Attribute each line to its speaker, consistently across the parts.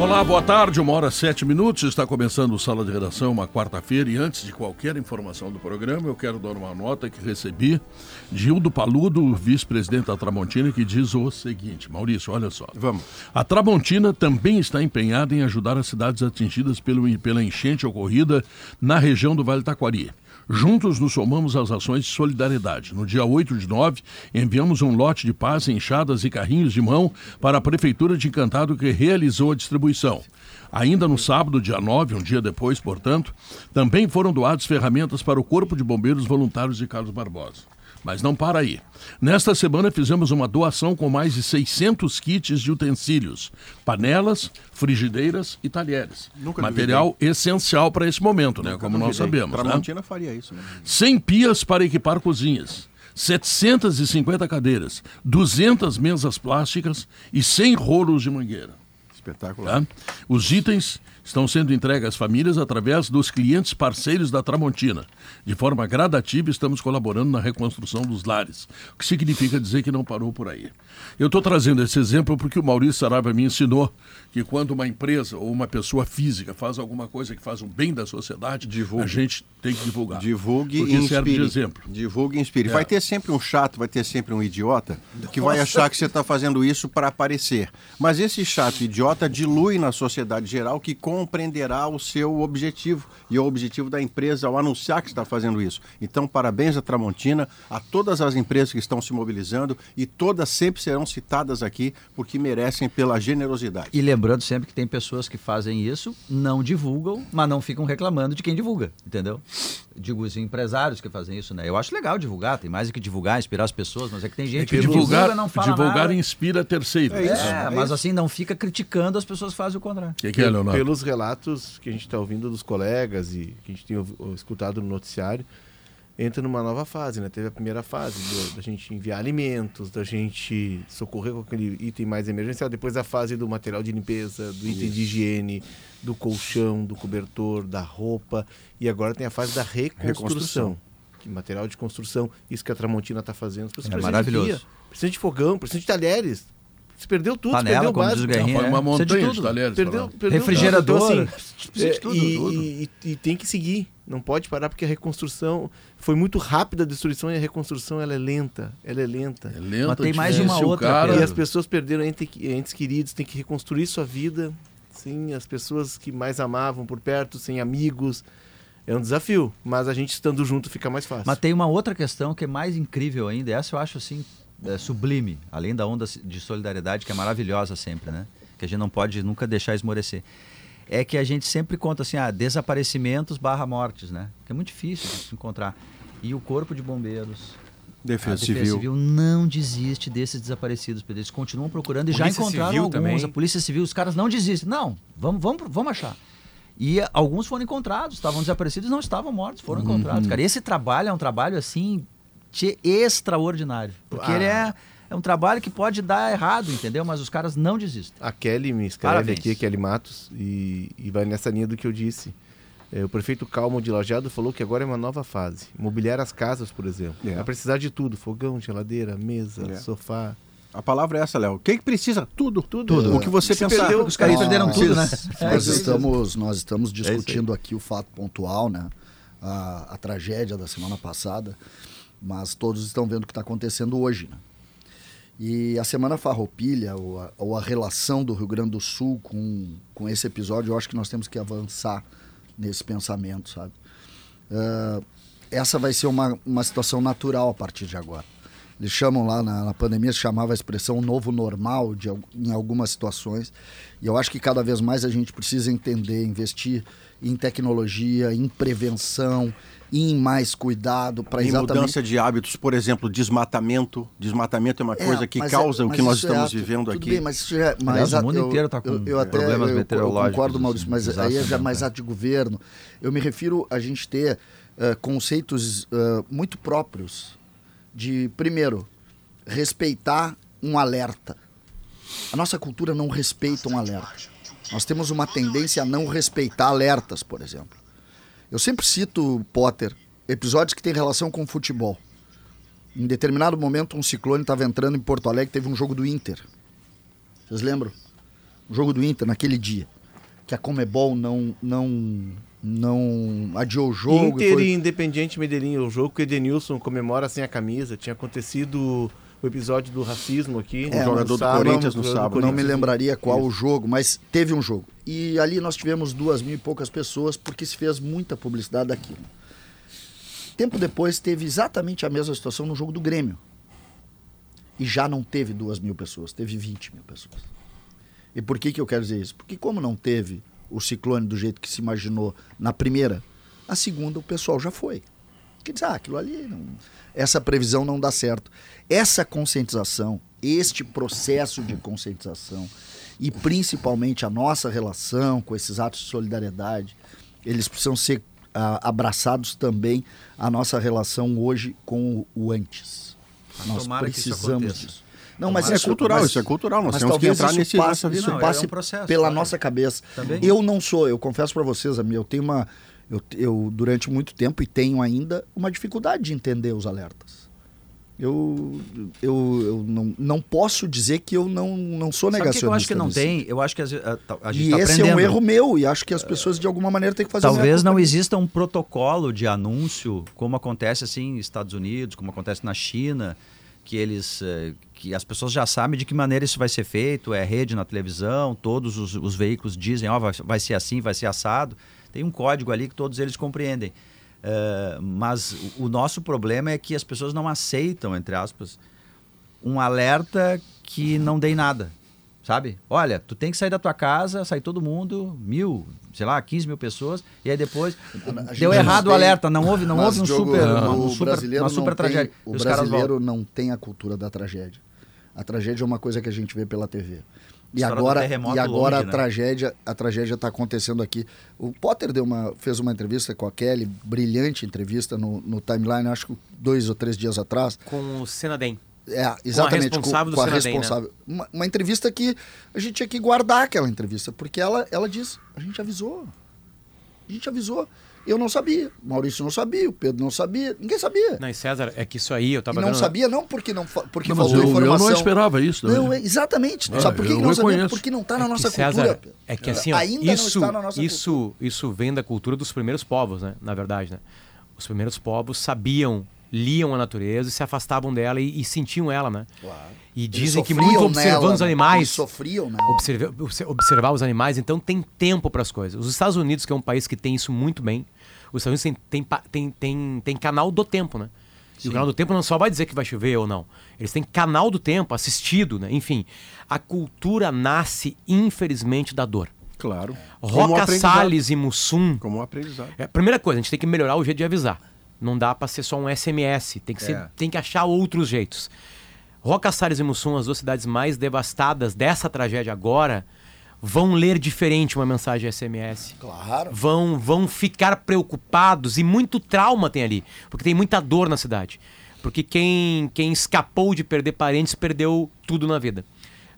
Speaker 1: Olá, boa tarde, uma hora sete minutos, está começando o Sala de Redação, uma quarta-feira, e antes de qualquer informação do programa, eu quero dar uma nota que recebi de Hildo Paludo, vice-presidente da Tramontina, que diz o seguinte, Maurício, olha só.
Speaker 2: Vamos.
Speaker 1: A Tramontina também está empenhada em ajudar as cidades atingidas pelo, pela enchente ocorrida na região do Vale Taquari. Juntos nos somamos às ações de solidariedade. No dia 8 de 9, enviamos um lote de pás, enxadas e carrinhos de mão para a Prefeitura de Encantado, que realizou a distribuição. Ainda no sábado, dia 9, um dia depois, portanto, também foram doadas ferramentas para o Corpo de Bombeiros Voluntários de Carlos Barbosa. Mas não para aí. Nesta semana fizemos uma doação com mais de 600 kits de utensílios, panelas, frigideiras e talheres.
Speaker 2: Nunca
Speaker 1: Material essencial para esse momento, né? Como nós sabemos. né?
Speaker 2: Tramontina faria isso, né?
Speaker 1: 100 pias para equipar cozinhas, 750 cadeiras, 200 mesas plásticas e 100 rolos de mangueira.
Speaker 2: Espetacular.
Speaker 1: tá? Os itens estão sendo entregues às famílias através dos clientes parceiros da Tramontina. De forma gradativa, estamos colaborando na reconstrução dos lares, o que significa dizer que não parou por aí. Eu estou trazendo esse exemplo porque o Maurício Saraiva me ensinou que quando uma empresa ou uma pessoa física faz alguma coisa que faz um bem da sociedade,
Speaker 2: Divulgue.
Speaker 1: a gente tem que divulgar.
Speaker 2: Divulgue e
Speaker 1: porque
Speaker 2: inspire.
Speaker 1: serve de exemplo. É.
Speaker 2: Divulgue e inspire. Vai ter sempre um chato, vai ter sempre um idiota que vai achar que você está fazendo isso para aparecer. Mas esse chato idiota dilui na sociedade geral que compreenderá o seu objetivo e é o objetivo da empresa ao anunciar que está fazendo isso. Então, parabéns à Tramontina, a todas as empresas que estão se mobilizando e todas sempre serão citadas aqui porque merecem pela generosidade.
Speaker 3: E lembrando sempre que tem pessoas que fazem isso, não divulgam, mas não ficam reclamando de quem divulga, entendeu? Digo os empresários que fazem isso, né? Eu acho legal divulgar, tem mais do que divulgar, inspirar as pessoas, mas é que tem gente
Speaker 1: É que
Speaker 3: que
Speaker 1: divulgar,
Speaker 3: divulga, não fala
Speaker 1: divulgar
Speaker 3: nada.
Speaker 1: inspira terceiros.
Speaker 3: É,
Speaker 2: é
Speaker 3: mas
Speaker 2: isso.
Speaker 3: assim, não fica criticando, as pessoas fazem o contrário.
Speaker 1: O que, que é, Leonardo?
Speaker 4: Pelos relatos que a gente está ouvindo dos colegas e que a gente tem ouvi- ou- escutado no noticiário, entra numa nova fase, né? Teve a primeira fase do- da gente enviar alimentos, da gente socorrer com aquele item mais emergencial, depois a fase do material de limpeza, do item de higiene, do colchão, do cobertor, da roupa, e agora tem a fase da reconstrução.
Speaker 2: Reconstrução.
Speaker 4: Que material de construção, isso que a Tramontina está fazendo. As pessoas
Speaker 3: É
Speaker 4: precisam de
Speaker 3: maravilhoso.
Speaker 4: pia, Precisa de fogão, precisa de talheres. Se perdeu tudo, se
Speaker 3: Panela,
Speaker 4: perdeu o
Speaker 3: como diz o
Speaker 4: básico.
Speaker 3: Guerrinha,
Speaker 1: Não, foi
Speaker 3: né?
Speaker 1: uma
Speaker 3: Precisa de
Speaker 1: montanha de
Speaker 3: tudo.
Speaker 1: talheres.
Speaker 4: Perdeu,
Speaker 1: falando.
Speaker 4: perdeu
Speaker 3: Refrigerador.
Speaker 4: tudo.
Speaker 3: assim,
Speaker 2: Precisa de
Speaker 4: é,
Speaker 2: tudo,
Speaker 4: e,
Speaker 2: tudo.
Speaker 4: E, e tem que seguir. Não pode parar porque a reconstrução foi muito rápida a destruição e a reconstrução ela é lenta, ela é lenta.
Speaker 1: É lento,
Speaker 3: Mas tem mais
Speaker 1: difícil,
Speaker 3: uma outra,
Speaker 1: cara.
Speaker 3: Pedro.
Speaker 4: E as pessoas perderam ente- entes queridos, tem que reconstruir sua vida. Sim, as pessoas que mais amavam por perto, sem amigos. É um desafio, mas a gente estando junto fica mais fácil.
Speaker 3: Mas tem uma outra questão que é mais incrível ainda, essa eu acho assim é, sublime, além da onda de solidariedade que é maravilhosa sempre, né? Que a gente não pode nunca deixar esmorecer. É que a gente sempre conta assim, ah, desaparecimentos barra mortes, né? Que é muito difícil de se encontrar. E o corpo de bombeiros, a
Speaker 2: Defesa
Speaker 3: defesa civil. não desiste desses desaparecidos, Pedro. Eles continuam procurando e já
Speaker 5: Polícia
Speaker 3: encontraram
Speaker 5: Civil
Speaker 3: alguns.
Speaker 5: também.
Speaker 3: A polícia civil, os caras não desistem. Não, vamos, vamos, vamos achar. E ah, alguns foram encontrados, estavam desaparecidos, não estavam mortos,
Speaker 6: Uhum.
Speaker 3: foram encontrados. Cara, esse trabalho é um trabalho assim tchê, extraordinário, porque
Speaker 4: Ah.
Speaker 3: ele é, é um trabalho que pode dar errado, entendeu? Mas os caras não desistem.
Speaker 4: A Kelly me escreve
Speaker 3: Parabéns.
Speaker 4: aqui, a Kelly Matos, e, e vai nessa linha do que eu disse. É, o prefeito Calmo de Lajeado falou que agora é uma nova fase. Mobiliar as casas, por exemplo.
Speaker 2: É.
Speaker 4: Vai precisar de tudo: fogão, geladeira, mesa,
Speaker 2: É.
Speaker 4: sofá.
Speaker 2: A palavra é essa, Léo. O que que precisa? Tudo. Tudo. O que você
Speaker 4: né? Se
Speaker 2: pensar.
Speaker 4: perdeu,
Speaker 3: Os caras
Speaker 6: Então, Nós-
Speaker 3: perderam tudo, né? É,
Speaker 6: Nós
Speaker 3: isso aí.
Speaker 6: estamos, nós estamos
Speaker 4: isso aí.
Speaker 6: discutindo aqui o fato pontual, né? A, a tragédia da semana passada, mas todos estão vendo o que está acontecendo hoje, né? E a Semana Farroupilha, ou a, ou a relação do Rio Grande do Sul com, com esse episódio, eu acho que nós temos que avançar nesse pensamento, sabe? Ah, essa vai ser uma, uma situação natural a partir de agora. Eles chamam lá na, na pandemia, se chamava a expressão novo normal de, al- em algumas situações. E eu acho que cada vez mais a gente precisa entender, investir em tecnologia, em prevenção, em mais cuidado para
Speaker 2: Em
Speaker 6: exatamente
Speaker 2: mudança de hábitos, por exemplo, desmatamento. Desmatamento é uma
Speaker 6: É,
Speaker 2: coisa que
Speaker 6: mas é-
Speaker 2: causa o
Speaker 6: mas
Speaker 2: que nós
Speaker 6: isso é
Speaker 2: estamos
Speaker 6: ato.
Speaker 2: vivendo
Speaker 6: Tudo
Speaker 2: aqui.
Speaker 6: Bem, mas isso já, é, mas
Speaker 3: Aliás, o
Speaker 6: ato-
Speaker 3: mundo
Speaker 6: eu-
Speaker 3: inteiro tá com
Speaker 6: eu, eu até,
Speaker 3: problemas
Speaker 6: eu- eu
Speaker 3: meteorológicos,
Speaker 6: concordo, Maurício,
Speaker 3: assim,
Speaker 6: mas aí é
Speaker 3: desastres,
Speaker 6: já
Speaker 3: né,
Speaker 6: mais
Speaker 3: cara?
Speaker 6: ato de governo. Eu me refiro a gente ter eh, conceitos eh, muito próprios de, primeiro, respeitar um alerta. A nossa cultura não respeita um alerta. Nós temos uma tendência a não respeitar alertas, por exemplo. Eu sempre cito, Potter, episódios que têm relação com futebol. Em determinado momento, um ciclone estava entrando em Porto Alegre, teve um jogo do Inter. Vocês lembram? O jogo do Inter naquele dia. Que a Comebol não, não, não adiou o jogo. e
Speaker 4: Inter
Speaker 6: foi-
Speaker 4: e Independiente Medellín, o jogo que o Edenilson comemora sem a camisa. Tinha acontecido o episódio do racismo aqui.
Speaker 2: É, jogador do Corinthians no
Speaker 4: jogador do
Speaker 2: sábado.
Speaker 4: Corinthians.
Speaker 6: Não me lembraria qual o jogo, mas teve um jogo. E ali nós tivemos duas mil e poucas pessoas porque se fez muita publicidade daquilo. Tempo depois teve exatamente a mesma situação no jogo do Grêmio. E já não teve duas mil pessoas, teve 20 mil pessoas. E por que, que eu quero dizer isso? Porque como não teve o ciclone do jeito que se imaginou na primeira, a segunda o pessoal já foi. Que diz, ah, aquilo ali, não- essa previsão não dá certo. Essa conscientização, este processo de conscientização e principalmente a nossa relação com esses atos de solidariedade, eles precisam ser ah, abraçados também à nossa relação hoje com o antes. Nós
Speaker 3: Tomara que isso
Speaker 6: precisamos
Speaker 3: aconteça.
Speaker 6: disso. Não, mas
Speaker 3: Tomara.
Speaker 6: isso
Speaker 2: É cultural,
Speaker 6: mas-
Speaker 2: isso é cultural, nós
Speaker 6: mas
Speaker 2: temos que
Speaker 6: talvez
Speaker 2: entrar
Speaker 6: isso
Speaker 2: nesse-
Speaker 6: passe,
Speaker 2: nessa vida.
Speaker 6: isso
Speaker 3: Não, é
Speaker 6: passe
Speaker 3: um processo,
Speaker 6: pela
Speaker 3: claro.
Speaker 6: nossa cabeça.
Speaker 3: Também.
Speaker 6: Eu não sou, eu confesso pra vocês, amigo, eu tenho uma eu, eu durante muito tempo e tenho ainda uma dificuldade de entender os alertas. Eu, eu, eu não, não posso dizer que eu não, não sou
Speaker 3: Sabe o que
Speaker 6: negacionista.
Speaker 3: que eu acho que não
Speaker 6: nisso.
Speaker 3: tem? Eu acho que as- a, a- a gente
Speaker 6: E
Speaker 3: tá
Speaker 6: esse é um
Speaker 3: aprendendo.
Speaker 6: erro meu e acho que as pessoas de alguma maneira têm que fazer
Speaker 3: Talvez
Speaker 6: um
Speaker 3: não exista um protocolo de anúncio, como acontece assim nos Estados Unidos, como acontece na China, que eles eh, que as pessoas já sabem de que maneira isso vai ser feito, é rede na televisão, todos os, os veículos dizem, ó, vai, vai ser assim, vai ser assado. Tem um código ali que todos eles compreendem. Eh, mas o, o nosso problema é que as pessoas não aceitam, entre aspas, um alerta que não dê em nada. Sabe? Olha, tu tem que sair da tua casa, sair todo mundo, mil, sei lá, 15 mil pessoas, e aí depois.
Speaker 6: A gente
Speaker 3: Deu
Speaker 6: não
Speaker 3: errado
Speaker 6: tem-
Speaker 3: o alerta, não houve, não
Speaker 6: Mas,
Speaker 3: houve um
Speaker 6: Diogo,
Speaker 3: super.
Speaker 6: o
Speaker 3: um super-
Speaker 6: brasileiro
Speaker 3: uma
Speaker 6: não
Speaker 3: super
Speaker 6: tem-
Speaker 3: tragédia.
Speaker 6: O
Speaker 3: E os caras
Speaker 6: brasileiro
Speaker 3: voltam.
Speaker 6: não tem a cultura da tragédia. A tragédia é uma coisa que a gente vê pela TV. E
Speaker 3: História do
Speaker 6: agora,
Speaker 3: terremoto
Speaker 6: e agora
Speaker 3: longe,
Speaker 6: a
Speaker 3: né?
Speaker 6: tragédia, a tragédia está acontecendo aqui. O Potter deu uma, fez uma entrevista com a Kelly, brilhante entrevista no, no timeline, acho que dois ou três dias atrás.
Speaker 5: Com o Senadem.
Speaker 6: É, exatamente, com,
Speaker 5: responsável do
Speaker 6: com a
Speaker 5: Senadem, né?
Speaker 6: responsável. Uma, uma entrevista que a gente tinha que guardar aquela entrevista, porque ela, ela diz, a gente avisou. A gente avisou. Eu não sabia, Maurício não sabia, o Pedro não sabia, ninguém sabia.
Speaker 5: Não, e César, é que isso aí eu
Speaker 6: E
Speaker 5: tava
Speaker 6: não
Speaker 5: dando-
Speaker 6: sabia não porque não fa- porque
Speaker 1: Não, mas
Speaker 6: faltou
Speaker 1: eu, eu
Speaker 6: informação.
Speaker 1: não esperava isso. né? também.
Speaker 6: Não, é- exatamente.
Speaker 1: Ah,
Speaker 6: Sabe por que
Speaker 1: eu
Speaker 6: que não sabia?
Speaker 1: reconheço.
Speaker 6: Porque não está na
Speaker 5: É que,
Speaker 6: nossa
Speaker 5: César,
Speaker 6: cultura.
Speaker 5: É que assim, ó,
Speaker 6: Ainda não
Speaker 5: isso,
Speaker 6: está na nossa
Speaker 5: isso, isso vem da cultura dos primeiros povos, né? Na verdade, né? Os primeiros povos sabiam, liam a natureza e se afastavam dela e, e sentiam ela, né? E
Speaker 6: Eles
Speaker 5: dizem que
Speaker 6: sofriam
Speaker 5: muito observando
Speaker 6: nela,
Speaker 5: os
Speaker 6: né?
Speaker 5: animais.
Speaker 6: Eles sofriam nela.
Speaker 5: observe- obse- observar os animais, então tem tempo para as coisas. Os Estados Unidos, que é um país que tem isso muito bem, os Estados Unidos tem, tem, pa- tem, tem, tem canal do tempo, né? E o canal do tempo não só vai dizer que vai chover ou não. Eles têm canal do tempo assistido, né? Enfim, a cultura nasce, infelizmente, da dor.
Speaker 2: Claro. Como
Speaker 5: Roca
Speaker 2: aprendizado.
Speaker 5: Salles e Mussum.
Speaker 2: Como um aprendizado.
Speaker 5: É, primeira coisa, a gente tem que melhorar o jeito de avisar. Não dá pra ser só um SMS, tem que, ser-
Speaker 3: É.
Speaker 5: tem que achar outros jeitos. Roca Salles e Mussum, as duas cidades mais devastadas dessa tragédia agora, vão ler diferente uma mensagem SMS.
Speaker 6: Claro.
Speaker 5: Vão, vão ficar preocupados e muito trauma tem ali, porque tem muita dor na cidade. Porque quem, quem escapou de perder parentes perdeu tudo na vida,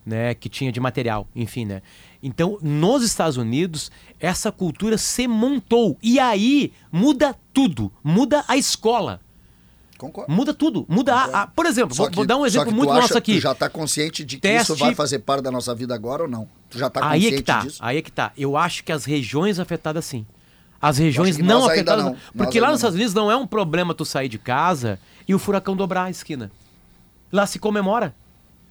Speaker 5: né? Que tinha de material, enfim, né? Então, nos Estados Unidos, essa cultura se montou. E aí muda tudo. Muda a escola.
Speaker 6: Concordo.
Speaker 5: Muda tudo. Muda a. a- por exemplo, vou, vou dar um exemplo muito nosso aqui.
Speaker 6: Tu já está consciente de que isso
Speaker 5: Teste-
Speaker 6: vai fazer parte da nossa vida agora ou não? Tu já está consciente
Speaker 5: aí é que tá,
Speaker 6: disso?
Speaker 5: aí é que tá. Eu acho que as regiões afetadas sim. As regiões
Speaker 6: que nós
Speaker 5: não
Speaker 6: ainda
Speaker 5: afetadas.
Speaker 6: não.
Speaker 5: não.
Speaker 6: Nós
Speaker 5: Porque lá
Speaker 6: ainda
Speaker 5: nos
Speaker 6: não.
Speaker 5: Estados Unidos não é um problema tu sair de casa e o furacão dobrar a esquina. Lá se comemora.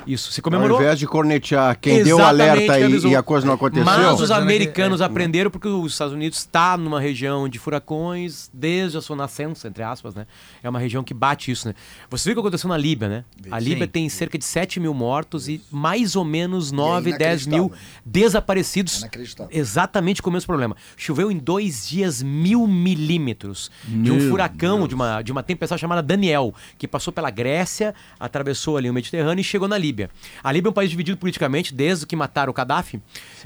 Speaker 5: Isso, se
Speaker 2: Ao
Speaker 5: comemorou.
Speaker 2: invés de cornetear quem deu o
Speaker 5: Exatamente,
Speaker 2: alerta e,
Speaker 5: avisou.
Speaker 2: e a coisa não aconteceu.
Speaker 5: Mas os
Speaker 3: dizendo que-
Speaker 5: americanos
Speaker 2: é,
Speaker 5: aprenderam porque os Estados Unidos está numa região de furacões desde a sua nascença, entre aspas, né? É uma região que bate isso, né? Você viu o que aconteceu na Líbia, né? A
Speaker 3: Sim.
Speaker 5: Líbia tem cerca de 7 mil mortos e mais ou menos 9, 10
Speaker 6: inacreditável.
Speaker 5: mil desaparecidos.
Speaker 6: Inacreditável.
Speaker 5: Exatamente com o mesmo problema. Choveu em dois dias mil milímetros de
Speaker 1: Meu
Speaker 5: um furacão, de uma, de uma tempestade chamada Daniel, que passou pela Grécia, atravessou ali o Mediterrâneo e chegou na Líbia. A Líbia é um país dividido politicamente desde que mataram o Gaddafi.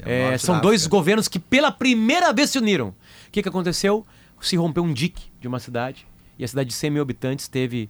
Speaker 3: é o
Speaker 5: É,
Speaker 3: norte
Speaker 5: são
Speaker 3: da
Speaker 5: dois
Speaker 3: África.
Speaker 5: governos que pela primeira vez se uniram. O que, que aconteceu? Se rompeu um dique de uma cidade e a cidade de 100 mil habitantes teve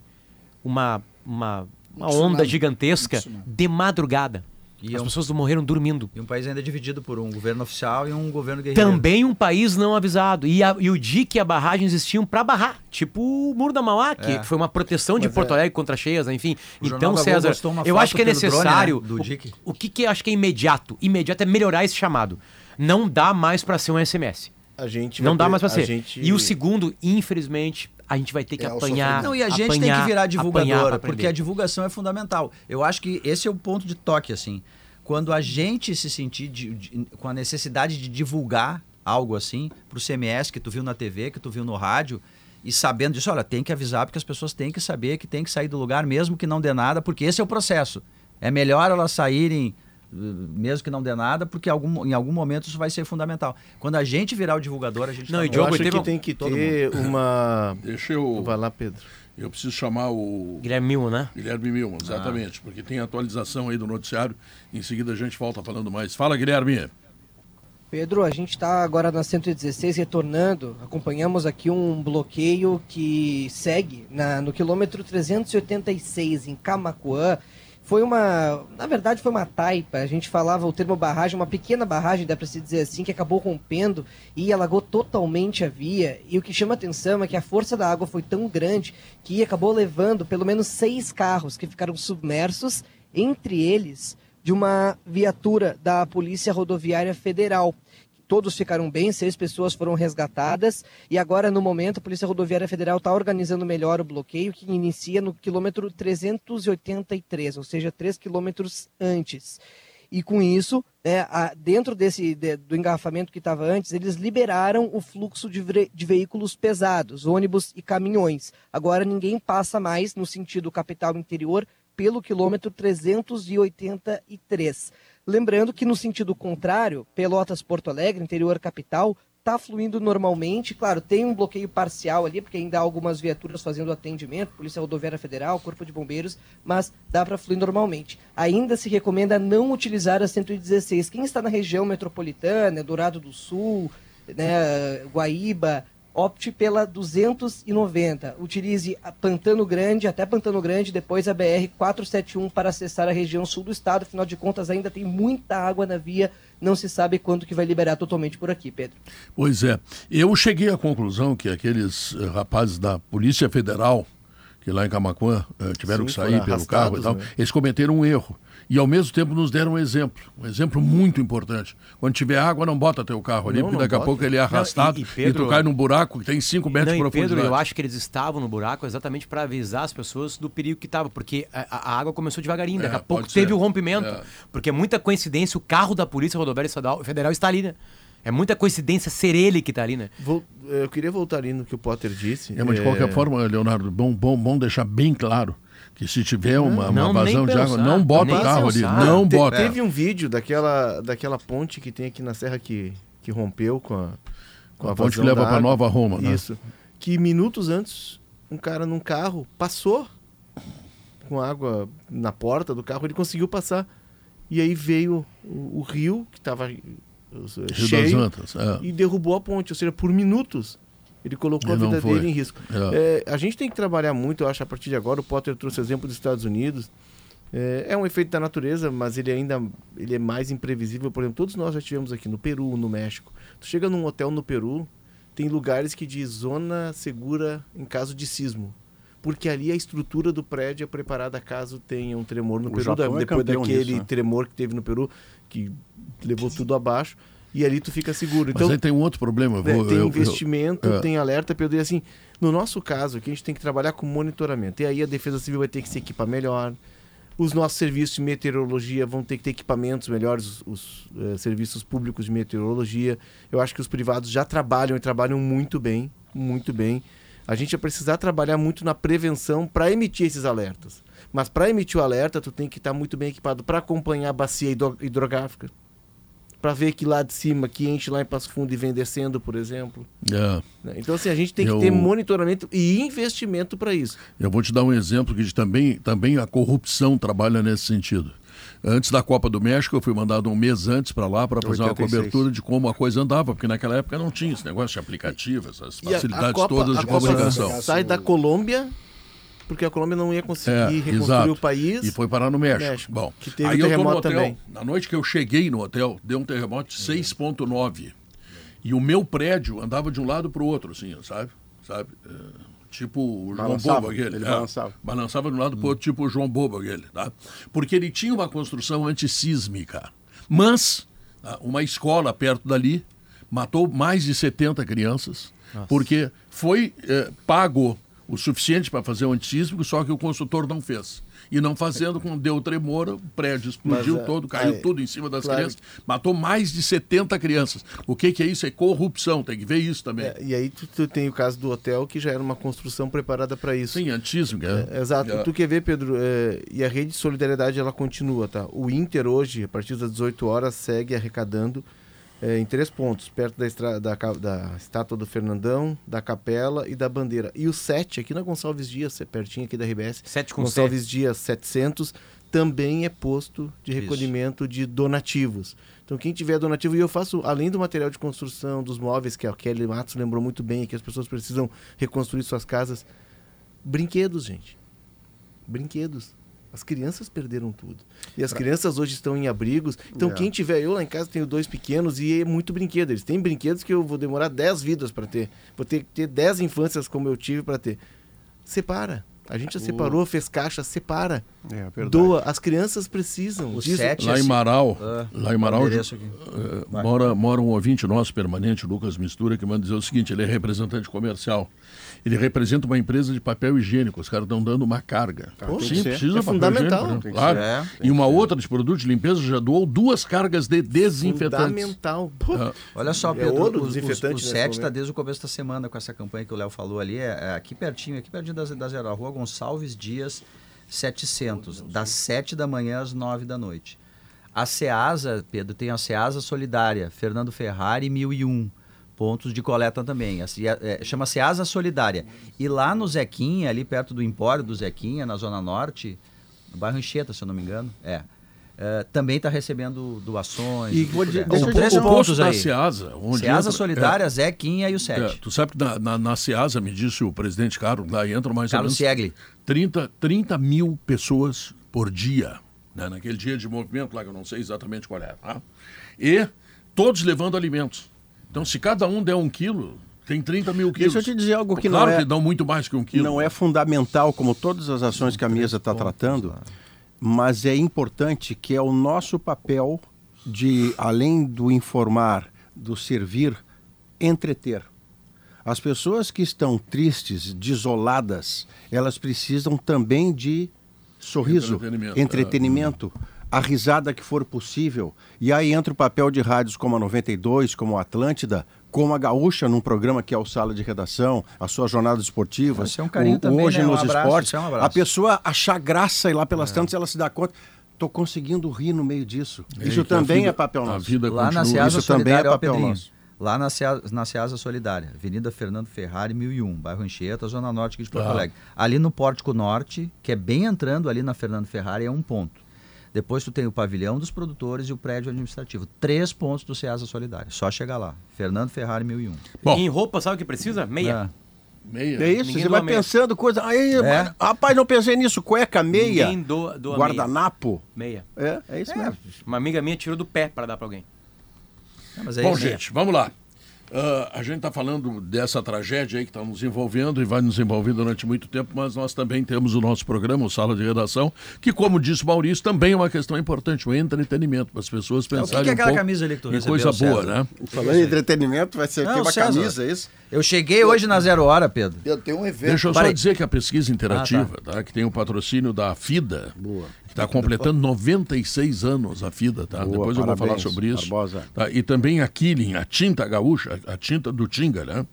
Speaker 5: uma, uma, uma
Speaker 6: Um tsunami.
Speaker 5: onda gigantesca
Speaker 6: Um tsunami.
Speaker 5: de madrugada.
Speaker 3: E
Speaker 5: As
Speaker 3: é um-
Speaker 5: pessoas morreram dormindo.
Speaker 3: E um país ainda dividido por um governo oficial e um governo guerreiro.
Speaker 5: Também um país não avisado. E, a- e o DIC e a barragem existiam para barrar. Tipo o Muro da Mauá, que
Speaker 3: É.
Speaker 5: que foi uma proteção de Porto Alegre contra cheias, enfim.
Speaker 3: O Jornal
Speaker 5: então,
Speaker 3: da Globo
Speaker 5: César,
Speaker 3: postou uma
Speaker 5: eu
Speaker 3: foto
Speaker 5: acho que é
Speaker 3: pelo drone, né,
Speaker 5: necessário.
Speaker 3: do DIC.
Speaker 5: o, o que, que eu acho que é imediato? Imediato é melhorar esse chamado. Não dá mais para ser um SMS.
Speaker 4: A gente
Speaker 5: Não
Speaker 4: vai
Speaker 5: dá
Speaker 4: pre-
Speaker 5: mais pra
Speaker 4: a
Speaker 5: ser.
Speaker 4: gente-
Speaker 5: E o segundo, infelizmente, a gente vai ter que
Speaker 6: É, o
Speaker 5: apanhar.
Speaker 6: sofrimento.
Speaker 3: Não, e a gente tem
Speaker 5: apanhar,
Speaker 3: que virar
Speaker 5: apanhar pra
Speaker 3: divulgador,
Speaker 5: aprender.
Speaker 3: porque a divulgação é fundamental. Eu acho que esse é o ponto de toque, assim. Quando a gente se sentir de- de- com a necessidade de divulgar algo assim para o CMS que tu viu na TV, que tu viu no rádio, e sabendo disso, olha, tem que avisar porque as pessoas têm que saber que tem que sair do lugar mesmo que não dê nada, porque esse é o processo. É melhor elas saírem eh, mesmo que não dê nada, porque algum- em algum momento isso vai ser fundamental. Quando a gente virar o divulgador, a gente
Speaker 5: Não,
Speaker 3: tá
Speaker 5: e
Speaker 3: no-
Speaker 4: Eu
Speaker 5: Diogo,
Speaker 4: acho
Speaker 5: teve
Speaker 4: que
Speaker 5: um-
Speaker 4: tem que
Speaker 3: todo
Speaker 4: ter uma.
Speaker 1: Deixa eu.
Speaker 4: Vai lá, Pedro.
Speaker 1: Eu preciso chamar o
Speaker 5: Guilherme Milman, né? Ah.
Speaker 1: Guilherme Milman, exatamente, porque tem atualização aí do noticiário. Em seguida a gente volta falando mais. Fala, Guilherme.
Speaker 7: Pedro, a gente está agora na 116 retornando. Acompanhamos aqui um bloqueio que segue na- no quilômetro 386 em Camacuã. Foi uma, na verdade, foi uma taipa. A gente falava o termo barragem, uma pequena barragem, dá para se dizer assim, que acabou rompendo e alagou totalmente a via. E o que chama atenção é que a força da água foi tão grande que acabou levando pelo menos seis carros que ficaram submersos, entre eles de uma viatura da Polícia Rodoviária Federal. Todos ficaram bem, seis pessoas foram resgatadas e agora, no momento, a Polícia Rodoviária Federal está organizando melhor o bloqueio que inicia no quilômetro 383, ou seja, três quilômetros antes. E com isso, né, a- dentro desse de- do engarrafamento que estava antes, eles liberaram o fluxo de, vre- de veículos pesados, ônibus e caminhões. Agora ninguém passa mais no sentido capital interior pelo quilômetro 383. Lembrando que no sentido contrário, Pelotas-Porto Alegre, interior capital, está tá fluindo normalmente. Claro, tem um bloqueio parcial ali, porque ainda há algumas viaturas fazendo atendimento, Polícia Rodoviária Federal, Corpo de Bombeiros, mas dá para fluir normalmente. Ainda se recomenda não utilizar a 116. Quem está na região metropolitana, Dourado do Sul, né, Guaíba, opte pela 290. Utilize a Pantano Grande até Pantano Grande, depois a BR 471 para acessar a região sul do estado. Afinal de contas, ainda tem muita água na via. Não se sabe quando que vai liberar totalmente por aqui, Pedro.
Speaker 1: Pois é, eu cheguei à conclusão que aqueles eh, rapazes da Polícia Federal, que lá em Camacuã eh, tiveram que
Speaker 4: Sim, foram
Speaker 1: sair pelo carro e
Speaker 4: arrastados,
Speaker 1: tal,
Speaker 4: né?
Speaker 1: eles cometeram um erro. E ao mesmo tempo nos deram um exemplo, um exemplo muito importante. Quando tiver água, não bota teu carro ali,
Speaker 4: Não,
Speaker 1: porque
Speaker 4: não
Speaker 1: daqui a
Speaker 4: bota.
Speaker 1: pouco ele é arrastado e,
Speaker 5: e- e Pedro-
Speaker 1: tu cai num buraco que tem 5 metros de
Speaker 5: Não, e
Speaker 1: profundidade.
Speaker 5: Pedro, eu acho que eles estavam no buraco exatamente para avisar as pessoas do perigo que estava, porque a, a água começou devagarinho, daqui
Speaker 1: É,
Speaker 5: a pouco
Speaker 1: pode ser.
Speaker 5: teve o rompimento,
Speaker 1: É.
Speaker 5: porque é muita coincidência, o carro da Polícia Rodoviária Estadual- Federal está ali, né? É muita coincidência ser ele que está ali, né?
Speaker 4: Vol- Eu queria voltar ali no que o Potter disse.
Speaker 1: É, mas de qualquer forma, Leonardo, bom, bom, bom deixar bem claro que se tiver uma,
Speaker 5: não,
Speaker 1: uma
Speaker 5: nem
Speaker 1: vazão de água,
Speaker 5: pensar,
Speaker 1: não bota o
Speaker 5: nem
Speaker 1: carro
Speaker 5: pensar.
Speaker 1: ali, não
Speaker 4: Te-
Speaker 1: bota.
Speaker 4: Teve um vídeo daquela, daquela ponte que tem aqui na serra que, que rompeu com a, com
Speaker 1: A ponte que
Speaker 4: vazão
Speaker 1: leva
Speaker 4: da
Speaker 1: pra
Speaker 4: água.
Speaker 1: Nova Roma, né?
Speaker 4: Isso. Que minutos antes, um cara num carro passou com água na porta do carro, ele conseguiu passar. E aí veio o, o rio que estava
Speaker 1: Rio
Speaker 4: cheio
Speaker 1: das Antas. é.
Speaker 4: e derrubou a ponte, ou seja, por minutos. Ele colocou
Speaker 1: Ele
Speaker 4: a
Speaker 1: não
Speaker 4: vida
Speaker 1: foi.
Speaker 4: dele em risco.
Speaker 1: É.
Speaker 4: É, a gente tem que trabalhar muito, eu acho, a partir de agora. O Potter trouxe o exemplo dos Estados Unidos. É, é um efeito da natureza, mas ele ainda ele é mais imprevisível. Por exemplo, todos nós já tivemos aqui no Peru, no México. Tu chega num hotel no Peru, tem lugares que diz zona segura em caso de sismo. Porque ali a estrutura do prédio é preparada caso tenha um tremor no
Speaker 2: O
Speaker 4: Peru,
Speaker 2: Japão
Speaker 4: da-
Speaker 2: é
Speaker 4: depois
Speaker 2: campeão
Speaker 4: daquele
Speaker 2: nisso, né?
Speaker 4: tremor que teve no Peru, que levou tudo abaixo, e ali tu fica seguro.
Speaker 1: Mas
Speaker 4: Então,
Speaker 1: aí tem um outro problema. eu
Speaker 4: né,
Speaker 1: vou-
Speaker 4: tem
Speaker 1: eu- eu-
Speaker 4: investimento,
Speaker 1: é.
Speaker 4: tem alerta, Pedro. E assim, no nosso caso aqui, a gente tem que trabalhar com monitoramento. E aí a Defesa Civil vai ter que se equipar melhor. Os nossos serviços de meteorologia vão ter que ter equipamentos melhores, os, os, eh, serviços públicos de meteorologia. Eu acho que os privados já trabalham e trabalham muito bem, muito bem. A gente vai precisar trabalhar muito na prevenção para emitir esses alertas. Mas para emitir o alerta, tu tem que estar muito bem equipado para acompanhar a bacia hidro- hidrográfica. Para ver que lá de cima, que enche lá em Passo Fundo e vem descendo, por exemplo.
Speaker 1: É.
Speaker 4: né? Então, assim, a gente tem
Speaker 1: Eu-
Speaker 4: que ter monitoramento e investimento para isso.
Speaker 1: Eu vou te dar um exemplo que de- também, também a corrupção trabalha nesse sentido. Antes da Copa do México, eu fui mandado um mês antes para lá para fazer
Speaker 4: 86.
Speaker 1: uma cobertura de como a coisa andava, porque naquela época não tinha esse negócio de aplicativo, essas
Speaker 4: E a- a
Speaker 1: facilidades
Speaker 4: Copa-
Speaker 1: todas
Speaker 4: a
Speaker 1: de
Speaker 4: Copa
Speaker 1: comunicação.
Speaker 4: Sai da Colômbia, porque a Colômbia não ia conseguir
Speaker 1: É,
Speaker 4: reconstruir
Speaker 1: exato.
Speaker 4: o país.
Speaker 1: E foi parar no México.
Speaker 4: México,
Speaker 1: Bom,
Speaker 4: que teve
Speaker 1: aí eu tô no
Speaker 4: terremoto
Speaker 1: hotel.
Speaker 4: também.
Speaker 1: Na noite que eu cheguei no hotel, deu um terremoto de 6.9. E o meu prédio andava de um lado para o outro, assim, sabe? Sabe? É, tipo o João
Speaker 8: Balançava,
Speaker 1: Bobo aquele.
Speaker 8: ele
Speaker 1: é.
Speaker 8: balançava.
Speaker 1: Balançava de um lado para o outro, tipo o João Bobo aquele. Tá? Porque ele tinha uma construção antissísmica. Mas tá, uma escola perto dali matou mais de 70 crianças. Porque foi eh, pago o suficiente para fazer o antissísmico, só que o consultor não fez. E não fazendo, quando deu o tremor, o prédio explodiu
Speaker 4: Mas, é,
Speaker 1: todo, caiu
Speaker 4: é,
Speaker 1: tudo em cima das
Speaker 4: claro.
Speaker 1: crianças. Matou mais de 70 crianças. O que, que é isso? É corrupção, tem que ver isso também.
Speaker 4: É, e aí tu, tu tem o caso do hotel, que já era uma construção preparada para isso.
Speaker 1: Sim, antismo.
Speaker 4: Exato.
Speaker 1: É.
Speaker 4: Tu quer ver, Pedro? é, e a rede de solidariedade ela continua, tá? O Inter hoje, a partir das 18 horas, segue arrecadando é, em três pontos, perto da, estra- da ca- da estátua do Fernandão, da capela e da bandeira. E o 7, aqui na Gonçalves Dias, é pertinho aqui da RBS.
Speaker 5: Sete com C.
Speaker 4: Gonçalves Dias 700 também é posto de recolhimento de donativos. Então, quem tiver donativo, e eu faço, além do material de construção, dos móveis, que a Kelly Matos lembrou muito bem, que as pessoas precisam reconstruir suas casas, brinquedos, gente. Brinquedos. As crianças perderam tudo. E as crianças hoje estão em abrigos. Então,
Speaker 8: É.
Speaker 4: quem tiver, eu lá em casa tenho dois pequenos e é muito brinquedo. Eles têm brinquedos que eu vou demorar 10 vidas para ter. Vou ter que ter 10 infâncias como eu tive para ter. Separa. A gente já separou, fez caixa, separa.
Speaker 8: É, verdade.
Speaker 4: Doa. As crianças precisam
Speaker 3: O
Speaker 4: disso.
Speaker 3: sete- assim.
Speaker 1: Lá em Marau,
Speaker 3: Ah,
Speaker 1: lá em Marau
Speaker 3: endereço aqui.
Speaker 1: eh, mora, mora um ouvinte nosso permanente, Lucas Mistura, que manda dizer o seguinte: ele é representante comercial. Ele representa uma empresa de papel higiênico. Os caras estão dando uma carga.
Speaker 8: tem que
Speaker 1: Sim,
Speaker 8: ser.
Speaker 1: precisa
Speaker 4: É
Speaker 1: papel
Speaker 4: fundamental.
Speaker 1: higiênico, né?
Speaker 8: Tem que
Speaker 1: Claro.
Speaker 3: ser. É,
Speaker 1: e uma outra de produto de limpeza já doou duas cargas de desinfetantes.
Speaker 4: Fundamental. Pô,
Speaker 3: Olha só,
Speaker 4: É
Speaker 3: Pedro,
Speaker 4: ouro,
Speaker 3: os, os,
Speaker 4: desinfetante né,
Speaker 3: os
Speaker 4: nesse
Speaker 3: sete tá está
Speaker 4: momento.
Speaker 3: desde o começo da semana com essa campanha que o Léo falou ali, é, é aqui pertinho, aqui pertinho da, da Zero, a Rua Gonçalves Dias 700, das 7 da manhã às 9 da noite. A SEASA, Pedro, tem a SEASA Solidária, Fernando Ferrari 1001, pontos de coleta também, a Se- é, chama SEASA Solidária. E lá no Zequinha, ali perto do Empório do Zequinha, na Zona Norte, no bairro Anchieta, se eu não me engano, é, é, também está recebendo doações.
Speaker 4: E
Speaker 3: o que
Speaker 4: vou
Speaker 3: puder.
Speaker 4: dizer- deixa
Speaker 3: São
Speaker 4: eu dizer
Speaker 3: três
Speaker 1: o
Speaker 4: um-
Speaker 1: posto
Speaker 3: pontos
Speaker 1: da
Speaker 3: aí.
Speaker 1: Seasa, onde
Speaker 3: Ceasa
Speaker 1: entra-
Speaker 3: Solidária, Zequinha e o
Speaker 1: É,
Speaker 3: 7.
Speaker 1: é, tu sabe que na, na, na Ceasa, me disse o presidente Carlos, lá entra mais
Speaker 3: Carlos
Speaker 1: ou menos
Speaker 3: Siegli.
Speaker 1: 30, 30 mil pessoas por dia, né? naquele dia de movimento lá, que eu não sei exatamente qual era. tá? E todos levando alimentos. Então, se cada um der um quilo, tem 30 mil quilos.
Speaker 2: Deixa eu te dizer algo que
Speaker 1: claro
Speaker 2: não é-
Speaker 1: que dão muito mais que um quilo.
Speaker 2: Não é fundamental, como todas as ações que a mesa está tratando, mas é importante que é o nosso papel de, além do informar, do servir, entreter. As pessoas que estão tristes, desoladas, elas precisam também de sorriso,
Speaker 1: Entretenimento,
Speaker 2: entretenimento,
Speaker 1: é.
Speaker 2: a risada que for possível. E aí entra o papel de rádios como a 92, como a Atlântida, como a Gaúcha, num programa que é o Sala de Redação, a sua jornada esportiva.
Speaker 3: Isso é um carinho
Speaker 2: o-
Speaker 3: também,
Speaker 2: Hoje
Speaker 3: né? Um
Speaker 2: nos
Speaker 3: abraço,
Speaker 2: esportes.
Speaker 3: isso é um abraço.
Speaker 2: a pessoa achar graça e lá pelas tantas ela se dá conta. Tô conseguindo rir no meio disso. Isso
Speaker 1: É, que a
Speaker 2: também
Speaker 1: vida-
Speaker 2: é papel
Speaker 1: A
Speaker 2: nosso.
Speaker 1: vida
Speaker 3: Lá na
Speaker 1: continua.
Speaker 3: Ceasa
Speaker 2: Isso também é
Speaker 3: Solidária, ó,
Speaker 2: papel
Speaker 3: Pedrinho.
Speaker 2: nosso.
Speaker 3: Lá na Ceasa, na Ceasa Solidária, Avenida Fernando Ferrari, 1001, bairro Anchieta, Zona Norte aqui de Porto
Speaker 1: Tá.
Speaker 3: Alegre. Ali no Pórtico Norte, que é bem entrando ali na Fernando Ferrari, é um ponto. Depois tu tem o pavilhão dos produtores e o prédio administrativo. Três pontos do Ceasa Solidária. Só chegar lá. Fernando Ferrari, 1001.
Speaker 1: Bom.
Speaker 5: E em roupa, sabe o que precisa? Meia.
Speaker 1: Meia.
Speaker 2: É isso,
Speaker 5: Ninguém
Speaker 2: você
Speaker 5: doa
Speaker 2: vai
Speaker 5: meia.
Speaker 2: pensando coisa. Aí,
Speaker 3: É.
Speaker 2: Rapaz, não pensei nisso. Cueca, meia,
Speaker 5: Ninguém doa, doa
Speaker 2: guardanapo.
Speaker 5: meia. Meia.
Speaker 2: É, é isso mesmo.
Speaker 5: Uma amiga minha tirou do pé pra dar pra alguém.
Speaker 3: Ah, mas é
Speaker 1: Bom,
Speaker 3: isso.
Speaker 1: gente, vamos lá. Ah, a gente está falando dessa tragédia aí que está nos envolvendo e vai nos envolver durante muito tempo, mas nós também temos o nosso programa, o Sala de Redação, que, como disse o Maurício, também é uma questão importante, o entretenimento, para as pessoas
Speaker 3: que que é
Speaker 1: pensarem um
Speaker 3: aquela
Speaker 1: pouco
Speaker 3: camisa ali que tu
Speaker 1: em
Speaker 3: recebeu,
Speaker 1: coisa boa,
Speaker 3: César?
Speaker 1: né?
Speaker 2: Falando em entretenimento, vai ser
Speaker 3: Não,
Speaker 2: tem uma
Speaker 3: César.
Speaker 2: camisa, é isso?
Speaker 3: Eu cheguei hoje na Zero Hora, Pedro.
Speaker 6: Pedro, tem um evento.
Speaker 1: Deixa eu só
Speaker 3: Parei.
Speaker 1: dizer que a pesquisa interativa, tá. que tem o patrocínio da FIDA, que Está completando 96 anos a FIDA, tá?
Speaker 2: Boa,
Speaker 1: Depois eu vou falar
Speaker 2: parabéns,
Speaker 1: sobre isso.
Speaker 2: Barbosa.
Speaker 1: Tá? E também a Killing, a tinta gaúcha, a tinta do Tinga, né?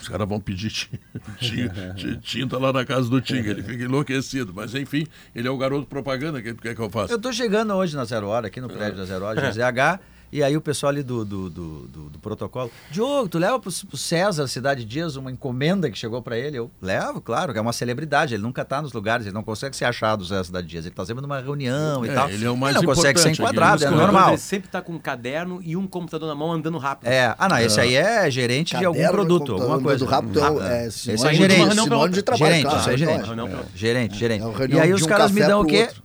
Speaker 1: Os caras vão pedir ti- ti- ti- tinta lá na casa do Tinga, ele fica enlouquecido. Mas enfim, ele é o garoto propaganda, o que que é que eu faço?
Speaker 3: Eu tô chegando hoje na Zero Hora, aqui no prédio da Zero Hora,
Speaker 1: É.
Speaker 3: José H. E aí o pessoal ali do, do, do, do- do protocolo. Diogo, tu leva pro, pro César Cidade Dias uma encomenda que chegou pra ele? Eu levo, claro, que é uma celebridade. Ele nunca tá nos lugares, ele não consegue ser achado, o César Cidade Dias. Ele tá sempre numa reunião e
Speaker 1: É,
Speaker 3: tal.
Speaker 1: ele é o mais
Speaker 3: não consegue
Speaker 1: importante aqui,
Speaker 3: ser
Speaker 1: né?
Speaker 3: enquadrado,
Speaker 1: nos
Speaker 3: é
Speaker 1: corredores,
Speaker 3: normal.
Speaker 5: Ele sempre tá com um caderno e um computador na mão andando rápido.
Speaker 3: É, ah não, esse aí é gerente de algum produto, alguma coisa.
Speaker 6: Do rápido é, o- é
Speaker 3: Esse
Speaker 6: sinônimo,
Speaker 3: é
Speaker 6: de-
Speaker 3: gerente.
Speaker 5: Não,
Speaker 6: sinônimo de trabalho.
Speaker 3: Gerente,
Speaker 6: claro,
Speaker 3: esse é gerente.
Speaker 6: claro.
Speaker 5: Não, não.
Speaker 3: Gerente, gerente.
Speaker 6: É uma
Speaker 3: e
Speaker 6: reunião
Speaker 3: aí
Speaker 6: de
Speaker 3: os
Speaker 6: um
Speaker 3: caras me
Speaker 6: café
Speaker 3: dão o
Speaker 6: pro
Speaker 3: quê?
Speaker 6: outro.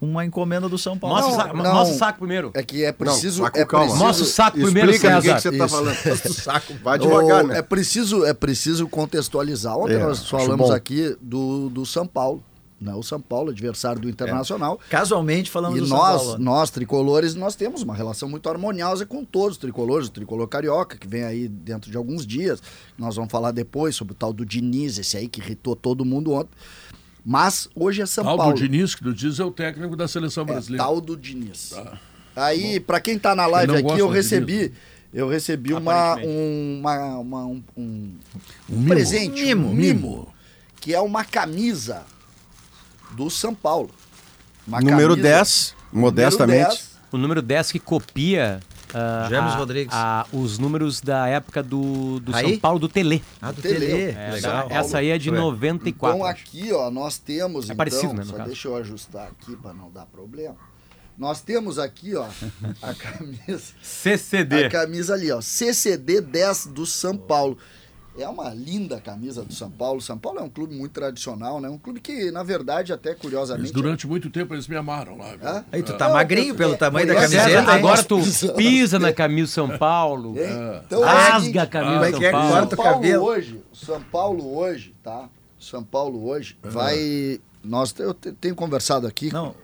Speaker 3: Uma encomenda do São Paulo.
Speaker 5: Mostra o
Speaker 3: Não,
Speaker 5: saco,
Speaker 6: não.
Speaker 5: mostra o saco primeiro.
Speaker 6: É que é preciso.
Speaker 2: Não, vai com
Speaker 6: é
Speaker 2: calma.
Speaker 6: preciso-
Speaker 5: Mostra o saco primeiro,
Speaker 2: Explica do que,
Speaker 5: César.
Speaker 2: que você está
Speaker 6: Isso.
Speaker 2: falando. saco, vai
Speaker 6: Ô,
Speaker 2: devagar, né?
Speaker 6: É preciso, é preciso contextualizar. Ontem
Speaker 4: É,
Speaker 6: nós
Speaker 4: acho
Speaker 6: falamos
Speaker 4: bom.
Speaker 6: aqui do, do São Paulo. Né? O São Paulo, adversário
Speaker 2: É.
Speaker 6: do Internacional.
Speaker 3: Casualmente falando
Speaker 6: E
Speaker 3: do
Speaker 6: nós,
Speaker 3: São Paulo. né?
Speaker 6: nós, tricolores, nós temos uma relação muito harmoniosa com todos os tricolores, o tricolor carioca, que vem aí dentro de alguns dias. Nós vamos falar depois sobre o tal do Diniz, esse aí que irritou todo mundo ontem. Mas hoje é São
Speaker 1: Paulo
Speaker 6: Paulo.
Speaker 1: Diniz, que tu diz, é o técnico da seleção
Speaker 6: É,
Speaker 1: brasileira. Tá.
Speaker 6: tal do Diniz. Aí, pra quem tá na
Speaker 1: não
Speaker 6: live aqui,
Speaker 1: gosta
Speaker 6: eu
Speaker 1: do
Speaker 6: recebi, eu recebi uma,
Speaker 5: Aparentemente.
Speaker 6: um, uma- uma- um- um
Speaker 1: um mimo.
Speaker 6: presente,
Speaker 1: Mimo.
Speaker 6: um mimo, que é uma camisa do São Paulo. Uma
Speaker 2: Número
Speaker 6: camisa-
Speaker 2: 10, modestamente.
Speaker 6: Número 10,
Speaker 5: O número 10 que copia ah,
Speaker 3: James
Speaker 5: a-
Speaker 3: Rodrigues.
Speaker 5: a- os números da época do, do
Speaker 3: Aí?
Speaker 5: São Paulo do Tele.
Speaker 3: Ah, do
Speaker 6: Tele.
Speaker 3: Tele.
Speaker 6: É,
Speaker 5: Essa,
Speaker 3: Legal.
Speaker 5: essa aí é de
Speaker 3: Ué.
Speaker 5: 94.
Speaker 6: Então
Speaker 5: eu acho.
Speaker 6: aqui, ó, nós temos. então,
Speaker 5: parecido, né, no
Speaker 6: Só
Speaker 5: caso.
Speaker 6: deixa eu ajustar aqui para não dar problema. Nós temos aqui, ó, a camisa.
Speaker 5: CCD.
Speaker 6: A camisa ali, ó. CCD 10 do São Paulo. É uma linda camisa do São Paulo. São Paulo é um clube muito tradicional, né? Um clube que, na verdade, até
Speaker 1: Eles,
Speaker 6: curiosamente.
Speaker 1: durante muito tempo eles me amaram lá. viu?
Speaker 6: Hã?
Speaker 3: Aí tu tá
Speaker 6: Não,
Speaker 3: magrinho
Speaker 6: eu-
Speaker 3: pelo
Speaker 6: é,
Speaker 3: tamanho da
Speaker 6: pois é,
Speaker 3: camiseta.
Speaker 6: né?
Speaker 5: agora tu
Speaker 6: Precisamos
Speaker 5: pisa na camisa São Paulo.
Speaker 6: Hein? Então, é o seguinte,
Speaker 5: Rasga a
Speaker 1: Como
Speaker 5: camisa
Speaker 1: é
Speaker 5: São
Speaker 1: que é?
Speaker 5: Paulo.
Speaker 6: São
Speaker 3: Corta o
Speaker 6: Paulo
Speaker 3: cabelo.
Speaker 6: hoje, São Paulo hoje, tá? São Paulo hoje vai. Nós, eu te- tenho conversado aqui.
Speaker 3: Não.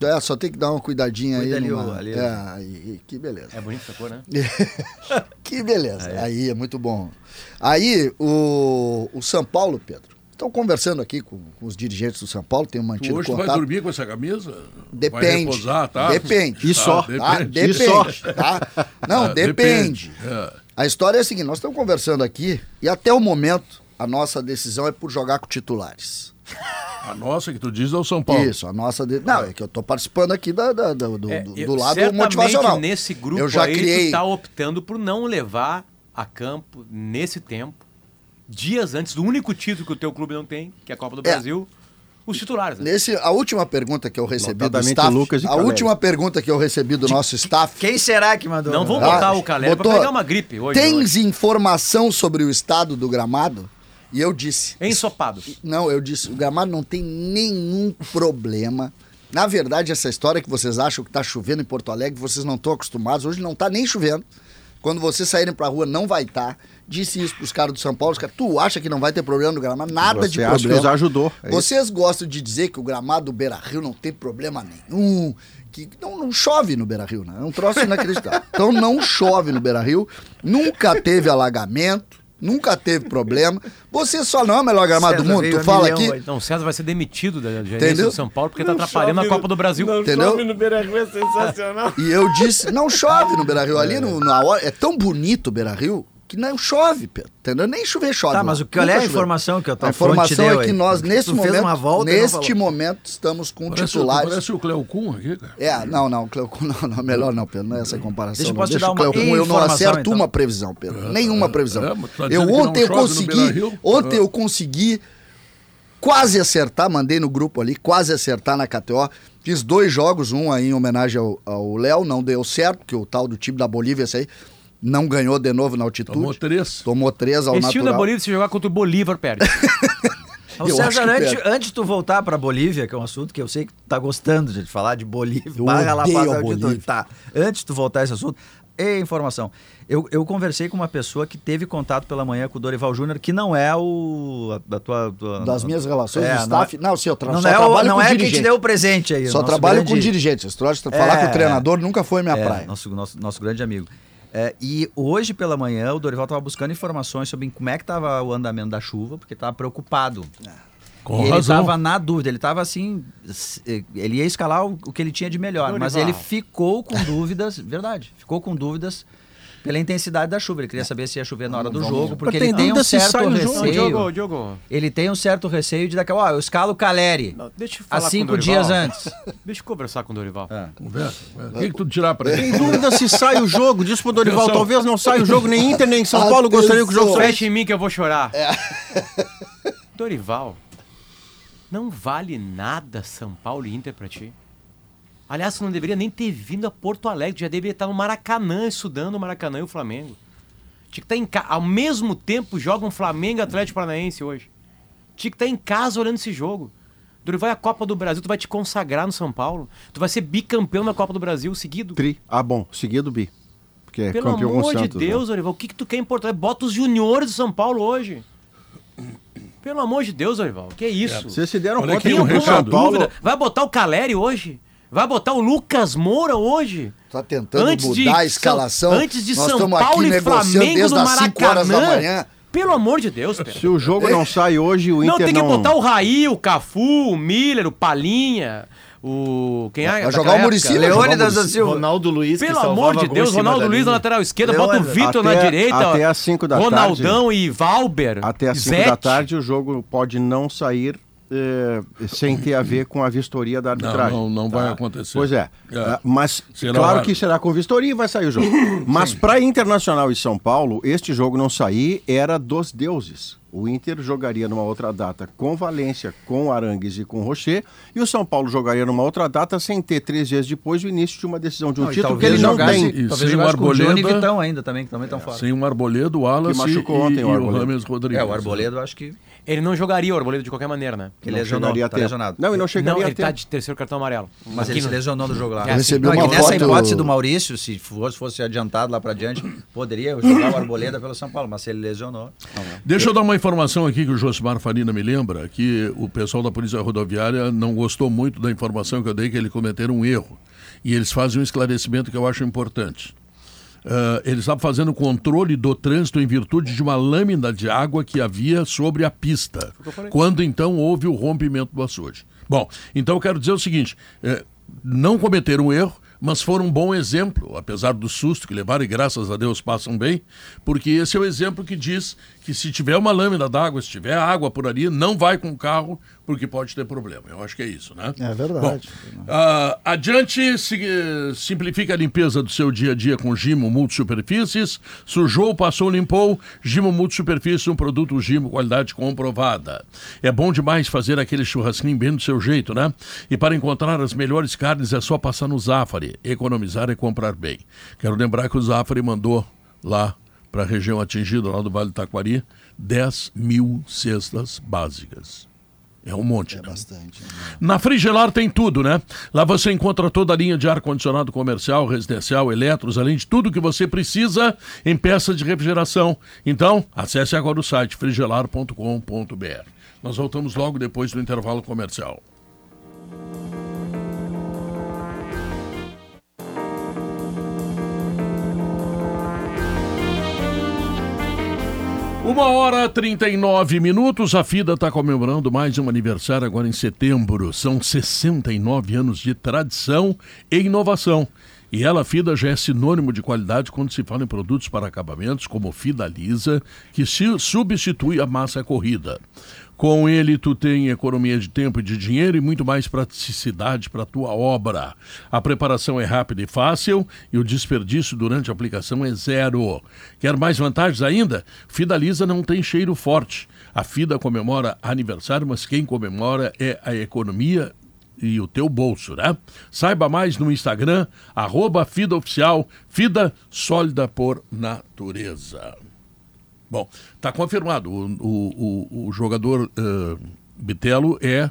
Speaker 6: É, só tem que dar uma cuidadinha
Speaker 3: Cuida
Speaker 6: aí.
Speaker 3: ali,
Speaker 6: numa-
Speaker 3: ó, ali,
Speaker 6: é, aí, que beleza.
Speaker 5: É bonita essa cor, né?
Speaker 6: Que beleza. Aí é muito bom. Aí o, o São Paulo, Pedro. Estão conversando aqui com, com os dirigentes do São Paulo, tenho
Speaker 1: Tu
Speaker 6: mantido
Speaker 1: hoje tu vai
Speaker 6: contato.
Speaker 1: dormir com essa camisa?
Speaker 6: Depende.
Speaker 1: Vai reposar, tá?
Speaker 6: Depende.
Speaker 2: E só.
Speaker 6: Tá?
Speaker 1: Depende.
Speaker 6: Depende, tá? Não,
Speaker 1: Ah,
Speaker 6: depende.
Speaker 1: É.
Speaker 6: A história é a seguinte, nós estamos conversando aqui e até o momento a nossa decisão é por jogar com titulares.
Speaker 1: A nossa que tu diz é o São Paulo.
Speaker 6: Isso, a nossa... de- Não, é que eu estou participando aqui da, da- da- do,
Speaker 5: É,
Speaker 6: do-
Speaker 5: eu-
Speaker 6: do lado
Speaker 5: certamente
Speaker 6: motivacional.
Speaker 5: nesse grupo
Speaker 6: eu já
Speaker 5: aí,
Speaker 6: criei...
Speaker 5: tu tá optando por não levar a campo nesse tempo, dias antes do único título que o teu clube não tem, que é a Copa do Brasil, os titulares. né?
Speaker 6: Nesse, a última pergunta que eu recebi do
Speaker 2: Notadamente
Speaker 6: staff,
Speaker 2: Lucas e
Speaker 6: a
Speaker 2: Caleri.
Speaker 6: última pergunta que eu recebi do nosso staff,
Speaker 3: Quem será que mandou?
Speaker 5: Não vão
Speaker 6: Ah,
Speaker 5: botar o Calé pra
Speaker 6: botou.
Speaker 5: pegar uma gripe hoje. hoje.
Speaker 6: tens informação sobre o estado do gramado? E eu disse,
Speaker 5: Ensopado.
Speaker 6: não, eu disse, o gramado não tem nenhum problema. Na verdade, essa história que vocês acham que tá chovendo em Porto Alegre, vocês não estão acostumados, hoje não tá nem chovendo. Quando vocês saírem pra rua, não vai estar. Disse isso pros caras do São Paulo, os caras, tu acha que não vai ter problema no gramado? Nada
Speaker 2: Você
Speaker 6: de
Speaker 2: acha
Speaker 6: problema.
Speaker 2: que os ajudou, é isso.
Speaker 6: Vocês gostam de dizer que o gramado do Beira Rio não tem problema nenhum, um, que não, não chove no Beira Rio, né? É um troço inacreditável. então não chove no Beira Rio, nunca teve alagamento, nunca teve problema. Você só não é o melhor gramado
Speaker 3: César
Speaker 6: do mundo,
Speaker 3: veio
Speaker 6: tu
Speaker 3: a
Speaker 6: fala
Speaker 3: milhão
Speaker 6: aqui.
Speaker 3: hoje.
Speaker 5: Não, o César vai ser demitido da gerência
Speaker 6: Entendeu?
Speaker 5: do São Paulo porque tá atrapalhando a Copa do Brasil.
Speaker 6: Entendeu?
Speaker 4: Chove no Beira Rio é sensacional.
Speaker 6: E eu disse, não chove no Beira Rio. Ali no, na hora, é tão bonito o Beira Rio que não chove, Pedro. Entendeu? Nem chover chove.
Speaker 3: Tá,
Speaker 6: lá.
Speaker 3: mas o que olha é a
Speaker 6: Nunca choveu.
Speaker 3: informação que eu tô
Speaker 6: A informação é que nós, nesse
Speaker 3: tu
Speaker 6: momento,
Speaker 3: fez uma volta e não
Speaker 6: neste
Speaker 3: falou.
Speaker 6: momento, estamos com
Speaker 1: Parece,
Speaker 6: titulares.
Speaker 1: parece o Cleo Kuhn aqui, cara.
Speaker 6: É, não, não, Cleucon, não, não, melhor não, Pedro, não é essa comparação.
Speaker 3: Deixa eu
Speaker 6: não.
Speaker 3: posso te dar
Speaker 6: o
Speaker 3: uma
Speaker 6: Cleucon, eu não
Speaker 3: informação,
Speaker 6: acerto
Speaker 3: então.
Speaker 6: uma previsão, Pedro, nenhuma previsão.
Speaker 1: é, mas tu tá dizendo
Speaker 6: eu
Speaker 1: que não
Speaker 6: ontem eu
Speaker 1: chove no É. Beira-Rio?
Speaker 6: consegui, ontem eu consegui quase acertar, mandei no grupo ali, quase acertar na KTO. Fiz dois jogos, um aí em homenagem ao- ao Léo, não deu certo, porque o tal do time da Bolívia, esse aí, não ganhou de novo na altitude.
Speaker 1: Tomou três.
Speaker 6: Tomou três ao
Speaker 5: Esse time da
Speaker 6: natural.
Speaker 5: Bolívia, se jogar contra o Bolívar, perde.
Speaker 3: O
Speaker 6: Eu acho
Speaker 3: César,
Speaker 6: que
Speaker 3: antes,
Speaker 6: pega.
Speaker 3: antes de tu voltar pra Bolívia, que é um assunto que eu sei que tu tá gostando de falar, de Bolívia,
Speaker 6: Eu
Speaker 3: barra lá
Speaker 6: odeio
Speaker 3: passa
Speaker 6: a
Speaker 3: o auditório.
Speaker 6: Bolívia.
Speaker 3: Tá, antes de tu voltar a esse assunto, e informação. Eu, eu conversei com uma pessoa que teve contato pela manhã com o Dorival Júnior, que não é o... A, da tua, tua-
Speaker 6: Das minhas relações,
Speaker 3: É,
Speaker 6: do staff.
Speaker 3: Não,
Speaker 6: Não,
Speaker 3: é,
Speaker 6: sim, eu assim, tra-
Speaker 3: não,
Speaker 6: só
Speaker 3: é, o,
Speaker 6: trabalho
Speaker 3: não
Speaker 6: com
Speaker 3: é quem te
Speaker 6: dirigente.
Speaker 3: deu o presente aí. o
Speaker 6: Só
Speaker 3: nosso
Speaker 6: trabalho com
Speaker 3: grande-
Speaker 6: dirigentes. Esse troço de falar
Speaker 3: É,
Speaker 6: com o treinador nunca foi minha
Speaker 3: É,
Speaker 6: praia.
Speaker 3: Nosso, nosso, nosso grande amigo. É, e hoje pela manhã o Dorival estava buscando informações sobre como é que estava o andamento da chuva, porque estava preocupado.
Speaker 1: Com
Speaker 3: e ele
Speaker 1: razão.
Speaker 3: estava na dúvida, ele estava assim, s- eh, ele ia escalar o o que ele tinha de melhor, mas ele ficou com dúvidas, verdade, ficou com dúvidas pela intensidade da chuva. Ele queria saber se ia chover na hora do jogo, porque
Speaker 1: Mas
Speaker 3: ele
Speaker 1: tem
Speaker 3: tem um
Speaker 1: dúvida se sai
Speaker 3: certo
Speaker 1: o jogo.
Speaker 5: Não, Diogo,
Speaker 3: receio.
Speaker 5: Diogo.
Speaker 3: Ele tem um certo receio de daqui a ó, eu escalo o Caleri
Speaker 5: não, deixa eu
Speaker 3: há
Speaker 5: falar com o
Speaker 3: cinco
Speaker 5: Dorival.
Speaker 3: dias antes.
Speaker 5: Deixa eu conversar com o Dorival.
Speaker 6: É,
Speaker 1: Conversa, conversa. O que, que tu tirar pra
Speaker 2: Tem
Speaker 1: ele?
Speaker 2: dúvida se sai o jogo, diz pro Dorival.
Speaker 1: Atenção.
Speaker 2: Talvez não saia o jogo, nem Inter, nem São Paulo gostaria que o jogo
Speaker 6: Atenção.
Speaker 2: saísse.
Speaker 5: Fecha em mim que eu vou chorar. Dorival, não vale nada São Paulo e Inter pra ti. Aliás, tu não deveria nem ter vindo a Porto Alegre, tu já deveria estar no Maracanã, estudando o Maracanã e o Flamengo. Tinha que estar em casa. Ao mesmo tempo jogam Flamengo e Atlético Paranaense hoje. Tinha que estar em casa olhando esse jogo. Dorival, é a Copa do Brasil, tu vai te consagrar no São Paulo. Tu vai ser bicampeão na Copa do Brasil seguido.
Speaker 2: Tri. Ah, bom. Seguido bi. Porque é
Speaker 5: Pelo
Speaker 2: campeão com o
Speaker 5: amor de
Speaker 2: Santos, né?
Speaker 5: Deus, Orival, o que, que tu quer em Porto Alegre? Bota os juniores do São Paulo hoje. Pelo amor de Deus, Orival, que é isso?
Speaker 2: Vocês se deram
Speaker 1: Olha
Speaker 2: conta
Speaker 1: aqui,
Speaker 5: Tem
Speaker 1: o
Speaker 5: alguma
Speaker 1: Richard
Speaker 5: dúvida? Vai botar o Caleri hoje? Vai botar o Lucas Moura hoje?
Speaker 6: Tá tentando
Speaker 5: Antes de
Speaker 6: mudar a
Speaker 5: São-
Speaker 6: escalação.
Speaker 5: Antes de
Speaker 6: Nós
Speaker 5: São
Speaker 6: estamos aqui
Speaker 5: Paulo e
Speaker 6: negociando
Speaker 5: Flamengo
Speaker 6: desde
Speaker 5: no
Speaker 6: as cinco horas da
Speaker 5: Maracanã.
Speaker 6: manhã.
Speaker 5: Pelo amor de Deus, Pedro.
Speaker 2: Se o jogo não sai hoje, o
Speaker 5: É. Não,
Speaker 2: Inter
Speaker 5: tem que botar o Raí, o Cafu, o Miller, o Palinha, o... Quem é?
Speaker 6: Vai
Speaker 5: daquela
Speaker 6: jogar o
Speaker 5: época?
Speaker 2: né?
Speaker 6: Muricy.
Speaker 3: Leônidas da Silva.
Speaker 4: Ronaldo Luiz, que
Speaker 5: Pelo
Speaker 4: salvava
Speaker 5: amor de
Speaker 4: gol em
Speaker 5: Deus,
Speaker 4: cima
Speaker 5: Ronaldo
Speaker 4: da
Speaker 5: Luiz na
Speaker 4: linha.
Speaker 5: lateral esquerda, bota o
Speaker 3: Leandro,
Speaker 5: Vitor na
Speaker 2: até-
Speaker 5: direita.
Speaker 2: até às cinco da
Speaker 5: Ronaldão e Valber.
Speaker 2: Até às 5
Speaker 5: Zete.
Speaker 2: da tarde o jogo pode não sair eh, sem ter a ver com a vistoria da arbitragem.
Speaker 1: Não, não- não vai acontecer.
Speaker 2: Pois é.
Speaker 1: É.
Speaker 2: Ah, Mas
Speaker 1: Será
Speaker 2: claro
Speaker 1: raro.
Speaker 2: que será com vistoria e vai sair o jogo. Mas para Internacional e São Paulo, este jogo não sair era dos deuses. O Inter jogaria numa outra data com Valência, com Arangues e com Rocher, e o São Paulo jogaria numa outra data sem ter três dias depois o início de uma decisão de um
Speaker 3: e
Speaker 2: título que
Speaker 3: talvez
Speaker 2: ele não
Speaker 3: jogasse-
Speaker 2: tem.
Speaker 1: E sem
Speaker 3: Talvez
Speaker 1: o
Speaker 3: jogasse com o Johnny e
Speaker 1: Arboleda.
Speaker 3: Vitão ainda também, que também estão fora.
Speaker 6: um
Speaker 1: Sem o Arboledo, o Wallace
Speaker 2: Que machucou ontem
Speaker 1: e,
Speaker 2: o
Speaker 1: e o
Speaker 2: Arboledo.
Speaker 1: Rames Rodrigues.
Speaker 3: É, o Arboleda eu acho que
Speaker 5: Ele não jogaria o Arboleda de qualquer maneira, né?
Speaker 3: ele
Speaker 2: Não
Speaker 3: lesionou,
Speaker 2: chegaria a
Speaker 3: tá
Speaker 2: tempo.
Speaker 3: lesionado.
Speaker 2: Não, e não
Speaker 5: Não,
Speaker 2: chegaria
Speaker 5: ele
Speaker 2: a tempo.
Speaker 5: tá de terceiro cartão amarelo.
Speaker 3: Mas
Speaker 5: Aqui
Speaker 3: ele se
Speaker 5: no- assim.
Speaker 3: lesionou no jogo lá.
Speaker 5: Eu recebi
Speaker 3: Não, é que
Speaker 6: uma
Speaker 3: nessa
Speaker 6: foto-
Speaker 3: hipótese do Maurício, se fosse, fosse adiantado lá pra diante, poderia jogar o Arboleda pelo São Paulo, mas se ele lesionou. não, não.
Speaker 1: Deixa eu dar uma informação aqui que o Josimar Farina me lembra, que o pessoal da Polícia Rodoviária não gostou muito da informação que eu dei, que eles cometeram um erro. E eles fazem um esclarecimento que eu acho importante. Ah, eles estavam fazendo controle do trânsito em virtude de uma lâmina de água que havia sobre a pista, quando então houve o rompimento do açude. Bom, então eu quero dizer o seguinte, eh, não cometeram um erro, mas foram um bom exemplo, apesar do susto que levaram, e graças a Deus passam bem, porque esse é o exemplo que diz que se tiver uma lâmina d'água, se tiver água por ali, não vai com o carro, porque pode ter problema. Eu acho que é isso, né?
Speaker 6: É verdade.
Speaker 1: Bom, ah, adiante, si- eh, simplifica a limpeza do seu dia a dia com Gimo Multisuperfícies. Sujou, passou, limpou. Gimo Multisuperfícies, um produto Gimo, qualidade comprovada. É bom demais fazer aquele churrasquinho bem do seu jeito, né? E para encontrar as melhores carnes é só passar no Zafari. Economizar é comprar bem. Quero lembrar que o Zafari mandou lá para a região atingida, lá do Vale do Taquari, 10 mil cestas básicas. É um monte. né?
Speaker 6: Bastante.
Speaker 1: Na Frigelar tem tudo, né? Lá você encontra toda a linha de ar-condicionado comercial, residencial, eletros, além de tudo que você precisa em peças de refrigeração. Então, acesse agora o site frigelar.com.br. Nós voltamos logo depois do intervalo comercial. Uma hora e 39 minutos, a FIDA está comemorando mais um aniversário agora em setembro. São 69 anos de tradição e inovação. E ela, FIDA, já é sinônimo de qualidade quando se fala em produtos para acabamentos, como FIDA Lisa, que se substitui a massa corrida. Com ele, tu tem economia de tempo e de dinheiro e muito mais praticidade para a tua obra. A preparação é rápida e fácil e o desperdício durante a aplicação é zero. Quer mais vantagens ainda? Fida Lisa não tem cheiro forte. A Fida comemora aniversário, mas quem comemora é a economia e o teu bolso, né? Saiba mais no Instagram, arroba Fida Oficial, Fida Sólida por Natureza. Bom, tá confirmado. O, o, o, o jogador eh, Bitelo é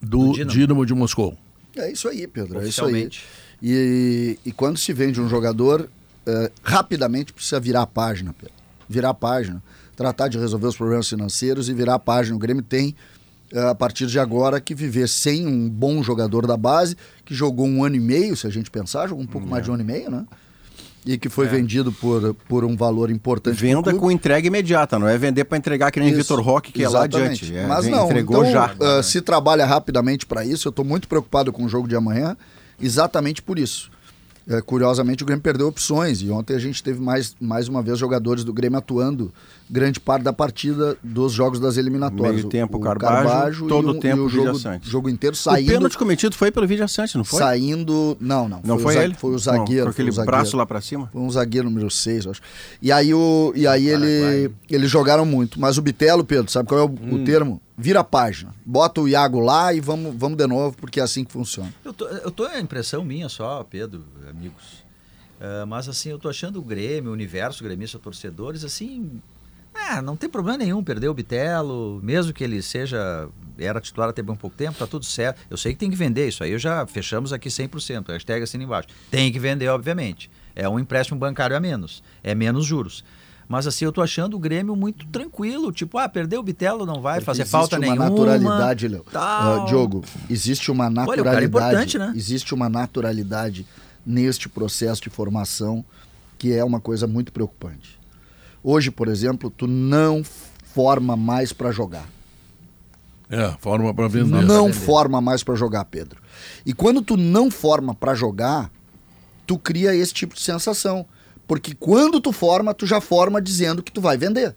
Speaker 1: do
Speaker 3: Do
Speaker 1: Dinamo.
Speaker 3: Dinamo.
Speaker 1: de Moscou.
Speaker 6: É isso aí, Pedro. É isso aí.
Speaker 3: Oficialmente.
Speaker 6: E, e quando se vende um jogador, eh, rapidamente precisa virar a página, Pedro. Virar a página. Tratar de resolver os problemas financeiros e virar a página. O Grêmio tem, eh, a partir de agora, que viver sem um bom jogador da base, que jogou um ano e meio, se a gente pensar, jogou um pouco mais de um ano e meio, né? E que
Speaker 3: É.
Speaker 2: É.
Speaker 6: foi vendido por, por um valor importante. pro
Speaker 2: Venda
Speaker 6: clube.
Speaker 2: com entrega imediata, não é vender para entregar que nem
Speaker 6: Isso,
Speaker 2: Vitor Roque, que é lá
Speaker 6: exatamente.
Speaker 2: adiante. É,
Speaker 6: Mas
Speaker 2: vem-
Speaker 6: não,
Speaker 2: entregou
Speaker 6: então,
Speaker 2: já.
Speaker 6: ah, se trabalha rapidamente para isso, eu estou muito preocupado com o jogo de amanhã, exatamente por isso. É, curiosamente, o Grêmio perdeu opções e ontem a gente teve mais, mais uma vez jogadores do Grêmio atuando grande parte da partida dos jogos das eliminatórias.
Speaker 2: Meio tempo,
Speaker 6: o
Speaker 2: Carbajo, todo
Speaker 6: e o,
Speaker 2: o tempo,
Speaker 6: e o
Speaker 2: Vidia
Speaker 6: jogo,
Speaker 2: Sante.
Speaker 6: jogo inteiro
Speaker 2: o
Speaker 6: saindo.
Speaker 2: pênalti cometido foi pelo Vidia Sante, não foi?
Speaker 6: Saindo. Não, não.
Speaker 2: Não
Speaker 6: o
Speaker 2: foi,
Speaker 6: za-
Speaker 2: ele?
Speaker 6: Foi o
Speaker 2: Não,
Speaker 6: zagueiro.
Speaker 2: com
Speaker 6: foi o
Speaker 2: aquele
Speaker 6: zagueiro.
Speaker 2: braço lá para cima?
Speaker 6: Foi um zagueiro número 6, eu acho. E aí, o, e aí ele, eles jogaram muito. Mas o Bitelo, Pedro, sabe qual é o, o termo? Vira a página. Bota o Iago lá e vamos, vamos de novo, porque é assim que funciona.
Speaker 3: Eu tô, eu tô a impressão minha só, Pedro, amigos. Ah, mas assim, eu tô achando o Grêmio, o universo gremista, torcedores, assim. Ah, não tem problema nenhum perder o Bitelo, mesmo que ele seja. Era titular até bem pouco tempo, tá tudo certo. Eu sei que tem que vender isso aí, eu já fechamos aqui 100%, hashtag assina embaixo. Tem que vender, obviamente. É um empréstimo bancário a menos, é menos juros. Mas assim, eu tô achando o Grêmio muito tranquilo, tipo, ah, perdeu o Bitelo, não vai
Speaker 6: Porque
Speaker 3: fazer
Speaker 6: existe
Speaker 3: falta
Speaker 6: uma
Speaker 3: nenhuma.
Speaker 6: naturalidade, Léo.
Speaker 3: tal.
Speaker 6: Ah, Diogo, existe uma
Speaker 3: o cara é
Speaker 6: naturalidade.
Speaker 3: importante, né?
Speaker 6: Existe uma naturalidade neste processo de formação que é uma coisa muito preocupante. Hoje, por exemplo, tu não forma mais para jogar.
Speaker 1: É, forma para vender.
Speaker 6: não forma mais pra jogar, Pedro. E quando tu não forma pra jogar, tu cria esse tipo de sensação. Porque quando tu forma, tu já forma dizendo que tu vai vender.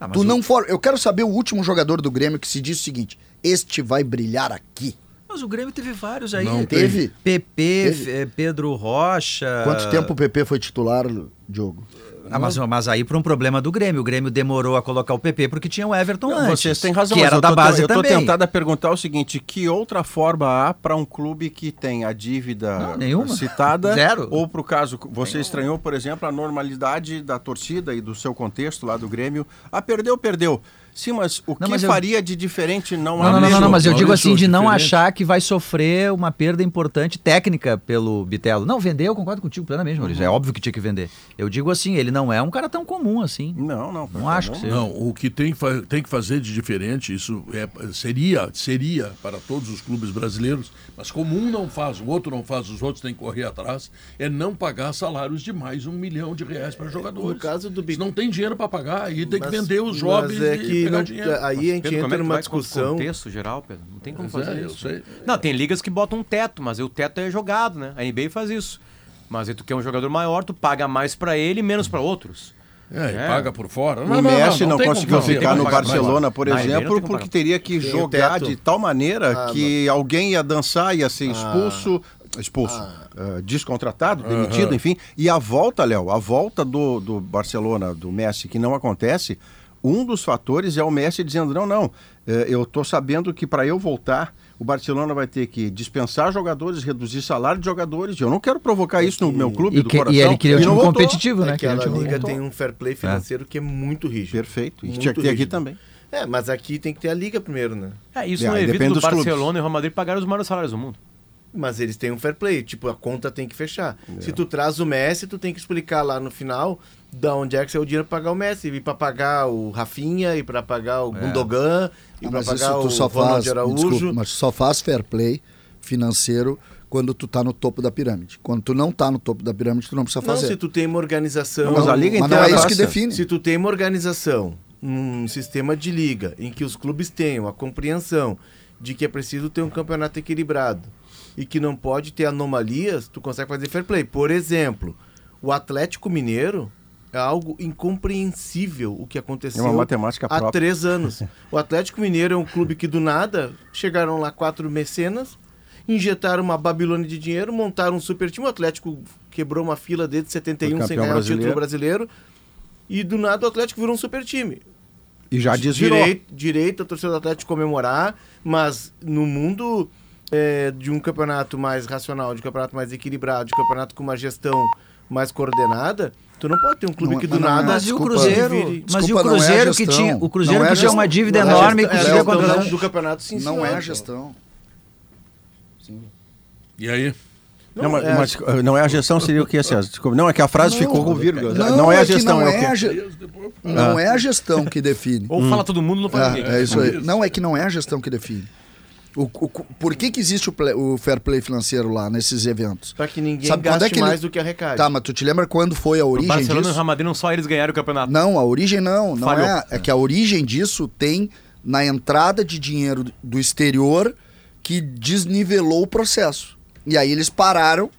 Speaker 3: Ah, mas
Speaker 6: tu
Speaker 3: o-
Speaker 6: não forma. Eu quero saber o último jogador do Grêmio que se diz o seguinte: este vai brilhar aqui.
Speaker 3: Mas o Grêmio teve vários aí. né?
Speaker 1: Não
Speaker 6: Teve?
Speaker 3: PP,
Speaker 6: Teve.
Speaker 3: eh, Pedro Rocha.
Speaker 6: Quanto tempo o PP foi titular, Diogo?
Speaker 3: Ah, mas, mas aí por um problema do Grêmio. O Grêmio demorou a colocar o PP porque tinha o Everton antes.
Speaker 2: Vocês têm razão,
Speaker 3: Que
Speaker 2: mas
Speaker 3: era
Speaker 2: eu
Speaker 3: da
Speaker 2: tô-
Speaker 3: base
Speaker 2: eu tô
Speaker 3: também.
Speaker 2: tentado a perguntar o seguinte: que outra forma há para um clube que tem a dívida
Speaker 3: Não, nenhuma.
Speaker 2: citada?
Speaker 3: Zero.
Speaker 2: Ou para o caso, você estranhou, por exemplo, a normalidade da torcida e do seu contexto lá do Grêmio. Ah, perdeu, perdeu. Sim, mas o que
Speaker 3: mas eu-
Speaker 2: faria de diferente não há
Speaker 3: Não, não, não,
Speaker 2: mesmo?
Speaker 3: não, não, mas eu
Speaker 1: Maurício,
Speaker 3: digo assim, de não
Speaker 1: diferente.
Speaker 3: achar que vai sofrer uma perda importante técnica pelo Bitelo. Não, vender, eu concordo contigo plenamente, Maurício.
Speaker 2: Uhum.
Speaker 3: É óbvio que tinha que vender. Eu digo assim, ele não é um cara tão comum assim.
Speaker 2: Não, não.
Speaker 3: Não acho que seja.
Speaker 1: Não, o que tem, que fa- tem que fazer de diferente, isso é- seria, seria para todos os clubes brasileiros, mas como um não faz, o outro não faz, os outros têm que correr atrás, é não pagar salários de mais um milhão de reais para jogadores.
Speaker 4: É, no caso do Bi-
Speaker 1: Se não tem dinheiro para pagar, aí tem
Speaker 4: Mas-
Speaker 1: que vender os
Speaker 4: mas
Speaker 1: jovens
Speaker 4: é
Speaker 1: e
Speaker 4: que
Speaker 1: pegar
Speaker 4: não-
Speaker 1: dinheiro.
Speaker 4: aí a gente
Speaker 5: Pedro, como é que
Speaker 4: entra
Speaker 5: tu
Speaker 4: numa
Speaker 5: vai com o
Speaker 4: discussão.
Speaker 5: contexto geral, Pedro. Não tem como
Speaker 1: Pois
Speaker 5: fazer
Speaker 1: é, eu
Speaker 5: isso.
Speaker 1: sei.
Speaker 5: Não, tem ligas que botam um teto, mas o teto é jogado, né? A NBA faz isso. Mas aí tu quer um jogador maior, tu paga mais pra ele e menos pra outros.
Speaker 1: É, e
Speaker 5: É.
Speaker 1: paga por fora.
Speaker 2: O Messi não,
Speaker 1: tem como
Speaker 2: conseguiu
Speaker 1: fazer.
Speaker 2: ficar no
Speaker 5: Não tem como pagar.
Speaker 2: Barcelona, por
Speaker 5: Não, ele não
Speaker 2: exemplo,
Speaker 5: tem como
Speaker 2: porque
Speaker 5: pagar.
Speaker 2: teria que
Speaker 4: Tem o
Speaker 2: jogar
Speaker 4: teto.
Speaker 2: de tal maneira
Speaker 4: Ah,
Speaker 2: que alguém ia dançar, ia
Speaker 3: Ah.
Speaker 2: ser expulso, expulso, ah, descontratado, demitido, enfim. E a volta, Léo, a volta do, do Barcelona, do Messi, que não acontece, um dos fatores é o Messi dizendo, não, não, eh, eu tô sabendo que para eu voltar, o Barcelona vai ter que dispensar jogadores, reduzir salário de jogadores. Eu não quero provocar isso no meu clube
Speaker 3: E,
Speaker 2: do
Speaker 3: que- e
Speaker 2: coração.
Speaker 3: ele queria um
Speaker 2: não
Speaker 3: time
Speaker 2: voltou.
Speaker 3: competitivo, né?
Speaker 4: É que
Speaker 3: Queria um
Speaker 4: a La
Speaker 3: time
Speaker 4: Liga
Speaker 3: competitivo.
Speaker 4: tem um fair play financeiro que é muito rígido.
Speaker 2: Perfeito. E
Speaker 4: Muito
Speaker 2: tinha que ter aqui
Speaker 4: rígido.
Speaker 2: também.
Speaker 4: É, mas aqui tem que ter a liga primeiro, né?
Speaker 5: É, isso
Speaker 2: É,
Speaker 5: não
Speaker 2: aí
Speaker 5: evita
Speaker 2: depende
Speaker 5: do
Speaker 2: dos clubes.
Speaker 5: Barcelona e o Real Madrid pagar os maiores salários do mundo.
Speaker 4: Mas eles têm um fair play, tipo, a conta tem que fechar. Se tu traz o Messi, tu tem que explicar lá no final da onde é que saiu o dinheiro pra pagar o Messi. E pra pagar o Rafinha, e pra pagar o Gundogan, e
Speaker 6: Ah,
Speaker 4: pra
Speaker 6: mas
Speaker 4: pagar
Speaker 6: isso
Speaker 4: o
Speaker 6: tu só
Speaker 4: Ronald
Speaker 6: faz, me
Speaker 4: Araújo.
Speaker 6: desculpa, mas só faz fair play financeiro quando tu tá no topo da pirâmide. Quando tu não tá no topo da pirâmide, tu não precisa
Speaker 4: Não,
Speaker 6: fazer.
Speaker 4: se tu tem uma organização...
Speaker 2: Não, mas a liga
Speaker 6: Mas não
Speaker 2: inteira
Speaker 6: é isso
Speaker 2: passa.
Speaker 6: que define.
Speaker 4: Se tu tem uma organização, um sistema de liga, em que os clubes tenham a compreensão de que é preciso ter um campeonato equilibrado e que não pode ter anomalias, tu consegue fazer fair play. Por exemplo, o Atlético Mineiro é algo incompreensível o que aconteceu
Speaker 2: É uma matemática
Speaker 4: há
Speaker 2: própria.
Speaker 4: três anos. O Atlético Mineiro é um clube que do nada chegaram lá quatro mecenas, injetaram uma Babilônia de dinheiro, montaram um super time. O Atlético quebrou uma fila desde 71 sem
Speaker 2: campeão
Speaker 4: ganhar o título
Speaker 2: brasileiro.
Speaker 4: brasileiro. E do nada o Atlético virou um super time.
Speaker 2: E já desvirou.
Speaker 4: Direito, é. direito a torcida do Atlético comemorar, mas no mundo é, de um campeonato mais racional, de um campeonato mais equilibrado, de um campeonato com uma gestão mais coordenada, tu não pode ter um clube
Speaker 6: Não,
Speaker 4: que do
Speaker 6: mas não,
Speaker 4: nada.
Speaker 6: mas
Speaker 3: Mas e o
Speaker 6: Desculpa.
Speaker 3: Cruzeiro?
Speaker 4: Vire-
Speaker 3: mas e o
Speaker 6: Desculpa, não é a
Speaker 3: Cruzeiro que
Speaker 6: gestão.
Speaker 3: tinha, o Cruzeiro
Speaker 6: Não é
Speaker 3: que
Speaker 6: a
Speaker 3: tinha
Speaker 6: gestão.
Speaker 3: uma dívida
Speaker 6: Não é a
Speaker 3: enorme e
Speaker 6: gestão.
Speaker 4: é
Speaker 3: conseguiu
Speaker 4: a
Speaker 3: contratar.
Speaker 4: gestão do campeonato sim,
Speaker 6: não
Speaker 4: senhor.
Speaker 6: é a gestão.
Speaker 1: E aí?
Speaker 2: Não, mas, mas, uh, não é a gestão, seria o que, César? Desculpa. Não, é que a frase ficou com vírgula. Não, é a
Speaker 6: que
Speaker 2: gestão,
Speaker 6: não
Speaker 2: é, o quê?
Speaker 6: a ge-
Speaker 4: Ah.
Speaker 6: não é a gestão que define.
Speaker 5: Ou fala todo mundo, não fala ninguém.
Speaker 6: É, é isso aí. Não é que não é a gestão que define. O, o- por que, que existe o, ple- o fair play financeiro lá nesses eventos?
Speaker 4: Pra que ninguém
Speaker 6: Sabe quando
Speaker 4: gaste
Speaker 6: é que
Speaker 4: mais
Speaker 6: ele-
Speaker 4: do que arrecade.
Speaker 6: Tá, mas tu te lembra quando foi a
Speaker 5: O
Speaker 6: origem
Speaker 5: Barcelona e o
Speaker 6: disso?
Speaker 5: Real Madrid não só eles ganharam o campeonato.
Speaker 6: Não, a origem não. não
Speaker 5: Falhou.
Speaker 6: é, é que a origem disso tem na entrada de dinheiro do exterior que desnivelou o processo. E aí eles pararam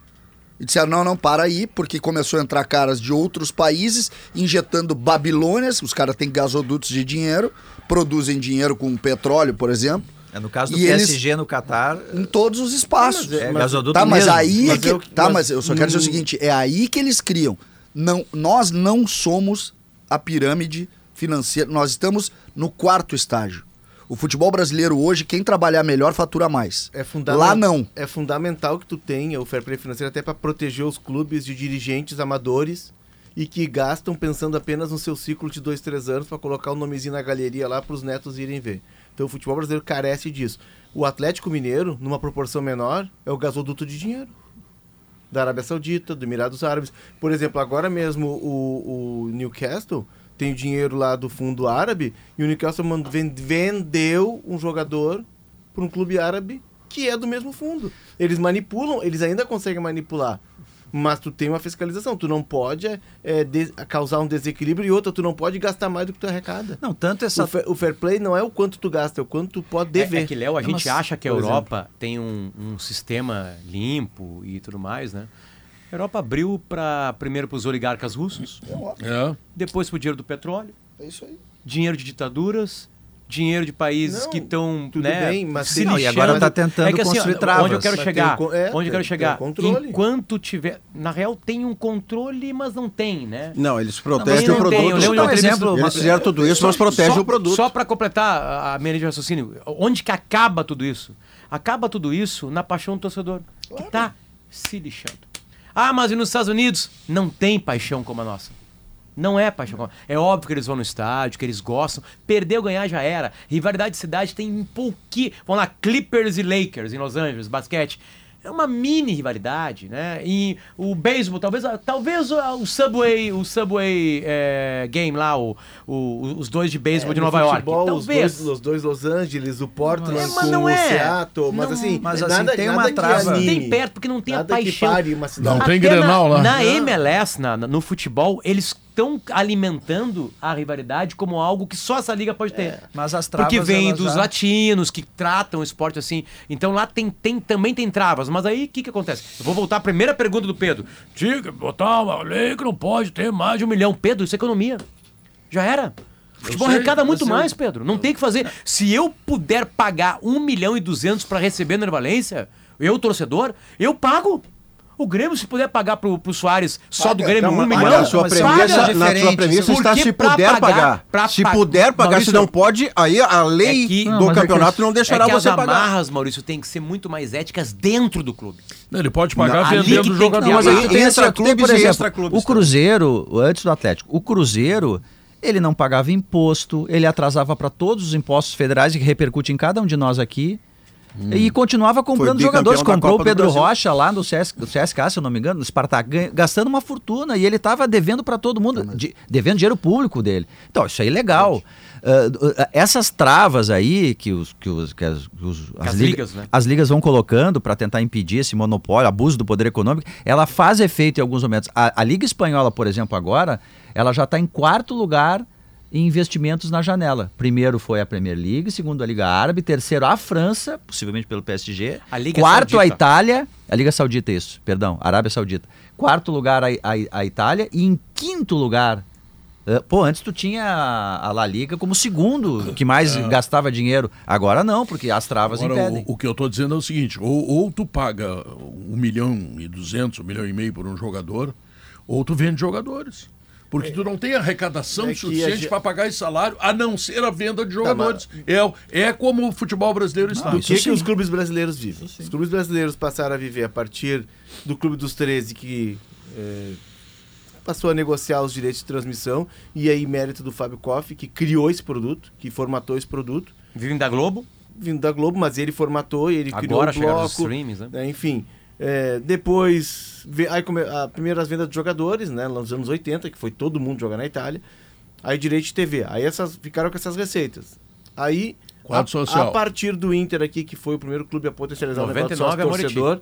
Speaker 6: e disseram: não, não, para aí, porque começou a entrar caras de outros países injetando Babilônias. Os caras têm gasodutos de dinheiro, produzem dinheiro com petróleo, por exemplo,
Speaker 3: É, no caso do
Speaker 6: E eles-
Speaker 3: PSG no Catar,
Speaker 6: em todos os espaços.
Speaker 3: é, gasoduto
Speaker 6: Tá, mas
Speaker 3: mesmo.
Speaker 6: aí
Speaker 4: Mas
Speaker 6: é que,
Speaker 4: eu-
Speaker 6: tá,
Speaker 4: mas
Speaker 6: mas, eu só quero dizer o
Speaker 4: não-
Speaker 6: seguinte, é aí que eles criam. Não, nós não somos a pirâmide financeira, nós estamos no quarto estágio. O futebol brasileiro hoje, quem trabalhar melhor fatura mais.
Speaker 4: É fundamental.
Speaker 6: Lá não.
Speaker 4: É fundamental que tu tenha o fair play financeiro até para proteger os clubes de dirigentes amadores e que gastam pensando apenas no seu ciclo de dois, três anos para colocar o nomezinho na galeria lá para os netos irem ver. Então o futebol brasileiro carece disso. O Atlético Mineiro, numa proporção menor, é o gasoduto de dinheiro. Da Arábia Saudita, do Emirados Árabes. Por exemplo, agora mesmo o, o Newcastle tem o dinheiro lá do fundo árabe e o Newcastle mand- ven- vendeu um jogador para um clube árabe que é do mesmo fundo. Eles manipulam, eles ainda conseguem manipular. Mas tu tem uma fiscalização, tu não pode é, é, de- causar um desequilíbrio e outra, tu não pode gastar mais do que tu arrecada.
Speaker 3: não tanto essa
Speaker 4: O, fa- o fair play não é o quanto tu gasta, é o quanto tu pode dever.
Speaker 5: É, é que, Léo, a gente
Speaker 3: mas,
Speaker 5: acha que a
Speaker 4: por exemplo.
Speaker 5: Europa tem um, um sistema limpo e tudo mais, né? A Europa abriu para primeiro para os oligarcas russos,
Speaker 1: É.
Speaker 5: depois para o dinheiro do petróleo,
Speaker 6: É isso aí.
Speaker 5: dinheiro de ditaduras, dinheiro de países
Speaker 4: Não,
Speaker 5: que estão
Speaker 4: tudo
Speaker 5: né,
Speaker 4: bem, mas
Speaker 5: se
Speaker 4: tem- Não,
Speaker 3: e
Speaker 5: lixando.
Speaker 3: agora tá tentando
Speaker 5: é que, assim,
Speaker 3: construir
Speaker 5: ó,
Speaker 3: travas.
Speaker 5: Onde eu quero
Speaker 4: Mas
Speaker 5: chegar?
Speaker 4: tem o con- é,
Speaker 5: onde eu
Speaker 4: tem-
Speaker 5: quero chegar?
Speaker 4: tem o controle.
Speaker 5: Enquanto tiver, na real tem um controle, mas não tem, né?
Speaker 2: Não, eles
Speaker 5: mas
Speaker 2: protegem
Speaker 5: não
Speaker 2: o
Speaker 5: tem, eu
Speaker 2: produto.
Speaker 5: lembro de uma
Speaker 2: eles,
Speaker 5: entrevista-
Speaker 2: eles fizeram tudo isso, mas protegem
Speaker 5: Só-
Speaker 2: o produto.
Speaker 5: Só para completar a- a minha linha de raciocínio, onde que acaba tudo isso? Acaba tudo isso na paixão do torcedor, que tá se lixando. Ah, mas e nos Estados Unidos? Não tem paixão como a nossa. Não é paixão. como a- É óbvio que eles vão no estádio, que eles gostam. Perdeu, ganhar já era. Rivalidade de cidade tem um pouquinho. Vão lá, Clippers e Lakers em Los Angeles, basquete. É uma mini rivalidade, né? E o beisebol, talvez, talvez ah, o Subway, o Subway eh, Game lá, o, o- os dois de beisebol É, de
Speaker 4: É, No
Speaker 5: Nova York.
Speaker 4: futebol, os
Speaker 5: Talvez.
Speaker 4: dois- Os dois, Los Angeles, o Portland
Speaker 5: É, mas
Speaker 4: com
Speaker 5: não
Speaker 4: o
Speaker 5: é.
Speaker 4: Seattle, mas
Speaker 5: Não,
Speaker 4: assim,
Speaker 3: mas assim, tem uma
Speaker 4: que
Speaker 3: trava.
Speaker 4: anime,
Speaker 5: Tem perto, porque não tem
Speaker 4: nada
Speaker 5: a
Speaker 4: que
Speaker 5: paixão.
Speaker 4: pare uma cidade.
Speaker 1: Não tem
Speaker 5: né? Até
Speaker 1: Grenal
Speaker 5: na,
Speaker 1: lá.
Speaker 5: Na MLS, na- na- no futebol, eles estão alimentando a rivalidade como algo que só essa liga pode ter.
Speaker 3: É. mas as travas
Speaker 5: Porque vem
Speaker 3: elas
Speaker 5: dos
Speaker 3: já-
Speaker 5: latinos que tratam o esporte assim. Então lá tem, tem- também tem travas. Mas aí o que, que acontece? Eu vou voltar à primeira pergunta do Pedro. Diga, botar uma lei que não pode ter mais de um milhão. Pedro, isso é economia. Já era. Futebol
Speaker 1: sei,
Speaker 5: arrecada
Speaker 1: eu
Speaker 5: muito
Speaker 1: sei.
Speaker 5: mais, Pedro. Não tem o que fazer. Se eu puder pagar um milhão e duzentos para receber na Valência, eu, torcedor, eu pago. O Grêmio, se puder pagar pro, pro Soares só do Grêmio
Speaker 2: Não,
Speaker 5: um
Speaker 2: mas
Speaker 5: milhão,
Speaker 2: na sua
Speaker 3: mas
Speaker 2: premissa,
Speaker 3: paga
Speaker 2: na sua
Speaker 3: diferente,
Speaker 2: premissa
Speaker 5: sim.
Speaker 2: está
Speaker 5: Porque
Speaker 2: se
Speaker 5: pra
Speaker 2: puder
Speaker 5: pagar-
Speaker 2: pagar.
Speaker 5: pra
Speaker 2: se
Speaker 5: pa-
Speaker 2: puder pagar,
Speaker 5: Maurício,
Speaker 2: se não pode, aí a lei
Speaker 5: é que-
Speaker 2: do
Speaker 5: Não, mas é que
Speaker 2: campeonato não deixará
Speaker 5: é que
Speaker 2: você
Speaker 5: as
Speaker 2: pagar.
Speaker 5: amarras, Maurício, tem que ser muito mais éticas dentro do clube.
Speaker 1: Ele pode pagar
Speaker 5: Não, ali que
Speaker 1: vendendo
Speaker 5: tem
Speaker 1: o
Speaker 5: que ter
Speaker 1: jogador.
Speaker 2: Mas
Speaker 5: a-
Speaker 2: aí
Speaker 3: Tem
Speaker 2: entra
Speaker 3: assim, ó, tem,
Speaker 2: clubes
Speaker 3: por
Speaker 2: e
Speaker 3: exemplo,
Speaker 2: extra clubes.
Speaker 3: O Cruzeiro, antes do Atlético, o Cruzeiro, ele não pagava imposto, ele atrasava para todos os impostos federais que repercute em cada um de nós aqui. E continuava comprando
Speaker 2: Hum. Foi bicampeão
Speaker 3: jogadores.
Speaker 2: da
Speaker 3: Comprou
Speaker 2: Copa do
Speaker 3: o Pedro
Speaker 2: Brasil.
Speaker 3: Rocha lá no CS, no CSK, se eu não me engano, no Spartak, ganha- gastando uma fortuna. E ele estava devendo para todo mundo, de- devendo dinheiro público dele. Então, isso é ilegal. Ah, ah, essas travas aí que, os, que, os, que as, que os-
Speaker 5: as
Speaker 3: lig-
Speaker 5: ligas, né?
Speaker 3: as ligas vão colocando para tentar impedir esse monopólio, abuso do poder econômico, ela faz efeito em alguns momentos. A, a Liga Espanhola, por exemplo, agora, ela já está em quarto lugar em investimentos na janela. Primeiro foi a Premier League, segundo a Liga Árabe, terceiro a França, possivelmente pelo PSG,
Speaker 5: A Liga
Speaker 3: quarto a
Speaker 5: Saudita.
Speaker 3: Itália, a Liga Saudita isso, perdão, Arábia Saudita. Quarto lugar a, a- a Itália e em quinto lugar eh, Pô, antes tu tinha a a La Liga como segundo que mais
Speaker 1: É.
Speaker 3: gastava dinheiro. Agora Ah, não, porque as travas
Speaker 1: Agora,
Speaker 3: impedem.
Speaker 1: o, o que eu estou dizendo é o seguinte: ou, ou tu paga um milhão e duzentos, um milhão e meio por um jogador, ou tu vende jogadores. Porque tu não tem arrecadação
Speaker 4: é que a
Speaker 1: suficiente
Speaker 4: gente-
Speaker 1: para pagar esse salário, a não ser a venda de jogadores. é, é como o futebol brasileiro está.
Speaker 4: do Ah, que, que os clubes brasileiros vivem. Os clubes brasileiros passaram a viver a partir do Clube dos 13, que eh, passou a negociar os direitos de transmissão, e aí mérito do Fábio Koff, que criou esse produto, que formatou esse produto,
Speaker 5: Vivem da Globo?
Speaker 4: vindo da Globo, mas ele formatou, ele criou
Speaker 5: Agora
Speaker 4: o
Speaker 5: chegaram os
Speaker 4: bloco,
Speaker 5: streams, né?
Speaker 4: né, Enfim, eh, depois, ve- aí come, a primeiras vendas de jogadores, né? Nos anos 80, que foi todo mundo jogar na Itália. Aí direito de TV. Aí essas, ficaram com essas receitas. Aí
Speaker 1: Quadro
Speaker 4: a,
Speaker 1: social.
Speaker 4: a partir do Inter aqui, que foi o primeiro clube a potencializar o
Speaker 5: 99
Speaker 4: negócio
Speaker 5: é
Speaker 4: sócio
Speaker 5: Moretti.
Speaker 4: torcedor.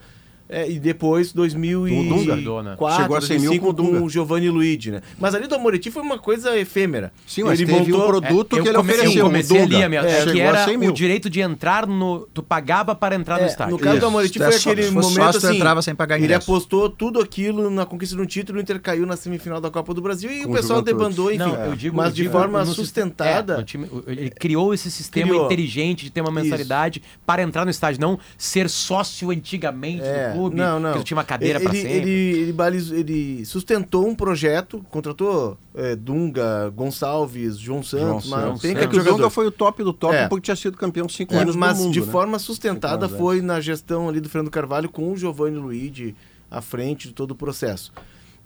Speaker 4: É, e depois, 2004,
Speaker 5: Com o Dunga.
Speaker 2: Chegou a
Speaker 4: 2004,
Speaker 2: cem mil
Speaker 4: 2005,
Speaker 2: com o Dunga.
Speaker 4: com o Giovanni Luigi, né? Mas ali do Amoriti foi uma coisa efêmera.
Speaker 2: Sim, mas teve um produto
Speaker 5: eu
Speaker 2: que ele
Speaker 5: comecei,
Speaker 2: ofereceu,
Speaker 5: eu
Speaker 2: o
Speaker 5: comecei
Speaker 2: Dunga.
Speaker 5: ali a minha,
Speaker 2: É,
Speaker 5: que
Speaker 2: chegou a
Speaker 5: era
Speaker 2: 100
Speaker 5: o
Speaker 2: mil.
Speaker 5: direito de entrar no. Tu pagava para entrar tá no estádio.
Speaker 4: É, No caso
Speaker 3: Isso.
Speaker 4: do Amoriti
Speaker 3: Tu é
Speaker 4: foi
Speaker 3: sócio.
Speaker 4: aquele
Speaker 3: Se fosse
Speaker 4: momento
Speaker 3: sócio, tu
Speaker 4: assim,
Speaker 3: entrava sem pagar
Speaker 4: ele
Speaker 3: ingresso.
Speaker 4: apostou tudo aquilo na conquista de um título, o Inter caiu na semifinal da Copa do Brasil e
Speaker 2: Com
Speaker 4: o pessoal
Speaker 2: Juventude.
Speaker 4: debandou, enfim.
Speaker 5: Não, eu digo,
Speaker 4: mas
Speaker 5: eu
Speaker 4: de
Speaker 5: digo,
Speaker 4: forma
Speaker 5: no sis- é,
Speaker 4: sustentada,
Speaker 5: no time- ele criou esse sistema
Speaker 4: Criou.
Speaker 5: inteligente de ter uma mensalidade para entrar no estádio, não ser sócio antigamente
Speaker 4: É,
Speaker 5: do clube,
Speaker 4: não, não.
Speaker 5: que tu tinha uma cadeira para
Speaker 4: ele,
Speaker 5: sempre.
Speaker 4: ele, ele, balizou- ele sustentou um projeto, contratou é, Dunga, Gonçalves, João Santos,
Speaker 3: João
Speaker 4: mas
Speaker 3: Santos.
Speaker 4: tem
Speaker 2: É
Speaker 4: que
Speaker 2: que o Dunga foi o top do top
Speaker 4: É.
Speaker 2: porque tinha sido campeão cinco
Speaker 4: É,
Speaker 2: anos no
Speaker 4: mas
Speaker 2: mundo,
Speaker 4: de
Speaker 2: né?
Speaker 4: forma sustentada
Speaker 2: Cinco
Speaker 3: é.
Speaker 2: anos, é.
Speaker 4: foi na gestão ali do Fernando Carvalho com o Giovanni Luigi à frente de todo o processo.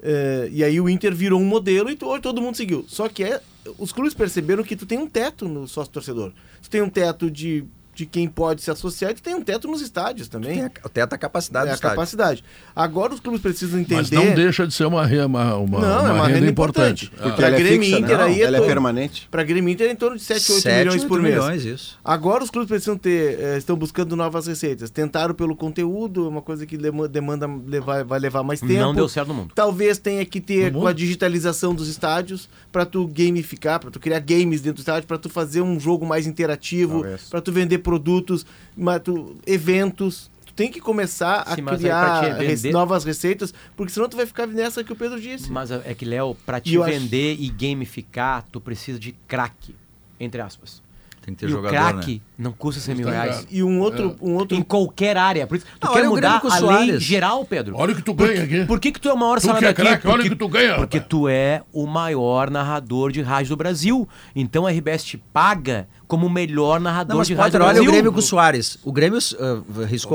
Speaker 4: É, e aí o Inter virou um modelo e to- hoje todo mundo seguiu. Só que é, os clubes perceberam que tu tem um teto no sócio-torcedor. Tu tem um teto de, de quem pode se associar e tu tem um teto nos estádios também.
Speaker 3: Tem a, até a capacidade
Speaker 4: é
Speaker 3: do
Speaker 4: a
Speaker 3: estádio.
Speaker 4: capacidade. Agora os clubes precisam entender.
Speaker 1: Mas não deixa de ser uma, re- uma, uma,
Speaker 4: Não,
Speaker 1: uma
Speaker 4: é uma
Speaker 1: renda,
Speaker 4: renda
Speaker 1: importante.
Speaker 4: importante, porque
Speaker 1: Ah,
Speaker 4: a
Speaker 2: Ela é
Speaker 4: Grêmio
Speaker 2: fixa,
Speaker 4: Inter
Speaker 2: não,
Speaker 4: aí é
Speaker 2: ela é
Speaker 4: todo-
Speaker 2: permanente.
Speaker 4: Para Grêmio Inter é em torno de 7, 8
Speaker 3: Sete,
Speaker 4: milhões
Speaker 3: oito
Speaker 4: por mês.
Speaker 3: milhões, isso.
Speaker 4: Agora os clubes precisam ter, eh, estão buscando novas receitas. Tentaram pelo conteúdo, é uma coisa que lema- demanda levar, vai levar mais tempo.
Speaker 5: Não deu certo no mundo.
Speaker 4: Talvez tenha que ter
Speaker 3: No
Speaker 4: com a
Speaker 3: mundo?
Speaker 4: digitalização dos estádios para tu gamificar, para tu criar games dentro do estádio, para tu fazer um jogo mais interativo,
Speaker 2: Talvez.
Speaker 4: para tu vender produtos, mas tu- eventos. Tu tem que começar
Speaker 5: Sim, mas aí
Speaker 4: a
Speaker 5: pra
Speaker 4: criar
Speaker 5: te
Speaker 4: rec-
Speaker 5: vender-
Speaker 4: novas receitas, porque senão tu vai ficar nessa que o Pedro disse.
Speaker 5: Mas é que, Léo, pra te
Speaker 4: eu acho-
Speaker 5: vender e gamificar, tu precisa de craque, entre aspas.
Speaker 3: Tem que ter
Speaker 5: e
Speaker 3: jogador,
Speaker 5: o craque
Speaker 3: né?
Speaker 5: não custa 100 mil
Speaker 1: Tá
Speaker 5: reais.
Speaker 1: ligado.
Speaker 4: E um outro, um outro
Speaker 5: Em qualquer área. Por isso, tu
Speaker 3: Ah,
Speaker 5: quer
Speaker 3: olha o Grêmio
Speaker 5: mudar
Speaker 3: com o
Speaker 5: a lei
Speaker 3: Suárez.
Speaker 5: geral, Pedro.
Speaker 1: Olha o que tu
Speaker 5: Por
Speaker 1: ganha
Speaker 5: que-
Speaker 1: aqui.
Speaker 5: Por que, que tu é o maior
Speaker 1: Tu que
Speaker 5: salário
Speaker 1: é
Speaker 5: daqui?
Speaker 1: craque, olha o que tu ganha,
Speaker 5: Porque
Speaker 1: rapaz.
Speaker 5: tu é o maior narrador de rádio do Brasil. Então a RBS te paga como o melhor narrador
Speaker 3: Não, mas
Speaker 5: de rádio
Speaker 3: Potter,
Speaker 5: do
Speaker 3: olha
Speaker 5: Brasil.
Speaker 3: o Grêmio com o Soares. O Grêmio ah, riscou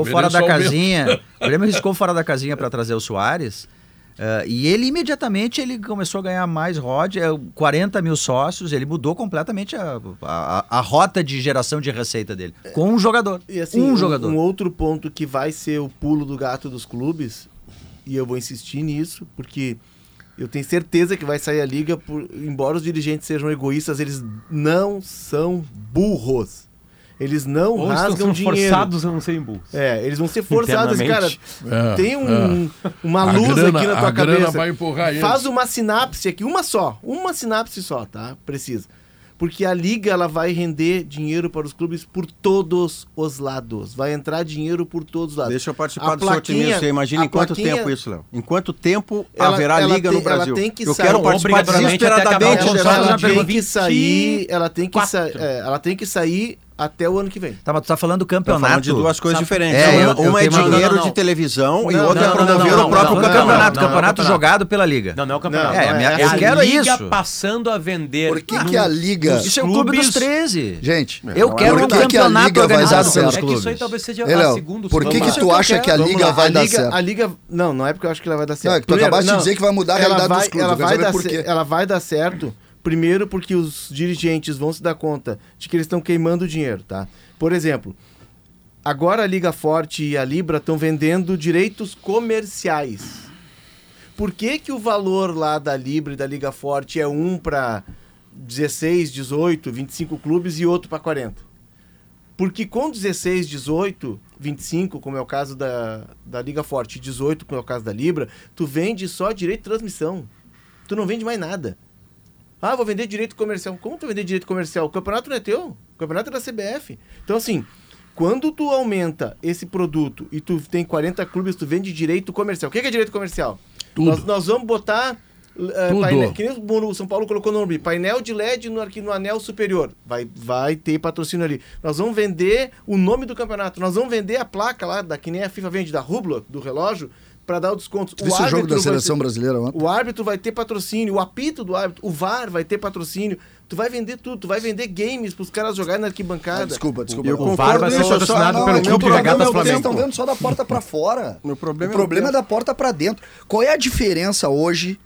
Speaker 1: um. O Grêmio
Speaker 3: fora da
Speaker 1: só aumenta.
Speaker 3: casinha. O Grêmio riscou fora da casinha para trazer o Soares. ah, e ele imediatamente ele começou a ganhar mais ROD, eh, 40 mil sócios, ele mudou completamente a, a, a rota de geração de receita dele. Com um jogador.
Speaker 4: E, assim,
Speaker 3: um jogador.
Speaker 4: Um outro ponto que vai ser o pulo do gato dos clubes, e eu vou insistir nisso, porque eu tenho certeza que vai sair a liga, por- embora os dirigentes sejam egoístas, eles não são burros. Eles não
Speaker 5: Ou estão
Speaker 4: rasgam
Speaker 5: sendo
Speaker 4: dinheiro.
Speaker 5: forçados a não serem burros.
Speaker 4: É, eles vão ser forçados, cara.
Speaker 5: Internamente.
Speaker 1: É,
Speaker 4: tem um- uma
Speaker 1: A
Speaker 4: luz
Speaker 1: grana-
Speaker 4: aqui na tua
Speaker 1: a grana
Speaker 4: cabeça.
Speaker 1: vai empurrar eles.
Speaker 4: Faz uma sinapse aqui, uma só, uma sinapse só, tá? Precisa. Porque a liga ela vai render dinheiro para os clubes por todos os lados. Vai entrar dinheiro por todos os lados.
Speaker 2: Deixa eu
Speaker 4: A
Speaker 2: participar do seu otimismo.
Speaker 4: plaquinha-
Speaker 2: Você imagina
Speaker 4: a
Speaker 2: em quanto
Speaker 4: plaquinha-
Speaker 2: tempo isso, Léo? Em quanto tempo
Speaker 4: Ela-
Speaker 2: haverá
Speaker 4: ela
Speaker 2: liga
Speaker 4: tem-
Speaker 2: no Brasil?
Speaker 4: ela tem que
Speaker 2: Eu
Speaker 4: sair um
Speaker 2: quero participar
Speaker 5: obrigatoriamente até acabar o
Speaker 2: desesperadamente
Speaker 4: Ela,
Speaker 5: contrato.
Speaker 2: dessa
Speaker 4: ela
Speaker 5: na
Speaker 4: tem
Speaker 5: pergunta.
Speaker 4: que um sair, ela tem que, sa-
Speaker 5: 24.
Speaker 4: é, ela tem que sair até o ano que vem.
Speaker 3: Tá, mas tu tá falando do
Speaker 2: Tá
Speaker 3: campeonato.
Speaker 2: falando de duas coisas diferentes.
Speaker 3: É,
Speaker 2: uma
Speaker 3: eu- eu
Speaker 2: uma é
Speaker 3: tenho
Speaker 2: dinheiro
Speaker 3: uma-
Speaker 5: não, não, não.
Speaker 2: de televisão e
Speaker 4: Não,
Speaker 2: outra é
Speaker 5: não, não,
Speaker 2: promover o
Speaker 5: não,
Speaker 3: Tá
Speaker 2: próprio
Speaker 3: falando do
Speaker 5: não,
Speaker 2: campeonato.
Speaker 3: campeonato,
Speaker 5: não, não,
Speaker 3: campeonato
Speaker 5: não.
Speaker 3: jogado pela liga.
Speaker 5: Não, não é o campeonato.
Speaker 4: Não,
Speaker 3: é, a minha- eu
Speaker 5: a
Speaker 3: quero
Speaker 5: liga
Speaker 3: isso.
Speaker 5: passando a vender.
Speaker 6: Por que,
Speaker 5: num-
Speaker 6: que a Liga.
Speaker 3: Isso é o clube
Speaker 5: clubes-
Speaker 3: dos 13.
Speaker 6: Gente,
Speaker 3: Eu
Speaker 6: é por
Speaker 3: quero um
Speaker 6: que que a
Speaker 3: campeonato
Speaker 6: Liga vai dar
Speaker 3: organizado pelos
Speaker 6: certo?
Speaker 5: É que isso aí
Speaker 3: clubes.
Speaker 5: talvez seja
Speaker 6: Ei,
Speaker 5: a
Speaker 6: Léo,
Speaker 5: segunda é
Speaker 6: por que,
Speaker 5: vamos
Speaker 6: que
Speaker 5: lá.
Speaker 6: tu acha que a
Speaker 4: Vamos
Speaker 6: Liga
Speaker 4: lá,
Speaker 6: vai
Speaker 4: a
Speaker 6: dar
Speaker 4: liga,
Speaker 6: certo?
Speaker 4: A liga. Não, não é porque eu acho que ela vai dar certo.
Speaker 6: Não, é que tu acabaste de dizer que vai mudar a
Speaker 4: ela
Speaker 6: realidade
Speaker 4: vai,
Speaker 6: dos clubes,
Speaker 4: Ela
Speaker 6: eu quero
Speaker 4: vai,
Speaker 6: saber
Speaker 4: dar
Speaker 6: por
Speaker 4: cer-
Speaker 6: quê.
Speaker 4: ela vai dar certo, primeiro, porque os dirigentes vão se dar conta de que eles estão queimando dinheiro, tá? Por exemplo, agora a Liga Forte e a Libra estão vendendo direitos comerciais. Por que, que o valor lá da Libra e da Liga Forte é um para 16, 18, 25 clubes e outro para 40? Porque com 16, 18, 25, como é o caso da, da Liga Forte, 18, como é o caso da Libra, tu vende só direito de transmissão. Tu não vende mais nada. Ah, vou vender direito comercial. Como tu vai vender direito comercial? O campeonato não é teu. O campeonato é da CBF. Então, assim, quando tu aumenta esse produto e tu tem 40 clubes, tu vende direito comercial. O que que é direito comercial?
Speaker 1: Tudo.
Speaker 4: Nós, nós vamos botar. eh,
Speaker 1: Tudo.
Speaker 4: painel- que nem o Moro- o São Paulo colocou no Morumbi, painel de LED no, arqui- no anel superior. Vai, vai ter patrocínio ali. Nós vamos vender o nome do campeonato. Nós vamos vender a placa lá, da, que nem a FIFA vende, da Rublo, do relógio, para dar o desconto.
Speaker 6: Tu viste o jogo
Speaker 4: árbitro
Speaker 6: da
Speaker 4: vai
Speaker 6: seleção
Speaker 4: ter-
Speaker 6: brasileira ontem?
Speaker 4: o árbitro vai ter patrocínio, o apito do árbitro, o VAR vai ter patrocínio. Tu vai vender tudo, tu vai vender games pros caras jogarem na arquibancada.
Speaker 6: Ah, desculpa, desculpa.
Speaker 2: Eu
Speaker 6: Não,
Speaker 2: concordo
Speaker 5: vai ser
Speaker 2: nisso, eu só-
Speaker 5: patrocinado
Speaker 2: não,
Speaker 5: pelo
Speaker 2: meu
Speaker 5: clube de
Speaker 2: programa
Speaker 6: problema
Speaker 5: regatas
Speaker 6: é
Speaker 2: é
Speaker 6: o
Speaker 2: o
Speaker 6: que Vocês
Speaker 5: Flamengo.
Speaker 6: estão vendo só da porta pra fora.
Speaker 2: Meu problema
Speaker 6: o
Speaker 2: é o
Speaker 6: problema é
Speaker 2: tempo.
Speaker 6: da porta pra dentro. Qual é a diferença hoje?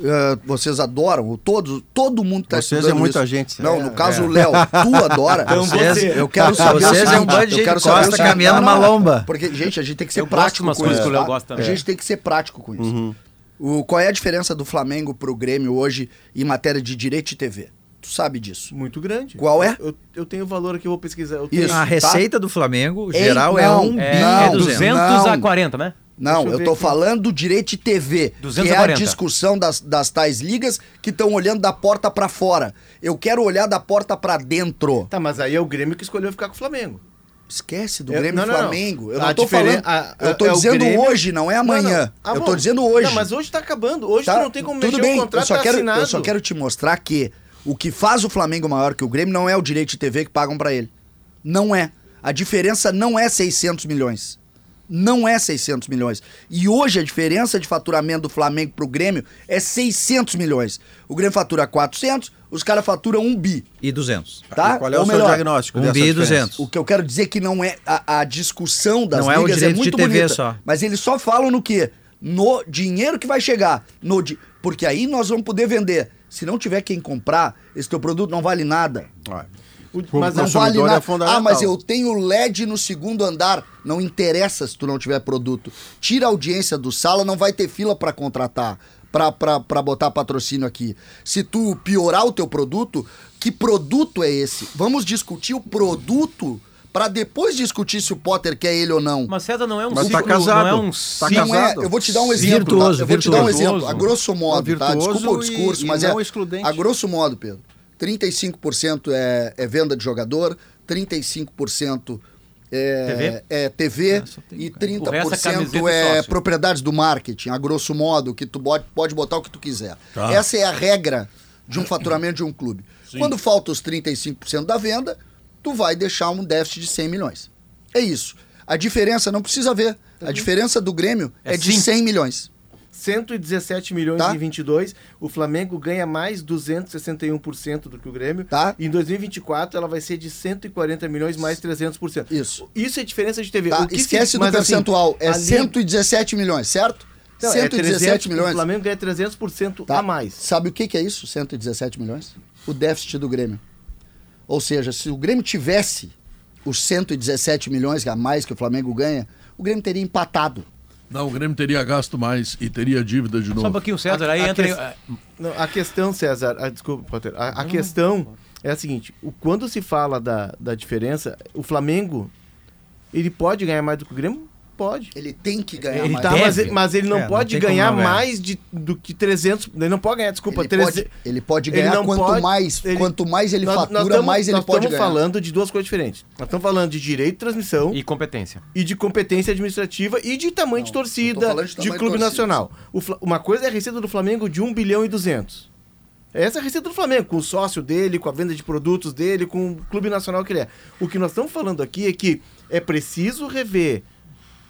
Speaker 6: eh, vocês adoram, todos, todo mundo tá
Speaker 2: Vocês é
Speaker 6: estudando
Speaker 2: muita
Speaker 6: isso.
Speaker 2: gente,
Speaker 6: Não,
Speaker 2: é.
Speaker 6: no caso o Léo, tu adora.
Speaker 4: Então você-
Speaker 6: eu quero saber o
Speaker 3: vocês é um
Speaker 6: seguinte,
Speaker 3: bando de
Speaker 6: eu
Speaker 3: gente
Speaker 6: quero saber o
Speaker 3: costa
Speaker 6: seguinte,
Speaker 3: caminhando
Speaker 6: não, não,
Speaker 3: uma
Speaker 6: não.
Speaker 3: lomba.
Speaker 6: Porque gente, a gente tem que ser
Speaker 5: Eu gosto
Speaker 6: prático
Speaker 5: umas
Speaker 6: com
Speaker 5: coisas
Speaker 6: isso.
Speaker 5: que o Léo
Speaker 6: tá?
Speaker 5: gosta é.
Speaker 6: a
Speaker 5: também.
Speaker 6: gente tem que ser prático com isso. O, qual é a diferença do Flamengo pro Grêmio hoje em matéria de direito de TV? Tu sabe disso.
Speaker 4: Muito grande.
Speaker 6: Qual é?
Speaker 4: Eu, eu tenho o valor aqui, eu vou pesquisar. Eu tenho-
Speaker 6: Isso,
Speaker 3: a
Speaker 6: tá?
Speaker 3: receita do Flamengo
Speaker 6: Ei,
Speaker 3: geral é
Speaker 6: não,
Speaker 3: 1 bi
Speaker 5: É,
Speaker 6: Não,
Speaker 5: é
Speaker 3: e 200.
Speaker 5: 200 a
Speaker 6: não.
Speaker 5: 40, né?
Speaker 6: Não,
Speaker 4: Deixa eu
Speaker 6: eu,
Speaker 4: ver
Speaker 6: tô
Speaker 4: aqui.
Speaker 6: falando do direito e TV, que é a
Speaker 5: 240.
Speaker 6: discussão das, das tais ligas que estão olhando da porta pra fora. Eu quero olhar da porta pra dentro.
Speaker 4: Tá, mas aí é o Grêmio que escolheu ficar com o Flamengo.
Speaker 6: Esquece do
Speaker 4: Eu-
Speaker 6: Grêmio e
Speaker 4: não, não, não.
Speaker 6: Flamengo. Eu
Speaker 4: A
Speaker 6: não tô
Speaker 4: diferen-
Speaker 6: falando.
Speaker 4: a-
Speaker 6: eu tô
Speaker 4: é o
Speaker 6: dizendo
Speaker 4: Grêmio-
Speaker 6: hoje, não é amanhã.
Speaker 4: Ah,
Speaker 6: eu
Speaker 4: bom.
Speaker 6: tô dizendo hoje.
Speaker 4: Não, mas hoje tá acabando. Hoje
Speaker 6: Tá?
Speaker 4: tu não tem como
Speaker 6: Tudo
Speaker 4: mexer
Speaker 6: bem,
Speaker 4: o contrato
Speaker 6: eu só
Speaker 4: tá
Speaker 6: quero,
Speaker 4: assinado.
Speaker 6: Eu só quero te mostrar que o que faz o Flamengo maior que o Grêmio não é o direito de TV que pagam pra ele. Não é. A diferença não é 600 milhões. Não é 600 milhões. E hoje a diferença de faturamento do Flamengo pro Grêmio é 600 milhões. O Grêmio fatura 400, os caras faturam 1 bi,
Speaker 3: E 200.
Speaker 6: tá?
Speaker 2: E qual é
Speaker 6: Ou
Speaker 2: o seu
Speaker 6: melhor,
Speaker 2: diagnóstico
Speaker 3: Um
Speaker 2: dessa
Speaker 3: bi e
Speaker 2: diferença?
Speaker 3: 200.
Speaker 6: o que eu quero dizer é que não é a, a discussão das
Speaker 3: Não é o
Speaker 6: ligas é
Speaker 3: direito de
Speaker 6: muito
Speaker 3: TV
Speaker 6: bonita,
Speaker 3: só.
Speaker 6: mas eles só falam no quê? No dinheiro que vai chegar, no di- porque aí nós vamos poder vender. Se não tiver quem comprar, esse teu produto não vale nada.
Speaker 4: O- Mas não,
Speaker 6: não
Speaker 2: Consumidor
Speaker 6: vale
Speaker 2: é
Speaker 6: nada.
Speaker 2: fundamental.
Speaker 6: ah, mas eu tenho LED no segundo andar. Não interessa se tu não tiver produto. Tira a audiência do sala, não vai ter fila pra contratar, pra- pra pra botar patrocínio aqui. Se tu piorar o teu produto, que produto é esse? Vamos discutir o produto pra depois discutir se o Potter quer ele ou não.
Speaker 5: Mas César não é um
Speaker 2: Mas tá
Speaker 5: ciclo, não é
Speaker 2: casado.
Speaker 5: um
Speaker 2: Tá
Speaker 5: ciclo.
Speaker 6: Não é-
Speaker 2: casado.
Speaker 6: eu vou te dar um exemplo. tá?
Speaker 8: Virtuoso,
Speaker 6: Eu vou te dar um
Speaker 8: virtuoso.
Speaker 6: exemplo. A grosso modo,
Speaker 2: Não,
Speaker 6: tá? Desculpa o
Speaker 2: virtuoso e-
Speaker 6: discurso,
Speaker 2: e
Speaker 6: mas
Speaker 2: não
Speaker 6: é.
Speaker 2: excludente.
Speaker 6: A grosso modo, Pedro. 35% é, é venda de jogador, 35% é TV, é TV e
Speaker 5: O resto é
Speaker 6: 30%
Speaker 5: camiseta e
Speaker 6: é
Speaker 5: sócio.
Speaker 6: propriedades do marketing, a grosso modo, que tu pode, pode botar o que tu quiser.
Speaker 2: Tá.
Speaker 6: Essa é a regra de um faturamento de um clube. Quando falta os 35% da venda, tu vai deixar um déficit de 100 milhões. É isso. A diferença não precisa ver.
Speaker 4: Uhum.
Speaker 6: A diferença do Grêmio é,
Speaker 5: É
Speaker 6: de
Speaker 5: cinco.
Speaker 6: 100 milhões.
Speaker 4: 117 milhões
Speaker 6: Tá.
Speaker 4: em 22. O Flamengo ganha mais 261% do que o Grêmio.
Speaker 6: Tá.
Speaker 4: Em 2024, ela vai ser de 140 milhões mais 300%.
Speaker 6: Isso.
Speaker 4: Isso é diferença de TV.
Speaker 6: Tá?
Speaker 4: O que se-
Speaker 6: Esquece do
Speaker 4: mas, assim,
Speaker 6: percentual. é
Speaker 4: ali-
Speaker 6: 117 milhões, certo?
Speaker 4: Não, é
Speaker 6: 117
Speaker 4: 300,
Speaker 6: milhões.
Speaker 4: O Flamengo ganha 300%
Speaker 6: Tá.
Speaker 4: a mais.
Speaker 6: Sabe o que, que é isso? 117 milhões? O déficit do Grêmio. Ou seja, se o Grêmio tivesse os 117 milhões a mais que o Flamengo ganha, o Grêmio teria empatado.
Speaker 1: Não, o Grêmio teria gasto mais e teria dívida de
Speaker 5: Só um
Speaker 1: novo.
Speaker 5: pouquinho, César,
Speaker 4: A-
Speaker 5: aí ah,
Speaker 4: a
Speaker 5: entra...
Speaker 4: ques- Não, a questão, César, ah, desculpa, Potter, a, a questão é a seguinte: o, quando se fala da, da diferença, o Flamengo ele pode ganhar mais do que o Grêmio? Pode.
Speaker 6: Ele tem que ganhar
Speaker 4: Ele
Speaker 6: mais.
Speaker 4: tá,
Speaker 5: deve.
Speaker 4: mas, ele- mas ele não
Speaker 5: É, não
Speaker 4: pode
Speaker 5: tem como
Speaker 4: ganhar
Speaker 5: não ganhar.
Speaker 4: mais de, do que 300. Ele não pode ganhar, desculpa.
Speaker 6: ele,
Speaker 4: 300
Speaker 6: pode, ele pode
Speaker 4: ele
Speaker 6: ganhar
Speaker 4: não
Speaker 6: quanto
Speaker 4: pode-
Speaker 6: mais.
Speaker 4: ele-
Speaker 6: quanto mais ele
Speaker 4: Nós- nós
Speaker 6: fatura,
Speaker 4: tamo-
Speaker 6: mais ele
Speaker 4: nós
Speaker 6: pode
Speaker 4: estamos
Speaker 6: ganhar.
Speaker 4: falando de duas coisas diferentes. Nós estamos falando de direito de transmissão
Speaker 5: E competência.
Speaker 4: e de competência administrativa e de tamanho de
Speaker 6: eu tô
Speaker 4: torcida
Speaker 6: falando de
Speaker 4: de,
Speaker 6: tamanho de
Speaker 4: clube
Speaker 6: torcida.
Speaker 4: nacional. O Fla- uma coisa é a receita do Flamengo de 1 bilhão e 200. Essa é a receita do Flamengo, com o sócio dele, com a venda de produtos dele, com o clube nacional que ele é. O que nós estamos falando aqui é que é preciso rever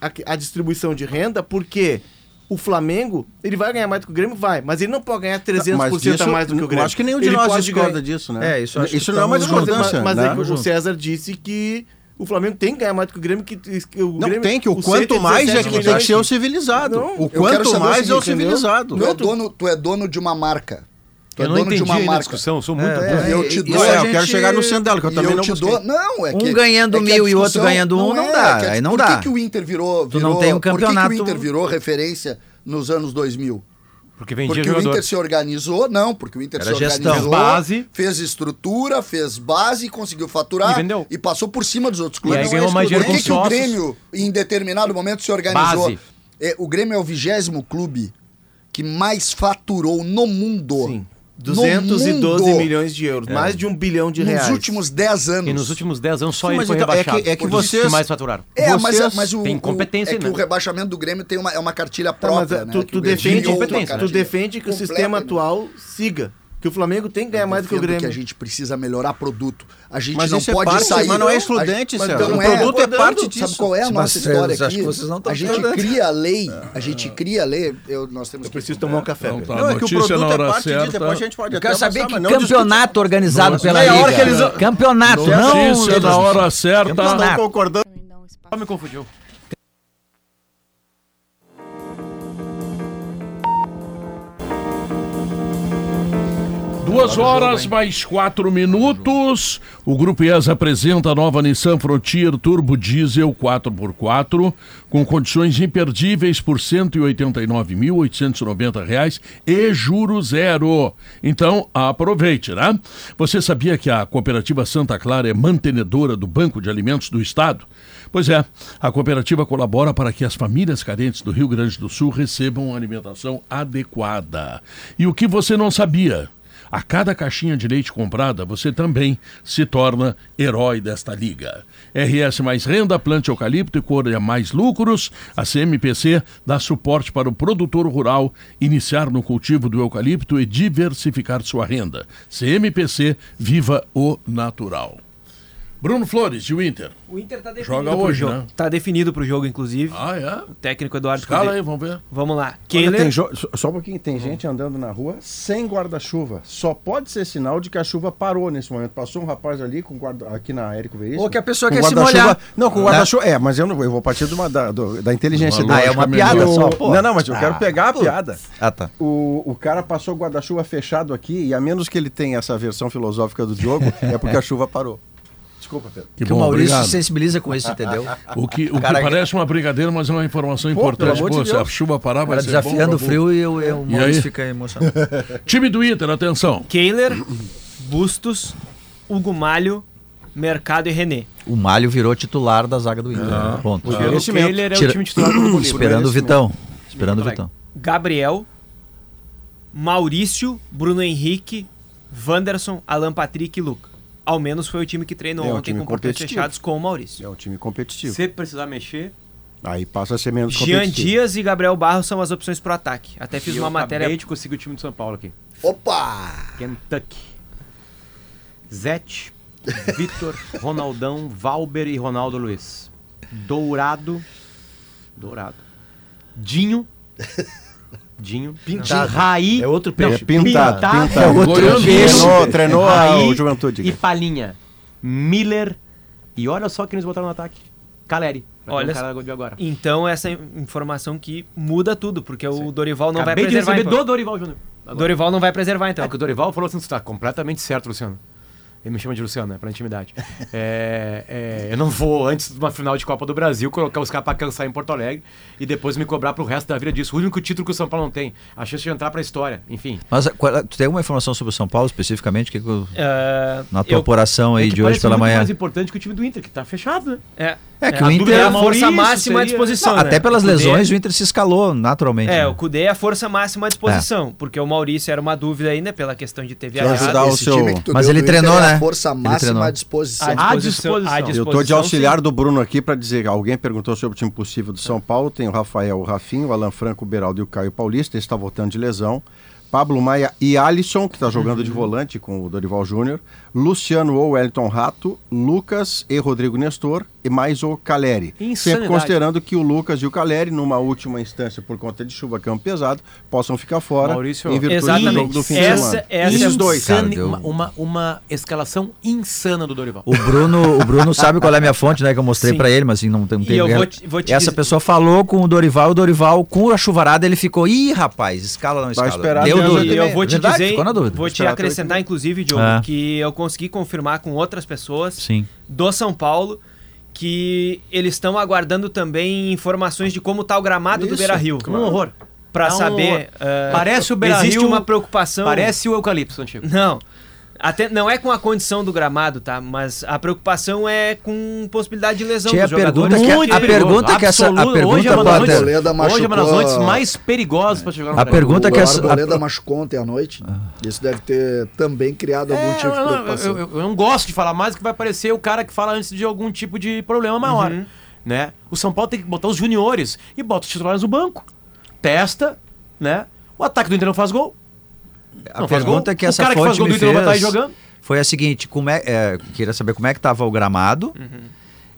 Speaker 4: a, a distribuição de renda, porque o Flamengo, ele vai ganhar mais do que o Grêmio? Vai, mas ele não pode ganhar 300%
Speaker 2: Mas disso,
Speaker 4: a mais do que o Grêmio.
Speaker 2: Acho que nenhum de
Speaker 4: Ele
Speaker 2: nós
Speaker 4: pode
Speaker 2: discorda
Speaker 4: ganhar-
Speaker 2: disso, né?
Speaker 3: É, isso acho que
Speaker 2: não é uma
Speaker 3: estamos juntos.
Speaker 2: discordância.
Speaker 4: mas, mas
Speaker 2: né?
Speaker 4: é que o César disse que o Flamengo tem que ganhar mais do que o Grêmio. Que, que o
Speaker 2: Não
Speaker 4: Grêmio,
Speaker 2: tem que o
Speaker 4: os
Speaker 2: quanto mais é
Speaker 4: 117
Speaker 2: que tem que ser o
Speaker 4: milhões-
Speaker 2: civilizado.
Speaker 4: Não,
Speaker 2: o
Speaker 6: Eu quero saber
Speaker 2: quanto mais é o
Speaker 6: seguinte, entendeu?
Speaker 2: civilizado.
Speaker 6: Tu é, dono, tu é dono de uma marca. Tu é
Speaker 8: Eu não
Speaker 6: dono de
Speaker 8: entendi
Speaker 6: uma
Speaker 8: ainda a
Speaker 6: marca.
Speaker 8: discussão, eu sou muito burro.
Speaker 6: E É, eu te dou.
Speaker 2: Não,
Speaker 6: a
Speaker 2: é, eu
Speaker 6: gente-
Speaker 2: quero chegar no centro dela, que eu
Speaker 6: E
Speaker 2: também não
Speaker 6: te
Speaker 2: busquei.
Speaker 6: dou. Não, é
Speaker 3: Um
Speaker 6: que-
Speaker 3: ganhando
Speaker 6: que a
Speaker 3: mil e outro
Speaker 6: discussão
Speaker 3: ganhando um, não
Speaker 6: é,
Speaker 3: dá,
Speaker 6: que a-
Speaker 3: aí não
Speaker 6: por
Speaker 3: dá.
Speaker 6: que, que o Inter virou.
Speaker 3: Tu não
Speaker 6: virou-
Speaker 3: tem um
Speaker 6: Por que que,
Speaker 3: campeonato-
Speaker 6: o Inter virou referência nos anos 2000?
Speaker 5: Porque vendia
Speaker 6: Porque o
Speaker 5: jogador.
Speaker 6: Inter se organizou, não, porque o Inter
Speaker 3: Era
Speaker 6: se
Speaker 3: gestão.
Speaker 6: organizou,
Speaker 5: Fez base.
Speaker 6: fez estrutura, fez base, conseguiu faturar
Speaker 5: E vendeu.
Speaker 6: passou por cima dos outros
Speaker 5: E aí
Speaker 6: clubes.
Speaker 5: ganhou mais
Speaker 6: por
Speaker 5: dinheiro
Speaker 6: que,
Speaker 5: com
Speaker 6: que o
Speaker 5: sócios.
Speaker 6: Grêmio, em determinado momento, se organizou?
Speaker 5: Base.
Speaker 6: É, o Grêmio é o vigésimo clube que mais faturou no mundo.
Speaker 4: Sim,
Speaker 6: No
Speaker 4: 212
Speaker 6: mundo.
Speaker 4: milhões de
Speaker 5: É.
Speaker 4: euros, mais de um bilhão de
Speaker 6: nos
Speaker 4: reais.
Speaker 6: últimos 10 anos.
Speaker 5: E nos últimos 10 anos só
Speaker 2: Sim,
Speaker 5: ele
Speaker 2: mas
Speaker 5: foi
Speaker 2: então, é
Speaker 5: rebaixado.
Speaker 2: que- é que
Speaker 5: Por isso
Speaker 2: vocês-
Speaker 5: mais faturaram.
Speaker 6: É,
Speaker 2: Vocês
Speaker 6: mas, mas o,
Speaker 5: têm
Speaker 6: o-
Speaker 5: competência,
Speaker 6: é que
Speaker 5: né?
Speaker 6: o rebaixamento do Grêmio tem uma, é uma cartilha
Speaker 4: Tá, mas,
Speaker 6: própria,
Speaker 4: ah,
Speaker 6: né?
Speaker 4: tu,
Speaker 6: que
Speaker 4: tu
Speaker 6: o Grêmio
Speaker 4: defende,
Speaker 6: criou uma
Speaker 5: competência,
Speaker 4: tu
Speaker 6: cartilha
Speaker 4: defende que o
Speaker 6: completa,
Speaker 4: sistema
Speaker 6: né?
Speaker 4: atual siga. Que o Flamengo tem que ganhar mais do que o
Speaker 6: Defendo
Speaker 4: Grêmio.
Speaker 6: que a gente precisa melhorar produto. A gente
Speaker 2: Mas
Speaker 6: não
Speaker 2: isso é
Speaker 6: pode
Speaker 2: parte,
Speaker 6: sair.
Speaker 2: mas não é
Speaker 6: A-
Speaker 2: excludente,
Speaker 6: mas
Speaker 2: Célio.
Speaker 6: não
Speaker 2: O produto é parte
Speaker 6: Sabe
Speaker 2: disso.
Speaker 6: qual é a
Speaker 3: Mas
Speaker 6: nossa
Speaker 3: vocês-
Speaker 6: história
Speaker 3: acho
Speaker 6: aqui?
Speaker 3: que vocês não tão
Speaker 6: a gente
Speaker 3: entendendo.
Speaker 6: cria a lei, a gente cria a lei. Eu, nós temos
Speaker 4: Eu preciso tomar um café.
Speaker 1: Então
Speaker 4: velho.
Speaker 1: tá,
Speaker 2: Não,
Speaker 1: a
Speaker 2: é que o
Speaker 1: notícia
Speaker 2: produto
Speaker 1: na
Speaker 2: é
Speaker 1: hora
Speaker 2: parte
Speaker 1: certa.
Speaker 2: disso, depois a gente pode
Speaker 8: Eu
Speaker 2: até
Speaker 8: quero saber
Speaker 2: avançar,
Speaker 8: que
Speaker 2: mas
Speaker 6: é um
Speaker 2: não
Speaker 8: campeonato organizado
Speaker 1: Nossa,
Speaker 8: pela
Speaker 5: é
Speaker 1: meia
Speaker 8: Liga.
Speaker 1: hora que eles-
Speaker 8: Campeonato, não...
Speaker 1: Notícia na hora certa.
Speaker 8: Campeonato.
Speaker 2: concordando.
Speaker 5: Só me confundiu.
Speaker 1: Duas horas mais quatro minutos. O Grupo IES apresenta a nova Nissan Frontier Turbo Diesel 4x4 com condições imperdíveis por R$ 189.890 reais e juro zero. Então, aproveite, né? Você sabia que a Cooperativa Santa Clara é mantenedora do Banco de Alimentos do Estado? Pois é, a cooperativa colabora para que as famílias carentes do Rio Grande do Sul recebam alimentação adequada. E o que você não sabia? A cada caixinha de leite comprada, você também se torna herói desta liga. RS mais renda, plante eucalipto e cor mais lucros. A CMPC dá suporte para o produtor rural iniciar no cultivo do eucalipto e diversificar sua renda. CMPC, viva o natural. Bruno Flores, de Winter.
Speaker 9: O Inter tá definido.
Speaker 1: Joga
Speaker 9: pro
Speaker 1: hoje,
Speaker 9: jogo.
Speaker 1: né?
Speaker 9: Tá definido pro jogo, inclusive.
Speaker 1: Ah, é?
Speaker 9: O técnico Eduardo
Speaker 1: Escala
Speaker 9: Cudê.
Speaker 1: aí, vamos ver.
Speaker 9: Vamos lá.
Speaker 2: Olha, tem
Speaker 9: Kehler.
Speaker 2: jo- só- Só um pouquinho, tem gente andando na rua sem guarda-chuva. Só pode ser sinal de que a chuva parou nesse momento. Passou um rapaz ali com guarda aqui na Érico Veríssimo.
Speaker 9: Ou que a pessoa
Speaker 2: com
Speaker 9: quer se
Speaker 2: guarda-chuva-
Speaker 9: molhar.
Speaker 2: Não,
Speaker 3: Né? Ah.
Speaker 2: com guarda-chuva. É, mas eu não eu vou partir de uma- da, do- da inteligência
Speaker 1: Uma
Speaker 3: ah,
Speaker 2: dele.
Speaker 1: lógica melhor.
Speaker 2: Eu-
Speaker 3: é só, pô.
Speaker 2: Não, não, mas eu quero
Speaker 3: Ah,
Speaker 2: pegar a
Speaker 3: putz.
Speaker 2: piada.
Speaker 3: Ah, tá.
Speaker 2: O, o cara passou o guarda-chuva fechado aqui, e a menos que ele tenha essa versão filosófica do Diogo, é porque a chuva parou. Desculpa, Pedro.
Speaker 1: Que
Speaker 8: Que o Maurício se sensibiliza com isso, entendeu?
Speaker 1: O que, o que
Speaker 3: Cara,
Speaker 1: parece uma brincadeira, mas é uma informação
Speaker 2: Pô,
Speaker 1: importante.
Speaker 2: pelo amor de
Speaker 1: Pô, se a
Speaker 2: Deus.
Speaker 1: chuva parar, vai
Speaker 8: Cara
Speaker 1: ser bom
Speaker 8: desafiando o
Speaker 1: pra
Speaker 8: frio e eu, eu, o
Speaker 1: E aí?
Speaker 8: Maurício fica emocionado.
Speaker 1: burro. Time do Inter, atenção.
Speaker 9: Kehler, Bustos, Hugo Malho, Mercado e René.
Speaker 3: O Malho virou titular da zaga do Inter. né? Ponto.
Speaker 2: Por
Speaker 9: O
Speaker 2: merecimento.
Speaker 9: Kehler é o
Speaker 3: Tira-
Speaker 9: time titular do Bolívar.
Speaker 3: Esperando o Vitão. Esperando o
Speaker 9: Moleque.
Speaker 3: Vitão.
Speaker 9: Gabriel, Maurício, Bruno Henrique, Wanderson, Alan Patrick e Luca. Ao menos foi o time que treinou
Speaker 2: É um
Speaker 9: ontem
Speaker 2: time
Speaker 9: com portões
Speaker 2: competitivo.
Speaker 9: fechados com o Maurício.
Speaker 2: É um time competitivo.
Speaker 9: Se precisar mexer,
Speaker 2: Aí passa a ser menos
Speaker 9: Jean
Speaker 2: competitivo.
Speaker 9: Dias e Gabriel Barros são as opções pro ataque. Até fiz
Speaker 5: E
Speaker 9: uma
Speaker 5: eu
Speaker 9: matéria.
Speaker 5: Acabei de conseguir o time do São Paulo aqui.
Speaker 6: Opa!
Speaker 5: Kentucky. Zete, Vitor, Ronaldão, Valber e Ronaldo Luiz. Dourado. Dourado. Dinho. Dinho. Pintado. Raí.
Speaker 3: É outro
Speaker 5: Não,
Speaker 3: peixe.
Speaker 2: pintado, pintado.
Speaker 3: É outro
Speaker 1: Goiano.
Speaker 3: peixe.
Speaker 2: Treinou, treinou
Speaker 5: Raí
Speaker 2: a Juventude.
Speaker 5: E Palinha. Miller. E olha só quem eles botaram no ataque. Caleri.
Speaker 9: Olha
Speaker 5: Olha o
Speaker 9: só.
Speaker 5: um cara do agora.
Speaker 9: Então essa informação que muda tudo, porque o Dorival não
Speaker 5: Acabei
Speaker 9: vai
Speaker 5: de
Speaker 9: preservar.
Speaker 5: receber
Speaker 9: então.
Speaker 5: do Dorival Júnior. Agora.
Speaker 9: Dorival não vai preservar então.
Speaker 5: É que o Dorival falou assim, você tá completamente certo, Luciano. Ele me chama de Luciano, né? Pra intimidade. É, é, eu não vou, antes de uma final de Copa do Brasil, colocar os caras pra cansar em Porto Alegre e depois me cobrar pro resto da vida disso. O único título que o São Paulo não tem. A chance de entrar pra história. Enfim.
Speaker 3: Mas qual- é, tu tem alguma informação sobre o São Paulo especificamente? Que que eu-
Speaker 9: Ah,
Speaker 3: na tua
Speaker 9: eu-
Speaker 3: apuração
Speaker 5: É
Speaker 3: aí
Speaker 5: que
Speaker 3: de hoje
Speaker 5: parece
Speaker 3: pela
Speaker 5: muito
Speaker 3: manhã?
Speaker 5: mais importante que o time do Inter, que tá fechado, né?
Speaker 9: É,
Speaker 3: É que
Speaker 9: a
Speaker 3: o
Speaker 9: dúvida
Speaker 3: Inter
Speaker 9: é a força
Speaker 5: Maurício
Speaker 9: máxima à
Speaker 5: seria-
Speaker 9: disposição.
Speaker 3: Não,
Speaker 9: né?
Speaker 3: até pelas
Speaker 9: O Kudê-
Speaker 3: lesões o Inter se escalou naturalmente.
Speaker 9: É,
Speaker 3: né?
Speaker 9: o Cudê é a força máxima à
Speaker 6: É.
Speaker 9: disposição, porque o Maurício era uma dúvida ainda pela questão de ter viajado.
Speaker 2: ajudar o
Speaker 6: Esse
Speaker 2: seu-
Speaker 6: time que tu
Speaker 3: Mas
Speaker 6: deu
Speaker 3: ele
Speaker 6: do Inter é
Speaker 3: treinou,
Speaker 6: a
Speaker 3: né?
Speaker 6: Força
Speaker 3: Ele
Speaker 6: máxima
Speaker 3: treinou.
Speaker 6: à disposição.
Speaker 5: À
Speaker 9: À
Speaker 5: disposição.
Speaker 9: disposição.
Speaker 2: Eu tô de auxiliar do Bruno aqui para dizer, alguém perguntou sobre o time possível do São Paulo, tem o Rafael, o Rafinho, o Alan Franco, o Beraldo e o Caio Paulista, esse está voltando de lesão. Pablo Maia e Alisson, que está jogando
Speaker 6: Uhum.
Speaker 2: de volante com o Dorival Júnior, Luciano ou Wellington Rato, Lucas e Rodrigo Nestor e mais o Caleri. Sempre
Speaker 5: Insanidade.
Speaker 2: considerando que o Lucas e o Caleri, numa última instância por conta de chuva, campo pesado, possam ficar fora
Speaker 5: Maurício,
Speaker 2: em virtude do jogo
Speaker 9: Exatamente.
Speaker 2: do fim de
Speaker 9: Essa-
Speaker 2: semana.
Speaker 5: é
Speaker 9: essa- é
Speaker 2: Esses dois.
Speaker 5: Insane-
Speaker 3: Cara, deu- um-
Speaker 5: uma, uma, uma escalação insana do Dorival.
Speaker 3: O Bruno, o Bruno sabe qual é a minha fonte, né? Que eu mostrei pra ele, mas assim, não tem. não tem-
Speaker 9: eu vou te- vou te
Speaker 3: Essa
Speaker 9: dizer-
Speaker 3: pessoa falou com o Dorival, o Dorival, com a chuvarada, ele ficou. Ih, rapaz, escala ou não escala.
Speaker 2: esperar
Speaker 3: Deu
Speaker 2: até as
Speaker 3: dúvida. É
Speaker 9: E eu vou te
Speaker 3: Verdade,
Speaker 9: dizer,
Speaker 3: Ficou na dúvida.
Speaker 9: vou te
Speaker 2: Esperar até
Speaker 9: acrescentar, inclusive, Diogo,
Speaker 3: É.
Speaker 9: que eu consegui confirmar com outras pessoas
Speaker 3: Sim.
Speaker 9: do São Paulo que eles estão aguardando também informações de como tá o gramado do
Speaker 2: Isso,
Speaker 9: Beira Rio. Um horror. Pra
Speaker 5: É um horror.
Speaker 9: saber. ah,
Speaker 5: Parece o
Speaker 9: Existe
Speaker 5: Beira-Rio-
Speaker 9: uma preocupação.
Speaker 5: Parece o Eucalipto, antigo.
Speaker 9: Não. Até, não é com a condição do gramado, tá? Mas a preocupação é com possibilidade de lesão
Speaker 3: Tinha
Speaker 9: dos
Speaker 3: a pergunta
Speaker 9: jogadores.
Speaker 3: que- a
Speaker 9: porque-
Speaker 3: pergunta- que essa- a
Speaker 5: Absoluto.
Speaker 3: pergunta,
Speaker 5: hoje é uma das
Speaker 3: Potter.
Speaker 5: noites,
Speaker 6: Arboleda
Speaker 5: hoje é uma das
Speaker 6: machucou-
Speaker 5: noites mais perigosas para chegar no
Speaker 3: É. A
Speaker 5: Brasil.
Speaker 3: pergunta
Speaker 6: É, o é
Speaker 3: que essa.
Speaker 6: Arboleda
Speaker 3: a-
Speaker 6: machucou ontem à noite. Isso deve ter também criado algum
Speaker 5: É,
Speaker 6: tipo de
Speaker 5: eu- eu-
Speaker 6: preocupação.
Speaker 5: Eu, eu não gosto de falar mais, que vai parecer o cara que fala antes de algum tipo de problema maior.
Speaker 3: Uhum.
Speaker 5: Né? O São Paulo tem que botar os juniores e bota os titulares no banco. Testa, né? O ataque do Inter não faz gol.
Speaker 3: A
Speaker 5: Não faz
Speaker 3: pergunta é
Speaker 5: gol.
Speaker 3: que
Speaker 5: O
Speaker 3: essa
Speaker 5: cara que faz
Speaker 3: fonte
Speaker 5: gol do
Speaker 3: me
Speaker 5: Inter
Speaker 3: fez
Speaker 5: não vai estar aí jogando.
Speaker 3: foi a seguinte, como é, é, queria saber como é que estava o gramado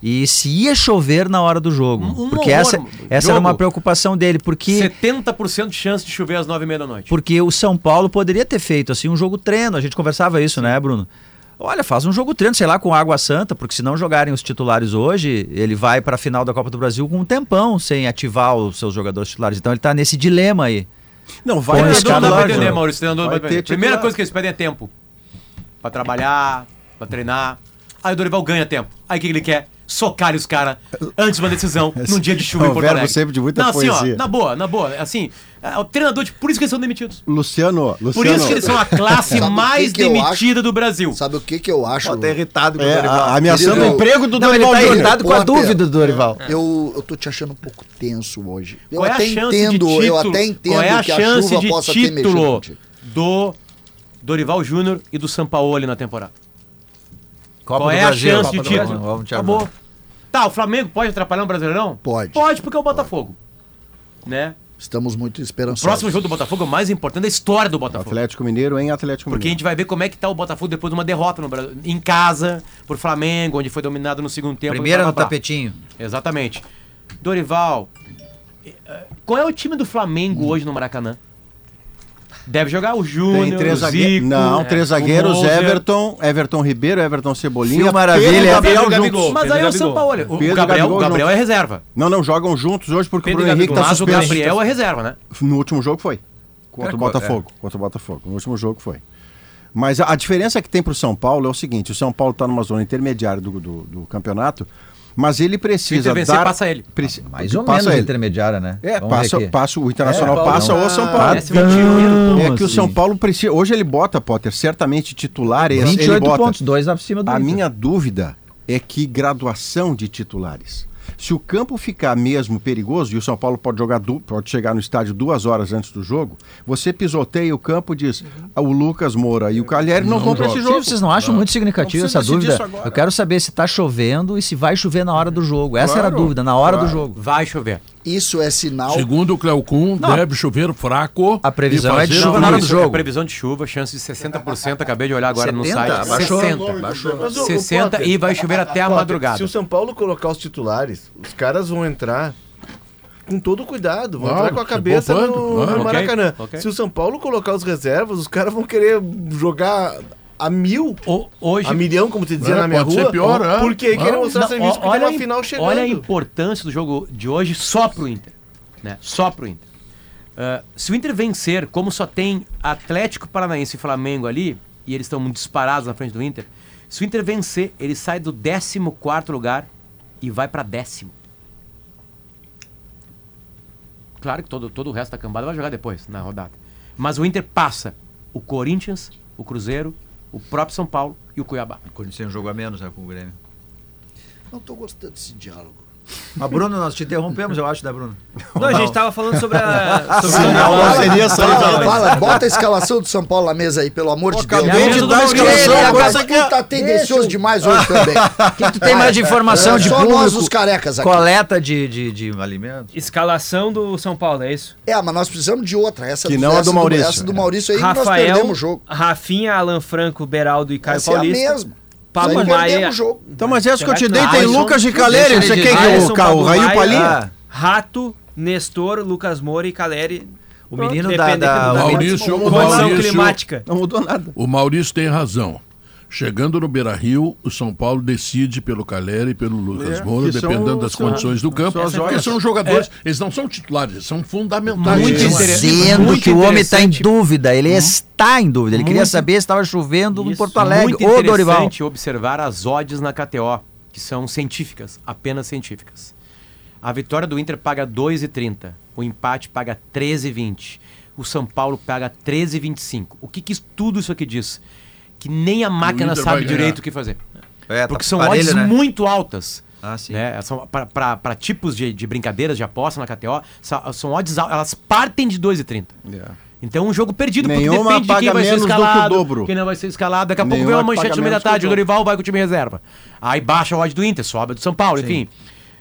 Speaker 3: e se ia chover na hora do jogo.
Speaker 5: Um- um
Speaker 3: porque
Speaker 5: horror,
Speaker 3: essa,
Speaker 5: mano.
Speaker 3: essa
Speaker 5: Jogo.
Speaker 3: era uma preocupação dele, porque,
Speaker 5: 70% de chance de chover às 9h30 da noite.
Speaker 3: porque o São Paulo poderia ter feito assim um jogo treino, a gente conversava isso, né, Bruno? Olha, faz um jogo treino, sei lá, com água santa, porque se não jogarem os titulares hoje, ele vai para a final da Copa do Brasil com um tempão sem ativar os seus jogadores titulares. Então ele tá nesse dilema aí.
Speaker 2: Não,
Speaker 5: O
Speaker 2: vai
Speaker 8: Põe
Speaker 2: na
Speaker 8: esse cara
Speaker 5: treinador não dá
Speaker 8: lá,
Speaker 2: titular,
Speaker 5: pra
Speaker 8: Jorge.
Speaker 5: entender,
Speaker 2: João.
Speaker 5: Maurício. Treinador não dá
Speaker 2: Vai
Speaker 5: pra entender.
Speaker 2: ter
Speaker 5: Primeira
Speaker 2: titular.
Speaker 5: coisa que eles pedem é tempo. Pra trabalhar, pra treinar. Aí o Dorival ganha tempo. Aí o que que ele quer? Socar os caras antes de uma decisão, num dia de chuva
Speaker 2: É um
Speaker 5: em Porto
Speaker 2: verbo
Speaker 5: Alegre.
Speaker 2: sempre de muita
Speaker 5: não, assim,
Speaker 2: poesia.
Speaker 5: ó, na boa, na boa. Assim, é, o treinador, de- por isso que eles são demitidos.
Speaker 2: Luciano, Luciano.
Speaker 5: Por isso que eles são a classe
Speaker 6: Sabe o que
Speaker 5: mais
Speaker 6: que eu
Speaker 5: demitida do Brasil.
Speaker 6: Sabe o que que eu acho?
Speaker 8: irritado
Speaker 2: É, a- ameaçando o
Speaker 6: Querido,
Speaker 2: emprego do
Speaker 8: Não, ele
Speaker 2: Dorival
Speaker 8: tá
Speaker 2: Júnior.
Speaker 8: irritado com a
Speaker 6: Potter,
Speaker 8: dúvida do Dorival.
Speaker 6: é. Eu, eu tô te achando um pouco tenso hoje. Eu
Speaker 5: Qual é
Speaker 6: até
Speaker 5: a chance
Speaker 6: entendo,
Speaker 5: de título,
Speaker 6: eu até entendo
Speaker 5: qual é a
Speaker 6: que a
Speaker 5: chance
Speaker 6: chuva
Speaker 5: de
Speaker 6: possa ter mexido
Speaker 5: título
Speaker 6: contigo.
Speaker 5: do Dorival Júnior e do Sampaoli na temporada?
Speaker 8: Copa
Speaker 5: Qual
Speaker 8: do
Speaker 5: é
Speaker 8: Brasil,
Speaker 5: a chance de
Speaker 8: Copa do Brasil,
Speaker 5: título?
Speaker 8: vamos te
Speaker 5: Acabou.
Speaker 8: armar.
Speaker 5: Tá, o Flamengo pode atrapalhar o Brasileirão?
Speaker 6: Pode.
Speaker 5: Pode, porque é o Botafogo. Né?
Speaker 6: Estamos muito
Speaker 5: O
Speaker 8: Tá
Speaker 6: esperançosos.
Speaker 5: próximo jogo do Botafogo é o mais importante da história do Botafogo.
Speaker 2: Atlético Mineiro em Atlético
Speaker 5: Porque
Speaker 8: né?
Speaker 5: a
Speaker 2: Mineiro.
Speaker 5: gente vai ver como é que tá o Botafogo depois de uma derrota no Brasil, em casa, por Flamengo, onde foi dominado no segundo tempo.
Speaker 8: Primeira
Speaker 5: blá,
Speaker 8: no
Speaker 5: blá, blá.
Speaker 8: tapetinho.
Speaker 5: Exatamente. Dorival, eh, qual é o time do
Speaker 8: Hum.
Speaker 5: Flamengo hoje no Maracanã? Deve jogar o Júnior,
Speaker 2: Tem três
Speaker 5: o
Speaker 2: zagueiros.
Speaker 5: Zico, é,
Speaker 2: Não, três
Speaker 5: o
Speaker 2: zagueiros,
Speaker 5: Moser.
Speaker 2: Everton, Everton Ribeiro, Everton Cebolinha.
Speaker 8: Fio Maravilha,
Speaker 2: Pedro e
Speaker 5: Mas aí
Speaker 2: Gabriel
Speaker 5: o
Speaker 2: juntos.
Speaker 5: Gabigol, Mas aí é o São Paulo. O
Speaker 2: Pedro e
Speaker 5: Gabriel,
Speaker 2: Gabigol
Speaker 5: o Gabriel é
Speaker 2: juntos.
Speaker 5: reserva.
Speaker 2: Não, não, jogam juntos hoje porque
Speaker 9: Pedro
Speaker 2: o Bruno
Speaker 9: e
Speaker 2: Henrique tá
Speaker 5: Mas o
Speaker 2: suspenso.
Speaker 5: Gabriel é reserva, né?
Speaker 2: No último jogo foi. Contra o Botafogo.
Speaker 5: é.
Speaker 2: Contra o Botafogo. No último jogo foi. Mas a, a diferença que tem pro São Paulo é o seguinte: o São Paulo tá numa zona intermediária do, do, do campeonato, mas ele precisa.
Speaker 5: Inter vencer,
Speaker 2: dar,
Speaker 5: passa ele.
Speaker 2: preci-
Speaker 3: Ah,
Speaker 8: Mais ou
Speaker 2: passa
Speaker 8: menos
Speaker 2: ele.
Speaker 8: intermediária, né?
Speaker 2: É,
Speaker 8: Vamos ver
Speaker 2: passa,
Speaker 8: aqui.
Speaker 2: passa, o Internacional
Speaker 8: É,
Speaker 2: passa
Speaker 8: Paulão.
Speaker 2: ou São Paulo.
Speaker 5: Parece 21.
Speaker 2: É que o São Paulo precisa. Hoje ele bota, Potter, certamente titular. ele- ele
Speaker 8: 28
Speaker 2: bota.
Speaker 8: pontos, dois acima do
Speaker 2: A
Speaker 8: Inter.
Speaker 2: minha dúvida é que graduação de titulares. Se o campo ficar mesmo perigoso, e o São Paulo pode jogar du- pode chegar no estádio duas horas antes do jogo, você pisoteia o campo e diz: "Ah, o Lucas Moura e o Calheri não, vão para esse jogo.
Speaker 8: Inclusive, vocês não acham muito significativo
Speaker 2: Não
Speaker 8: essa
Speaker 2: precisa decidir
Speaker 8: dúvida?
Speaker 2: isso agora.
Speaker 8: Eu quero saber se tá chovendo e se vai chover na hora do jogo. Essa era a dúvida, na hora do jogo.
Speaker 5: Vai chover.
Speaker 6: Isso é sinal
Speaker 1: Segundo o Cleocum, deve chover fraco.
Speaker 8: A previsão
Speaker 1: e
Speaker 8: é de
Speaker 1: fazer
Speaker 8: chuva na
Speaker 1: luz.
Speaker 8: hora do jogo.
Speaker 5: Previsão de chuva, chance de 60%, acabei de olhar agora no
Speaker 8: 70?
Speaker 5: site.
Speaker 8: Baixou?
Speaker 5: 60.
Speaker 4: Mas o- o
Speaker 5: 60
Speaker 4: Potter-
Speaker 5: e vai chover até a
Speaker 4: Potter,
Speaker 5: madrugada.
Speaker 4: Se o São Paulo colocar os titulares, os caras vão entrar com todo cuidado, vão
Speaker 1: Claro,
Speaker 4: entrar
Speaker 6: é
Speaker 4: com a
Speaker 1: se
Speaker 4: cabeça
Speaker 1: poupando,
Speaker 4: no,
Speaker 1: claro.
Speaker 4: no Maracanã.
Speaker 5: Ok, ok.
Speaker 4: Se o São Paulo colocar os reservas, os caras vão querer jogar a mil,
Speaker 5: O- hoje,
Speaker 4: a milhão, como tu dizia
Speaker 1: É,
Speaker 4: na minha
Speaker 1: pode ser
Speaker 4: rua.
Speaker 1: pior, é.
Speaker 4: Porque
Speaker 1: É.
Speaker 4: querem mostrar
Speaker 5: Não,
Speaker 4: serviço
Speaker 5: ó-
Speaker 4: porque tem
Speaker 5: olha,
Speaker 4: uma final
Speaker 5: a,
Speaker 4: chegando.
Speaker 5: olha a importância do jogo de hoje só pro Inter. Né? Só pro Inter. Ah, se o Inter vencer, como só tem Atlético Paranaense e Flamengo ali, e eles estão muito disparados na frente do Inter, se o Inter vencer, ele sai do 14 lugar e vai pra décimo. Claro que todo, todo o resto da cambada vai jogar depois, na rodada. Mas o Inter passa o Corinthians, o Cruzeiro, o próprio São Paulo e o Cuiabá.
Speaker 8: Quando tem um jogo a menos, né, com o Grêmio.
Speaker 6: Não tô gostando desse diálogo.
Speaker 8: Mas, Bruno, nós te interrompemos, eu acho, né, Bruno?
Speaker 9: Não, a gente tava falando sobre a. Sobre a-
Speaker 2: seria
Speaker 6: Fala, fala, bota a escalação do São Paulo na mesa aí, pelo amor de Deus.
Speaker 2: acabei
Speaker 5: de dar a
Speaker 6: Ele
Speaker 2: escalação, agora é-
Speaker 6: agora
Speaker 2: você
Speaker 6: tu tá tendencioso demais hoje também.
Speaker 8: que tu tem mais de informação de
Speaker 6: É, Só nós
Speaker 8: público?
Speaker 6: os carecas aqui.
Speaker 8: Coleta de, de, de alimentos.
Speaker 9: Escalação do São Paulo, é isso?
Speaker 6: É, mas nós precisamos de outra. Essa
Speaker 2: Que não é a
Speaker 6: essa
Speaker 2: do Maurício. né?
Speaker 6: Essa do Maurício aí que nós
Speaker 9: Rafael,
Speaker 6: perdemos o jogo.
Speaker 9: Rafinha, Alan Franco, Beraldo e Caio
Speaker 6: Essa é a
Speaker 9: Paulista.
Speaker 6: mesma.
Speaker 9: Pablo
Speaker 6: Nós
Speaker 9: Maia.
Speaker 6: perdemos o jogo.
Speaker 2: Então, mas essa que eu te
Speaker 9: Será
Speaker 2: dei
Speaker 9: que
Speaker 2: tem
Speaker 9: não?
Speaker 2: Lucas de
Speaker 8: Deixa
Speaker 2: Caleri,
Speaker 8: ele
Speaker 2: você
Speaker 8: de-
Speaker 2: quer que
Speaker 9: Alisson,
Speaker 2: o, ca- o
Speaker 9: Pablo
Speaker 2: Raio
Speaker 9: é um Maia,
Speaker 2: Palinha?
Speaker 9: Rato, Nestor, Lucas Moura e Caleri.
Speaker 8: O
Speaker 9: Pronto,
Speaker 8: menino da-
Speaker 9: depende
Speaker 8: da-
Speaker 9: do-
Speaker 1: o Maurício, o
Speaker 9: condição
Speaker 1: Maurício-
Speaker 9: climática.
Speaker 2: Não mudou nada.
Speaker 1: O Maurício tem razão. Chegando no Beira Rio, o São Paulo decide pelo Caleri e pelo Lucas
Speaker 2: É,
Speaker 1: Moura,
Speaker 2: que são-
Speaker 1: dependendo das
Speaker 2: são-
Speaker 1: condições do campo.
Speaker 2: são as
Speaker 1: Porque
Speaker 2: joias.
Speaker 1: são jogadores,
Speaker 8: É.
Speaker 1: eles não são titulares, eles são fundamentais.
Speaker 5: Muito
Speaker 1: Eles são
Speaker 5: interessante.
Speaker 8: Dizendo
Speaker 5: muito
Speaker 8: que o homem está em
Speaker 5: interessante.
Speaker 8: dúvida, ele está em dúvida. Ele queria
Speaker 5: Muito-
Speaker 8: saber se estava chovendo em
Speaker 9: Isso,
Speaker 8: Porto Alegre.
Speaker 5: Muito
Speaker 8: Ô, Dorival.
Speaker 5: interessante observar as odds na KTO, que são científicas, apenas científicas. A vitória do Inter paga 2,30. O empate paga 13,20. O São Paulo paga 13,25. O que, que isso- tudo isso aqui diz? Que nem a máquina
Speaker 1: Inter
Speaker 5: sabe
Speaker 1: vai ganhar.
Speaker 5: direito o que fazer.
Speaker 8: É, tá
Speaker 5: Porque são
Speaker 8: parelho,
Speaker 5: odds
Speaker 8: né?
Speaker 5: muito altas.
Speaker 8: Ah, sim.
Speaker 5: Né? São para tipos de, de brincadeiras de aposta na KTO, sa- são odds al- elas partem de 2,30.
Speaker 8: É.
Speaker 5: Então um jogo perdido, porque
Speaker 2: Nenhuma
Speaker 5: depende de quem
Speaker 2: paga
Speaker 5: vai ser
Speaker 2: menos do que o
Speaker 5: escalado,
Speaker 2: dobro.
Speaker 5: quem não vai ser escalado. Daqui a pouco vem
Speaker 2: Nenhuma
Speaker 5: uma manchete
Speaker 2: paga
Speaker 5: no meio da
Speaker 2: menos que o
Speaker 5: tarde, o
Speaker 2: dobro.
Speaker 5: Dorival vai com o time reserva. Aí baixa a odd do Inter, sobe a do São Paulo, enfim.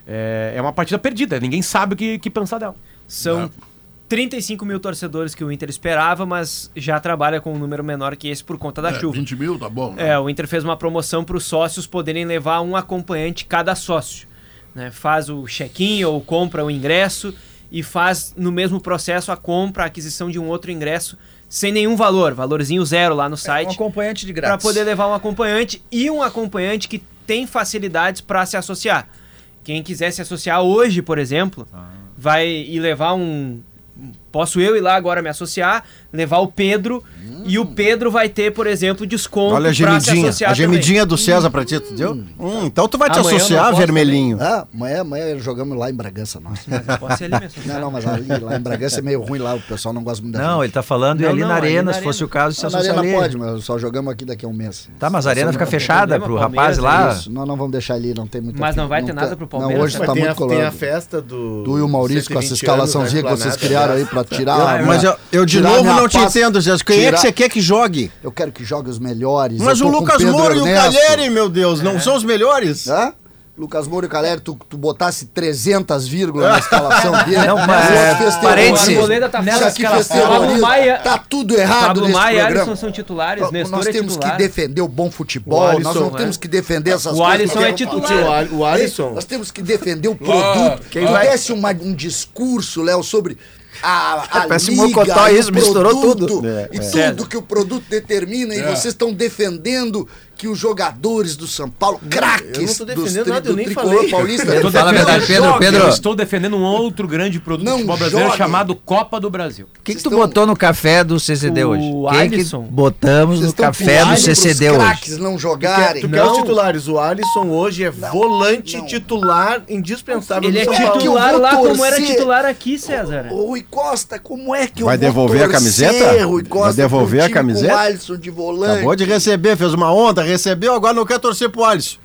Speaker 5: É, é uma partida perdida, ninguém sabe o que, que pensar dela.
Speaker 9: São 35 mil torcedores que o Inter esperava, mas já trabalha com um número menor que esse por conta da
Speaker 1: É,
Speaker 9: chuva.
Speaker 1: 20 mil, tá bom. né?
Speaker 9: É, o Inter fez uma promoção para os sócios poderem levar um acompanhante cada sócio. né? Faz o check-in ou compra o ingresso e faz no mesmo processo a compra, a aquisição de um outro ingresso sem nenhum valor, valorzinho zero lá no site,
Speaker 8: acompanhante de
Speaker 9: para poder levar um acompanhante e um acompanhante que tem facilidades para se associar. Quem quiser se associar hoje, por exemplo, vai e levar um um Posso eu ir lá agora me associar, levar o Pedro, e
Speaker 6: Hum.
Speaker 9: o Pedro vai ter, por exemplo, desconto
Speaker 2: Olha a
Speaker 9: pra se
Speaker 2: gemidinha.
Speaker 9: associar
Speaker 2: A
Speaker 9: também.
Speaker 2: gemidinha do César pra ti, tu deu? Hum, então tu vai te
Speaker 9: Amanhã eu não
Speaker 2: associar,
Speaker 9: posso
Speaker 2: vermelhinho.
Speaker 6: Ah, amanhã, amanhã jogamos lá em Bragança, nós.
Speaker 9: Mas eu posso ir ali me associar.
Speaker 6: Não, não, mas ali, lá em Bragança é meio ruim lá, o pessoal não gosta muito da
Speaker 8: Não,
Speaker 6: gente.
Speaker 8: ele tá falando e
Speaker 9: Não,
Speaker 8: ali
Speaker 9: não,
Speaker 8: na
Speaker 9: ali
Speaker 8: arena,
Speaker 9: na
Speaker 8: se fosse
Speaker 9: arena.
Speaker 8: o caso, se
Speaker 6: Na
Speaker 8: associaria.
Speaker 6: arena pode, mas só jogamos aqui daqui a um mês.
Speaker 8: Tá, mas a arena fica
Speaker 9: tem
Speaker 8: fechada
Speaker 9: problema,
Speaker 8: pro rapaz lá.
Speaker 6: é Isso, nós não vamos deixar ali, não tem muita
Speaker 9: Mas não vai ter
Speaker 6: tá-
Speaker 9: nada pro Palmeiras,
Speaker 6: Não, hoje
Speaker 9: né?
Speaker 6: tá
Speaker 4: tem,
Speaker 6: muito
Speaker 4: a, tem a
Speaker 6: colado.
Speaker 4: festa do.
Speaker 6: Tu e o Maurício com essa
Speaker 4: 120 anos da
Speaker 6: escalaçãozinha que vocês
Speaker 4: Esplanada,
Speaker 6: criaram
Speaker 4: né?
Speaker 6: aí pra tirar.
Speaker 2: Mas eu, eu de
Speaker 6: tirar
Speaker 2: novo
Speaker 6: minha
Speaker 2: não te
Speaker 6: paz.
Speaker 2: entendo, César. Quem é
Speaker 6: Tirar-
Speaker 2: que você quer que jogue?
Speaker 6: Eu quero que jogue os melhores.
Speaker 2: Mas
Speaker 6: eu
Speaker 2: o
Speaker 6: tô com
Speaker 2: Lucas
Speaker 6: Pedro
Speaker 2: Moura e o
Speaker 6: Ernesto.
Speaker 2: Calheri, meu Deus,
Speaker 6: É.
Speaker 2: não são os melhores?
Speaker 6: Hã? Lucas Moura e o Caleri, tu, tu botasse 300 vírgulas na escalação dele.
Speaker 8: Não,
Speaker 6: O
Speaker 8: mas- é,
Speaker 6: outro
Speaker 2: é
Speaker 6: fez terrorismo.
Speaker 8: parênteses.
Speaker 6: Isso
Speaker 9: Arboleda tá fora da
Speaker 6: aqui fez
Speaker 9: escalação. Pablo
Speaker 6: terrorismo.
Speaker 9: Maia-
Speaker 6: Tá tudo errado
Speaker 9: Pablo
Speaker 6: nesse
Speaker 9: Maia e Alisson
Speaker 6: programa.
Speaker 9: são titulares, Nestor
Speaker 6: Nós
Speaker 9: é
Speaker 6: temos
Speaker 9: titular.
Speaker 6: que defender o bom futebol,
Speaker 4: O Alisson,
Speaker 6: nós não
Speaker 4: né?
Speaker 6: temos que defender essas
Speaker 9: é. O
Speaker 6: coisas.
Speaker 9: Alisson
Speaker 6: que
Speaker 9: é
Speaker 6: eu-
Speaker 9: titular. Ah,
Speaker 4: O Al- o Alisson.
Speaker 6: Nós temos que defender o produto.
Speaker 4: quem
Speaker 6: Quem
Speaker 4: vai-
Speaker 6: Tivesse uma- um discurso, Léo, sobre a, a
Speaker 8: É, Parece
Speaker 6: liga,
Speaker 8: Mocotó
Speaker 6: e o
Speaker 8: isso, misturou
Speaker 6: produto,
Speaker 8: tudo.
Speaker 2: É.
Speaker 6: E tudo É, que o produto determina,
Speaker 4: É.
Speaker 6: e vocês estão defendendo que os jogadores do São Paulo,
Speaker 4: eu não
Speaker 6: craques
Speaker 4: tô
Speaker 6: dos
Speaker 4: defendendo
Speaker 6: tri-
Speaker 4: nada, eu
Speaker 6: do
Speaker 4: nem
Speaker 6: tricolor
Speaker 4: falei.
Speaker 6: paulista,
Speaker 8: Pedro, fala a
Speaker 6: não
Speaker 8: verdade, Pedro,
Speaker 6: joguem.
Speaker 8: Pedro.
Speaker 5: Eu um estou defendendo um outro grande produto
Speaker 6: Não
Speaker 5: do futebol brasileiro
Speaker 6: jogue.
Speaker 5: chamado Copa do Brasil.
Speaker 8: O que, que tu
Speaker 6: Vocês tão-
Speaker 8: botou no café do CCD
Speaker 9: O
Speaker 8: hoje?
Speaker 9: Alisson.
Speaker 8: que botamos
Speaker 6: Vocês
Speaker 8: no
Speaker 6: estão
Speaker 8: café do
Speaker 6: pedindo pros
Speaker 8: CCD hoje?
Speaker 6: craques não
Speaker 4: Tu quer,
Speaker 6: jogarem.
Speaker 4: tu quer os titulares? O Alisson hoje é volante titular indispensável.
Speaker 9: Ele
Speaker 4: no
Speaker 9: é
Speaker 4: São Paulo.
Speaker 6: titular
Speaker 9: titular
Speaker 6: eu vou
Speaker 9: lá como era
Speaker 6: torcer.
Speaker 9: titular aqui, César.
Speaker 6: Ô, Rui Costa, como é que eu
Speaker 2: Vai
Speaker 6: vou
Speaker 2: devolver a
Speaker 6: torcer,
Speaker 2: camiseta?
Speaker 6: Rui
Speaker 2: Vai
Speaker 6: Costa,
Speaker 2: devolver
Speaker 6: pro
Speaker 2: a
Speaker 6: time com
Speaker 2: camiseta?
Speaker 6: O Alisson de volante.
Speaker 2: Acabou de receber, fez uma onda, recebeu, agora não quer torcer pro Alisson.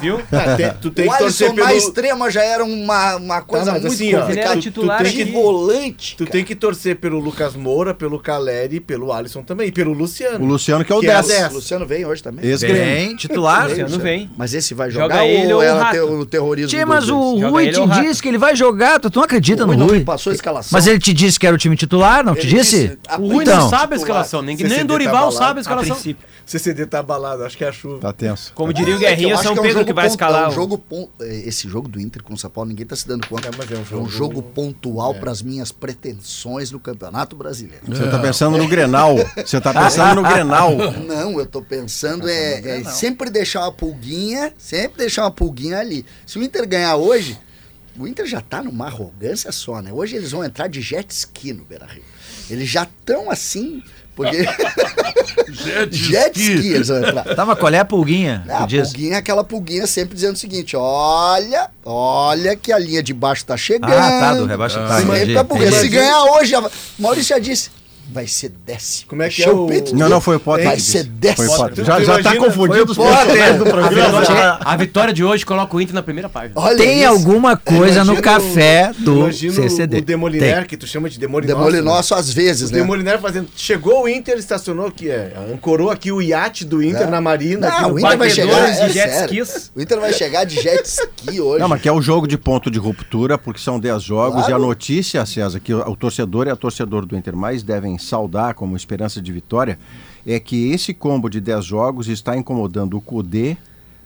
Speaker 5: Viu?
Speaker 4: Ah, tem- tu tem
Speaker 6: o
Speaker 4: que
Speaker 6: Alisson
Speaker 4: torcer
Speaker 6: na
Speaker 4: pelo.
Speaker 6: extrema já era uma, uma coisa
Speaker 4: mas
Speaker 6: muito
Speaker 4: assim,
Speaker 9: Ele
Speaker 4: ó,
Speaker 9: era
Speaker 6: complicada.
Speaker 9: titular
Speaker 4: tem
Speaker 6: de
Speaker 9: aqui.
Speaker 6: volante.
Speaker 4: Tu tem que torcer pelo Lucas Moura, pelo Caleri, pelo Alisson também, e pelo Luciano.
Speaker 2: O Luciano que é o
Speaker 4: Que é o
Speaker 2: 10.
Speaker 6: O Luciano vem hoje também.
Speaker 2: Ex-Grêmio.
Speaker 8: titular.
Speaker 9: Luciano vem.
Speaker 6: Mas esse vai
Speaker 9: Joga
Speaker 6: jogar
Speaker 9: ele ou
Speaker 6: ou
Speaker 9: o
Speaker 6: ela
Speaker 9: Rato?
Speaker 6: tem o terrorismo?
Speaker 8: Tchê,
Speaker 6: dos
Speaker 8: mas
Speaker 6: dois?
Speaker 8: o
Speaker 9: Joga
Speaker 8: Rui
Speaker 9: ele
Speaker 8: te
Speaker 9: ou o Rato.
Speaker 8: disse que ele vai jogar, tu, tu não acredita
Speaker 6: Rui
Speaker 8: no
Speaker 6: não
Speaker 8: Rui.
Speaker 6: me passou a escalação.
Speaker 8: Mas ele te disse que era o time titular, não te
Speaker 6: Ele
Speaker 8: disse?
Speaker 6: disse, a
Speaker 5: O Rui
Speaker 8: Então.
Speaker 5: não sabe a
Speaker 6: titular.
Speaker 5: escalação, nem,
Speaker 4: CCD
Speaker 5: nem
Speaker 4: tá
Speaker 5: Dorival
Speaker 4: abalado.
Speaker 5: sabe
Speaker 9: A
Speaker 5: a escalação.
Speaker 9: princípio.
Speaker 4: CCD tá abalado, acho que é a chuva.
Speaker 2: Tá tenso.
Speaker 9: Como diria o
Speaker 6: É que eu
Speaker 9: Guerrinha,
Speaker 6: acho
Speaker 9: São
Speaker 6: é um
Speaker 9: Pedro
Speaker 6: jogo
Speaker 9: que vai
Speaker 6: pontu-
Speaker 9: escalar.
Speaker 6: É um
Speaker 9: o-
Speaker 6: jogo pon- é, Esse jogo do Inter com o São Paulo, ninguém tá se dando conta.
Speaker 4: É, mas é um
Speaker 6: É
Speaker 4: jogo- É.
Speaker 6: um jogo pontual pras minhas pretensões no Campeonato Brasileiro.
Speaker 2: Você
Speaker 4: É.
Speaker 2: tá pensando no Grenal. Você tá pensando no Grenal.
Speaker 6: Não, eu tô
Speaker 4: Tá
Speaker 6: pensando é, é sempre deixar uma pulguinha, sempre deixar uma pulguinha ali. Se o Inter ganhar hoje, o Inter já tá numa arrogância só, né? Hoje eles vão entrar de jet ski no Beira-Rio. Eles já estão assim, porque
Speaker 1: Jet,
Speaker 6: É jet
Speaker 1: ski.
Speaker 6: ski eles vão entrar.
Speaker 8: Tá, mas qual é a pulguinha?
Speaker 6: Ah,
Speaker 8: Tu
Speaker 6: A
Speaker 8: diz.
Speaker 6: pulguinha é aquela pulguinha sempre dizendo o seguinte: olha, olha que a linha de baixo tá chegando.
Speaker 8: Ah, tá, do rebaixo tá.
Speaker 6: Sempre
Speaker 8: entendi,
Speaker 6: a pulguinha.
Speaker 8: entendi.
Speaker 6: Se ganhar hoje, já... vai- Maurício já disse: vai ser décimo.
Speaker 4: Como é que
Speaker 6: Encheu
Speaker 4: é o-
Speaker 6: peito,
Speaker 2: Não, não, foi o Potter.
Speaker 6: Vai
Speaker 2: que
Speaker 6: ser
Speaker 2: disse.
Speaker 6: décimo.
Speaker 2: Foi o Potter.
Speaker 4: Tu-
Speaker 2: Já,
Speaker 4: tu
Speaker 2: já tá
Speaker 4: imagina-
Speaker 2: confundindo os
Speaker 4: foi o Potter.
Speaker 2: personagens do
Speaker 5: A
Speaker 2: programa.
Speaker 5: vitória, a vitória de hoje coloca o Inter na primeira página.
Speaker 6: Olha
Speaker 8: Tem
Speaker 6: isso.
Speaker 8: alguma coisa no café do
Speaker 4: É, Imagina
Speaker 8: CCD.
Speaker 4: o Demoliner, que tu chama de Demoliner.
Speaker 6: Demolinosso às vezes,
Speaker 4: O
Speaker 6: né?
Speaker 4: Demoliner fazendo. Chegou o Inter, estacionou aqui, é, ancorou aqui o iate do Inter na Marina. aqui
Speaker 6: É. Não,
Speaker 4: no
Speaker 6: o Inter vai
Speaker 4: Parque
Speaker 6: chegar
Speaker 4: Dores.
Speaker 9: de
Speaker 6: é
Speaker 9: jet
Speaker 6: sério.
Speaker 9: skis.
Speaker 6: O Inter vai chegar de jet ski hoje.
Speaker 2: Não, mas que é o jogo de ponto de ruptura, porque são 10 jogos. E a notícia, César, que o o torcedor e a torcedor do Inter mais devem saudar como esperança de vitória, é que esse combo de 10 jogos está incomodando o Cudê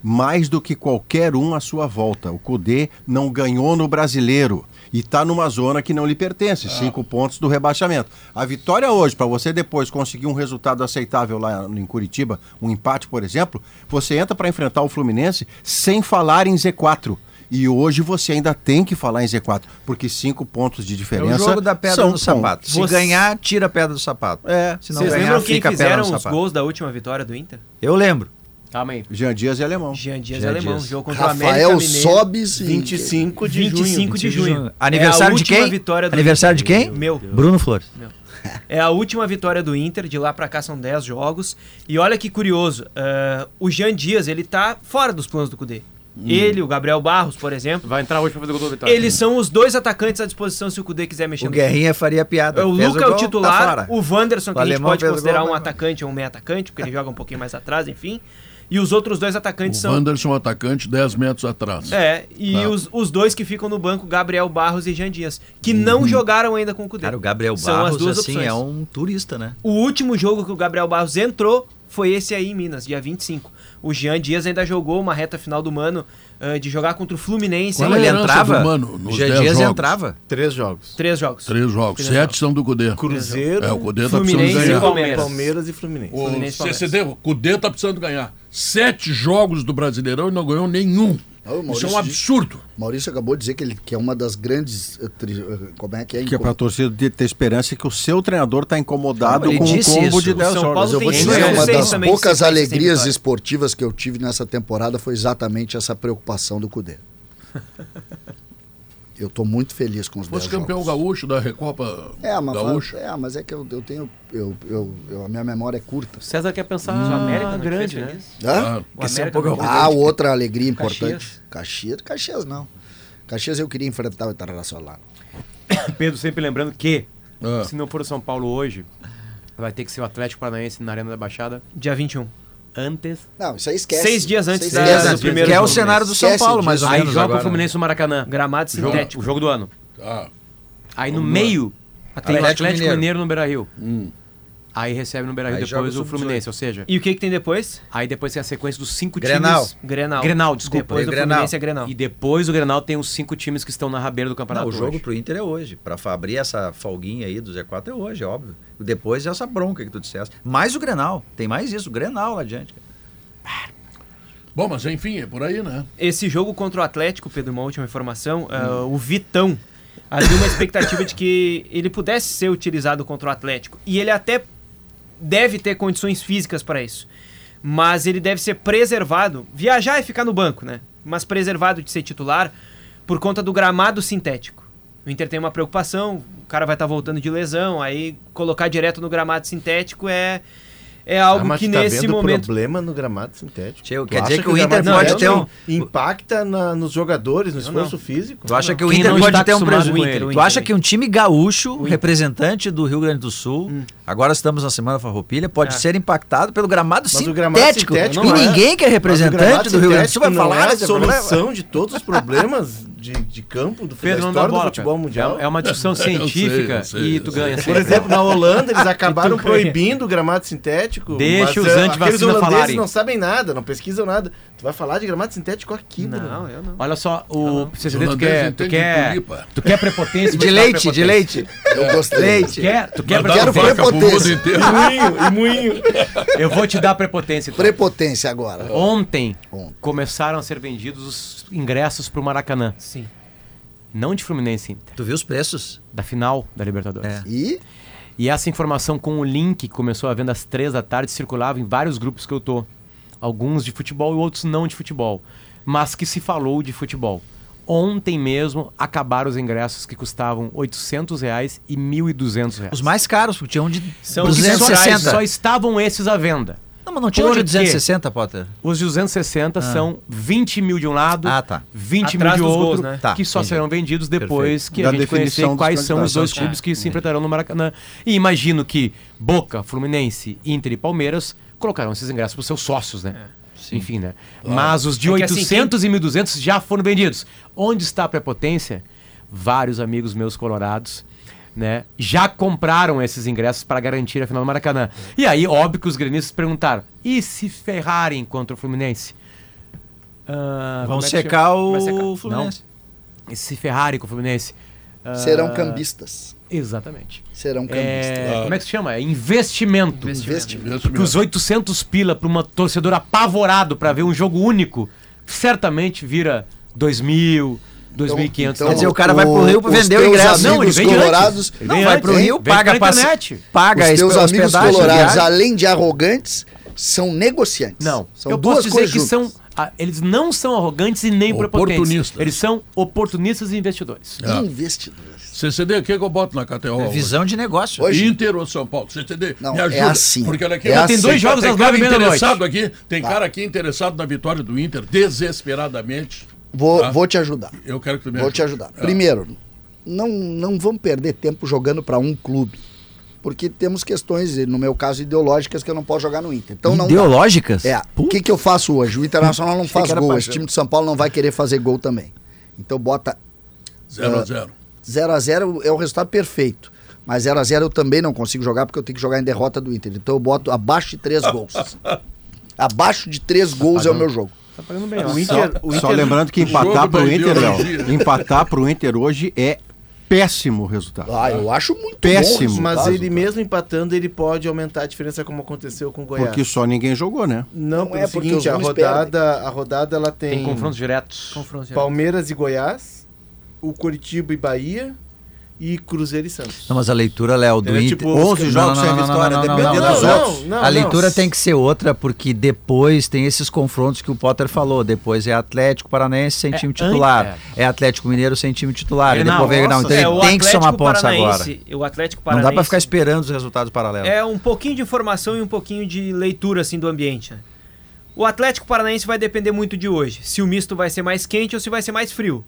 Speaker 2: mais do que qualquer um à sua volta. O Cudê não ganhou no brasileiro. E está numa zona que não lhe pertence, cinco pontos do rebaixamento. A vitória hoje, para você depois conseguir um resultado aceitável lá em Curitiba, um empate, por exemplo, você entra para enfrentar o Fluminense sem falar em Z4. E hoje você ainda tem que falar em Z4, porque cinco pontos de
Speaker 8: É
Speaker 2: diferença.
Speaker 8: o jogo da pedra
Speaker 2: são
Speaker 8: no sapato. Se
Speaker 9: Você-
Speaker 8: ganhar, tira a pedra do sapato. É. Se não
Speaker 9: Vocês
Speaker 8: ganhar,
Speaker 9: lembram quem
Speaker 8: fica a pedra no
Speaker 9: fizeram os
Speaker 8: sapato.
Speaker 9: gols da última vitória do Inter?
Speaker 8: Eu lembro.
Speaker 5: Calma aí.
Speaker 2: pontos. Jean Dias é alemão.
Speaker 9: Jean Dias
Speaker 8: Jean
Speaker 9: alemão,
Speaker 8: Dias.
Speaker 9: jogo contra o
Speaker 6: Rafael
Speaker 9: América Mineiro.
Speaker 6: Sobis e-
Speaker 4: 25 de
Speaker 9: 25 de junho.
Speaker 8: Aniversário
Speaker 9: É a
Speaker 8: de
Speaker 9: última
Speaker 8: quem?
Speaker 9: vitória do
Speaker 8: Aniversário de
Speaker 9: Inter.
Speaker 8: quem?
Speaker 9: Meu.
Speaker 8: Bruno Flores.
Speaker 9: É a última vitória do Inter, de lá pra cá são 10 jogos. E olha que curioso, ah, o Jean Dias, ele tá fora dos planos do Cudê.
Speaker 8: Hum.
Speaker 9: Ele, o Gabriel Barros, por exemplo,
Speaker 5: Vai entrar hoje pra fazer o gol da vitória.
Speaker 9: eles são os dois atacantes à disposição se o Cudê quiser mexer
Speaker 8: O
Speaker 9: no
Speaker 8: Guerrinha faria piada.
Speaker 9: É o
Speaker 8: Fez
Speaker 9: Luca é
Speaker 8: gol,
Speaker 9: o
Speaker 8: tá
Speaker 9: titular,
Speaker 8: fora.
Speaker 9: o Wanderson, que
Speaker 8: O
Speaker 9: a gente
Speaker 8: alemão
Speaker 9: pode
Speaker 8: fez o
Speaker 9: considerar
Speaker 8: gol,
Speaker 9: um
Speaker 8: mas-
Speaker 9: atacante ou um meia atacante, porque ele joga um pouquinho mais atrás, enfim. E os outros dois atacantes
Speaker 1: O
Speaker 9: são.
Speaker 1: Wanderson, é um atacante, 10 metros atrás.
Speaker 9: É, e os, os dois que ficam no banco, Gabriel Barros e Jean Dias, que não jogaram ainda com o Cudê.
Speaker 8: Uhum. Cara, o Gabriel
Speaker 9: São as
Speaker 8: Barros,
Speaker 9: duas
Speaker 8: assim,
Speaker 9: opções.
Speaker 8: é um turista, né?
Speaker 9: O último jogo que o Gabriel Barros entrou foi esse aí em Minas, dia 25. O Jean Dias ainda jogou uma reta final do Mano ah, de jogar contra o Fluminense
Speaker 1: Qual
Speaker 9: em
Speaker 1: é
Speaker 8: Ele
Speaker 1: a herança
Speaker 8: entrava.
Speaker 1: do Mano nos
Speaker 8: Jean
Speaker 1: 10
Speaker 8: Dias
Speaker 1: jogos?
Speaker 8: entrava.
Speaker 4: Três jogos.
Speaker 9: três jogos.
Speaker 1: Três jogos.
Speaker 9: Três
Speaker 1: Sete são do Cudê.
Speaker 4: Cruzeiro,
Speaker 1: É, o Cudê tá
Speaker 9: Fluminense
Speaker 1: precisando
Speaker 9: e
Speaker 1: ganhar.
Speaker 9: Palmeiras.
Speaker 4: Palmeiras e Fluminense.
Speaker 1: O
Speaker 9: Fluminense e Palmeiras.
Speaker 1: CCD, o Cudê tá precisando ganhar. Sete jogos do Brasileirão e não ganhou nenhum.
Speaker 6: Não, o
Speaker 1: Isso é
Speaker 6: Maurício
Speaker 1: um absurdo.
Speaker 6: Maurício acabou de dizer que, ele, que é uma das grandes. eh, tri- eh, Como é que é?
Speaker 2: Que é pra torcida de ter esperança que o seu treinador tá incomodado
Speaker 8: Ele
Speaker 2: com o
Speaker 8: disse
Speaker 2: combo
Speaker 8: isso.
Speaker 2: de
Speaker 8: O
Speaker 2: 10
Speaker 9: São
Speaker 2: jogos.
Speaker 9: Paulo
Speaker 6: Mas eu vou
Speaker 9: tem
Speaker 6: te dizer,
Speaker 9: isso,
Speaker 6: uma
Speaker 9: vocês
Speaker 6: das
Speaker 9: também sempre
Speaker 6: poucas
Speaker 9: sem
Speaker 6: alegrias
Speaker 9: vitória.
Speaker 6: esportivas que eu tive nessa temporada foi exatamente essa preocupação do Cudê. Eu estou muito feliz com os
Speaker 1: Se fosse
Speaker 6: 10
Speaker 1: campeão
Speaker 6: jogos.
Speaker 1: gaúcho da Recopa
Speaker 6: É, mas,
Speaker 1: Gaúcha.
Speaker 6: é, mas é que eu, eu tenho. Eu, eu, eu- a minha memória é curta.
Speaker 5: César quer pensar
Speaker 9: O América não te
Speaker 5: grande,
Speaker 9: fez
Speaker 5: né?
Speaker 9: feliz?
Speaker 6: Hã?
Speaker 1: Ah,
Speaker 9: O América
Speaker 5: um pouco
Speaker 9: não te fez
Speaker 6: Ah,
Speaker 9: feliz?
Speaker 6: outra alegria
Speaker 9: Caxias.
Speaker 6: importante. Caxias. Caxias não. Caxias eu queria enfrentar o Internacional.
Speaker 5: Pedro sempre lembrando que,
Speaker 1: Ah.
Speaker 5: se não for o São Paulo hoje, vai ter que ser o Atlético Paranaense na Arena da Baixada
Speaker 9: Dia 21.
Speaker 5: antes.
Speaker 6: Não, isso aí esquece.
Speaker 9: Seis dias antes
Speaker 6: Seis
Speaker 9: da-
Speaker 6: dias
Speaker 9: do
Speaker 6: antes.
Speaker 9: primeiro
Speaker 8: Que é o
Speaker 9: jogo,
Speaker 8: cenário do São
Speaker 6: Esquece
Speaker 8: Paulo, mais
Speaker 6: disso.
Speaker 8: ou
Speaker 5: Aí
Speaker 8: menos.
Speaker 5: joga
Speaker 8: agora, né?
Speaker 5: o Fluminense no Maracanã.
Speaker 9: Gramado sintético.
Speaker 5: O jogo do ano.
Speaker 1: ah,
Speaker 5: Aí no meio tem o
Speaker 8: Atlético
Speaker 5: Atlético Mineiro,
Speaker 8: Mineiro. Hum.
Speaker 5: no Beira Rio. Aí recebe no Beira Rio
Speaker 8: Aí joga
Speaker 5: depois
Speaker 8: o
Speaker 5: o
Speaker 8: sub-dezoito.
Speaker 5: Fluminense, ou seja,
Speaker 9: E o que, que tem depois?
Speaker 5: aí depois tem a sequência dos cinco
Speaker 8: Grenal.
Speaker 5: times.
Speaker 9: Grenal.
Speaker 5: Grenal, desculpa.
Speaker 9: Depois
Speaker 8: E
Speaker 9: do
Speaker 8: Grenal.
Speaker 9: Fluminense é Grenal.
Speaker 5: E depois o Grenal tem os cinco times que estão na rabeira do
Speaker 8: Não,
Speaker 5: campeonato.
Speaker 8: o jogo
Speaker 5: hoje.
Speaker 8: pro Inter é hoje. Pra abrir essa folguinha aí do Z4 é hoje, é óbvio. Depois é essa bronca que tu disseste. Mais o Grenal. Tem mais isso, o Grenal lá adiante. cara.
Speaker 1: Bom, mas enfim, é por aí, né?
Speaker 9: Esse jogo contra o Atlético, Pedro, uma última informação, ah, o Vitão havia uma expectativa de que ele pudesse ser utilizado contra o Atlético. E ele até deve ter condições físicas para isso. Mas ele deve ser preservado. Viajar é ficar no banco, né? Mas preservado de ser titular por conta do gramado sintético. O Inter tem uma preocupação, o cara vai estar voltando de lesão, aí colocar direto no gramado sintético é, é
Speaker 4: Ah,
Speaker 9: algo
Speaker 4: mas
Speaker 9: que
Speaker 4: tu tá
Speaker 9: nesse
Speaker 4: vendo
Speaker 9: momento
Speaker 4: problema no gramado sintético.
Speaker 8: Tio,
Speaker 4: Tu
Speaker 8: quer
Speaker 4: acha
Speaker 8: dizer que o Inter
Speaker 4: gramado
Speaker 9: pode
Speaker 4: sintético
Speaker 8: ter um-
Speaker 4: impacta na- nos jogadores, no esforço físico?
Speaker 8: Tu acha que o
Speaker 5: Quem
Speaker 4: tá
Speaker 8: Inter
Speaker 5: não
Speaker 8: pode
Speaker 3: tá
Speaker 5: está
Speaker 8: ter um
Speaker 5: acostumado
Speaker 8: prejuízo?
Speaker 5: com ele, o
Speaker 8: Tu
Speaker 5: Inter.
Speaker 8: acha que um time gaúcho, representante do Rio Grande do Sul, agora estamos na Semana Farroupilha, pode
Speaker 9: É.
Speaker 8: ser impactado pelo gramado
Speaker 4: Mas
Speaker 8: sintético.
Speaker 4: o gramado sintético
Speaker 8: e
Speaker 4: não é-
Speaker 8: ninguém que é representante do Rio Grande do Sul vai falar
Speaker 4: é a
Speaker 8: desse problema.
Speaker 4: solução de todos os problemas de, de campo do,
Speaker 5: Pedro,
Speaker 4: da
Speaker 5: não dá
Speaker 4: história
Speaker 5: bola,
Speaker 4: do futebol
Speaker 5: cara.
Speaker 4: mundial.
Speaker 5: É, é uma discussão científica
Speaker 1: eu sei,
Speaker 5: e tu
Speaker 1: eu
Speaker 5: ganha. assim, né?
Speaker 4: Por
Speaker 5: sempre.
Speaker 4: exemplo, na Holanda eles acabaram
Speaker 9: tu ganha.
Speaker 4: proibindo o gramado sintético.
Speaker 5: Deixa os
Speaker 4: eh,
Speaker 5: antivacina
Speaker 4: aqueles holandeses
Speaker 5: falarem.
Speaker 4: não sabem nada, não pesquisam nada. Tu vai falar de gramado sintético aqui, Bruno.
Speaker 9: Não, eu não.
Speaker 5: Olha só, o CCD, tu
Speaker 1: Holandês
Speaker 5: quer,
Speaker 1: entende
Speaker 5: tu
Speaker 1: de
Speaker 5: quer,
Speaker 1: tulipa.
Speaker 5: tu quer prepotência?
Speaker 8: De
Speaker 5: mas
Speaker 8: leite,
Speaker 5: não é
Speaker 8: de leite.
Speaker 6: Eu gostei.
Speaker 8: Leite.
Speaker 5: Quer? Tu quer
Speaker 1: Mandaram
Speaker 5: prepotência?
Speaker 1: vaca pro mundo
Speaker 6: prepotência.
Speaker 1: inteiro.
Speaker 4: Moinho, e moinho.
Speaker 5: Eu vou te dar prepotência. então.
Speaker 6: Prepotência agora.
Speaker 5: Ontem
Speaker 6: Ontem.
Speaker 5: começaram a ser vendidos os ingressos pro Maracanã.
Speaker 9: Sim.
Speaker 5: Não de Fluminense Inter,
Speaker 8: Tu viu os preços?
Speaker 5: da final da Libertadores.
Speaker 8: É.
Speaker 6: E
Speaker 5: E essa informação com o link que começou a venda às três da tarde circulava em vários grupos que eu tô. Alguns de futebol e outros não de futebol. Mas que se falou de futebol. Ontem mesmo acabaram os ingressos que custavam R$ 800 reais e R$ 1.200. reais.
Speaker 8: Os mais caros, porque tinha um de
Speaker 9: São
Speaker 5: Porque só-
Speaker 8: 260.
Speaker 5: Só estavam esses à venda.
Speaker 8: Não, mas não tinha um
Speaker 5: Por
Speaker 8: de
Speaker 5: quê?
Speaker 8: 260, Potter.
Speaker 5: Os 260 são 20 mil de um lado,
Speaker 8: Ah, tá.
Speaker 5: 20
Speaker 9: Atrás dos
Speaker 5: mil de outro,
Speaker 9: gols, né?
Speaker 8: Tá,
Speaker 5: que só
Speaker 8: entendi.
Speaker 5: serão vendidos depois que
Speaker 2: Da
Speaker 5: a gente
Speaker 2: definição
Speaker 5: conhecer
Speaker 2: dos
Speaker 5: quais são os
Speaker 2: candidatos.
Speaker 5: dois clubes que se enfrentarão no Maracanã. E imagino que Boca, Fluminense, Inter e Palmeiras colocarão esses ingressos para os seus sócios, né? Enfim, né? Mas os de
Speaker 9: É que assim,
Speaker 5: 800 e 1.200 já foram vendidos. Onde está a prepotência? Vários amigos meus colorados né, já compraram esses ingressos para garantir a final do Maracanã.
Speaker 9: É.
Speaker 5: E aí, óbvio que os grenistas perguntaram, e se ferrarem contra o Fluminense? Ah,
Speaker 8: Vão
Speaker 5: como é que
Speaker 8: secar
Speaker 5: chama? Vai secar.
Speaker 8: o Fluminense.
Speaker 5: Não. E se ferrarem com o Fluminense? Ah,
Speaker 6: serão cambistas.
Speaker 5: Exatamente.
Speaker 6: Serão cambistas. Ah.
Speaker 5: É, Como é que se chama? É investimento.
Speaker 6: Investimento.
Speaker 5: Porque os 800 pila para uma torcedora apavorado para ver um jogo único, certamente vira 2.000, 2.500.
Speaker 8: Quer dizer, o cara vai pro Rio pra vender o
Speaker 6: Então, teus
Speaker 8: ingresso. Não,
Speaker 6: Amigos
Speaker 5: ele vem de
Speaker 6: colorados,
Speaker 5: Ele
Speaker 8: Não,
Speaker 5: vem
Speaker 8: vai
Speaker 5: antes,
Speaker 8: pro
Speaker 5: hein?
Speaker 8: Rio,
Speaker 5: Vem
Speaker 8: paga
Speaker 5: pela
Speaker 8: a passe-
Speaker 5: internet.
Speaker 8: Paga
Speaker 6: os teus
Speaker 8: a
Speaker 6: amigos
Speaker 8: hospedagem,
Speaker 6: colorados,
Speaker 8: viagem.
Speaker 6: além de arrogantes, são negociantes.
Speaker 5: Não,
Speaker 6: são
Speaker 5: eu
Speaker 6: duas
Speaker 5: posso dizer
Speaker 6: coisas
Speaker 5: que
Speaker 6: juntas.
Speaker 5: são. ah, eles não são arrogantes e nem prepotentes.
Speaker 1: Oportunistas.
Speaker 5: Eles são oportunistas e investidores.
Speaker 1: Ah.
Speaker 6: Investidores.
Speaker 1: CCD, É, o que, que eu boto na
Speaker 5: É
Speaker 1: KTO?
Speaker 8: Visão de negócio.
Speaker 6: Hoje?
Speaker 1: Inter ou São Paulo? CCD,
Speaker 6: Não,
Speaker 1: me
Speaker 6: é
Speaker 1: ajuda.
Speaker 6: assim.
Speaker 1: Porque olha aqui,
Speaker 6: É
Speaker 1: ó,
Speaker 6: assim. Tá.
Speaker 1: tem dois jogos às nove
Speaker 5: e meia da noite.
Speaker 1: interessado aqui. Tem cara aqui interessado na vitória do Inter, desesperadamente.
Speaker 6: Vou,
Speaker 1: Ah.
Speaker 6: vou te ajudar.
Speaker 1: Eu quero que tu me
Speaker 6: Vou te
Speaker 1: ajude.
Speaker 6: ajudar.
Speaker 1: Ah.
Speaker 6: Primeiro, não, não vamos perder tempo jogando para um clube. Porque temos questões, no meu caso, ideológicas que eu não posso jogar no Inter. Então não dá.
Speaker 8: Ideológicas?
Speaker 6: É, o que, que eu faço hoje? O Internacional não faz gol, esse time de São Paulo não vai querer fazer gol também. Então bota
Speaker 1: É, Zero
Speaker 6: ah,
Speaker 1: a zero.
Speaker 6: 0 a 0 é o resultado perfeito. Mas 0 a 0 eu também não consigo jogar porque eu tenho que jogar em derrota do Inter. Então eu boto abaixo de 3 gols. Abaixo de 3 gols é o meu jogo.
Speaker 5: Tá pagando bem, ó.
Speaker 2: Só, só lembrando que
Speaker 1: Jogo
Speaker 2: empatar
Speaker 1: da
Speaker 8: é
Speaker 2: pro Inter,
Speaker 1: ideologia.
Speaker 2: Léo, empatar pro Inter hoje é péssimo resultado.
Speaker 6: Ah, eu acho muito
Speaker 2: Péssimo.
Speaker 6: bom.
Speaker 4: Mas
Speaker 6: resultado,
Speaker 4: ele
Speaker 6: cara.
Speaker 4: mesmo empatando, ele pode aumentar a diferença como aconteceu com o Goiás.
Speaker 2: Porque só ninguém jogou, né?
Speaker 4: Não,
Speaker 6: Não
Speaker 4: pelo
Speaker 6: é, porque
Speaker 4: seguinte,
Speaker 6: os
Speaker 4: a
Speaker 6: dois
Speaker 4: rodada, a rodada ela tem,
Speaker 5: Tem confrontos diretos.
Speaker 9: Confronto geral.
Speaker 4: Palmeiras e Goiás, o Curitiba e Bahia e Cruzeiro e Santos.
Speaker 3: Não, mas a leitura, Léo, do
Speaker 4: Ele é
Speaker 3: Inter.
Speaker 4: tipo 11
Speaker 3: Não,
Speaker 8: jogos
Speaker 3: não,
Speaker 8: sem
Speaker 3: não, não,
Speaker 8: vitória,
Speaker 3: não, não,
Speaker 8: dependendo
Speaker 3: não,
Speaker 8: dos
Speaker 3: não.
Speaker 4: outros. Não, não,
Speaker 3: A leitura
Speaker 4: não.
Speaker 3: tem que ser outra, porque depois tem esses confrontos que o Potter falou. Depois é Atlético Paranaense sem
Speaker 5: É
Speaker 3: time
Speaker 5: antes,
Speaker 3: titular. É Atlético Mineiro sem time titular. E
Speaker 5: Grenal,
Speaker 3: depois vem o Grenal.
Speaker 4: nossa,
Speaker 3: Então ele
Speaker 9: o
Speaker 3: tem que
Speaker 9: Atlético
Speaker 3: somar pontos agora.
Speaker 9: Paranaense- O Atlético
Speaker 3: Não
Speaker 9: Paranaense.
Speaker 3: dá pra ficar esperando os resultados paralelos.
Speaker 9: É um pouquinho de informação e um pouquinho de leitura assim do ambiente. né? O Atlético Paranaense vai depender muito de hoje. Se o misto vai ser mais quente ou se vai ser mais frio.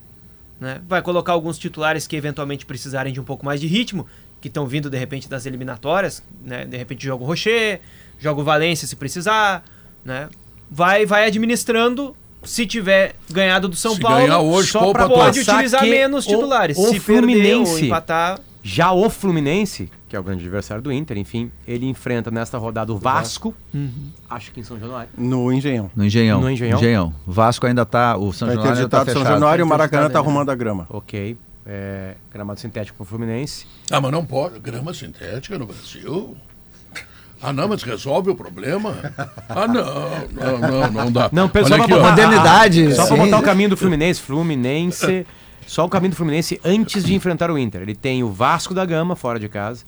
Speaker 9: né? Vai colocar alguns titulares que eventualmente precisarem de um pouco mais de ritmo, que estão vindo de repente das eliminatórias. né? De repente joga o Rocher, joga o Valência se precisar. né? Vai, vai administrando. Se tiver ganhado do São
Speaker 1: Se
Speaker 9: Paulo,
Speaker 1: ganhar hoje,
Speaker 9: só
Speaker 1: poupa
Speaker 9: pra pode
Speaker 5: tua.
Speaker 9: utilizar
Speaker 5: Saque
Speaker 9: menos
Speaker 5: o-
Speaker 9: titulares.
Speaker 5: o
Speaker 9: se perder ou
Speaker 5: Fluminense.
Speaker 9: empatar,
Speaker 5: Já o Fluminense, que é o grande adversário do Inter, enfim, ele enfrenta nesta rodada o Vasco, acho que em São Januário.
Speaker 2: No Engenhão.
Speaker 3: No Engenhão.
Speaker 5: No Engenhão.
Speaker 3: Vasco ainda tá. O São
Speaker 2: Vai ter
Speaker 3: Januário ainda tá
Speaker 2: ditado São
Speaker 3: fechado.
Speaker 2: Januário e o
Speaker 5: Vai ter
Speaker 2: Maracanã
Speaker 5: ditado,
Speaker 2: tá
Speaker 5: né?
Speaker 2: arrumando a grama.
Speaker 5: Ok. É, gramado sintético pro Fluminense.
Speaker 1: Ah, mas não pode. Grama sintética no Brasil. Ah, não, mas resolve o problema? Ah, não, não, não, não dá.
Speaker 5: Não,
Speaker 1: Olha
Speaker 5: pessoal,
Speaker 1: aqui,
Speaker 5: pra
Speaker 1: ó.
Speaker 5: botar- Ah,
Speaker 3: modernidade,
Speaker 5: Só pra
Speaker 3: sim.
Speaker 5: botar o caminho do Fluminense. Fluminense. Só o caminho do Fluminense antes de enfrentar o Inter. Ele tem o Vasco da Gama fora de casa.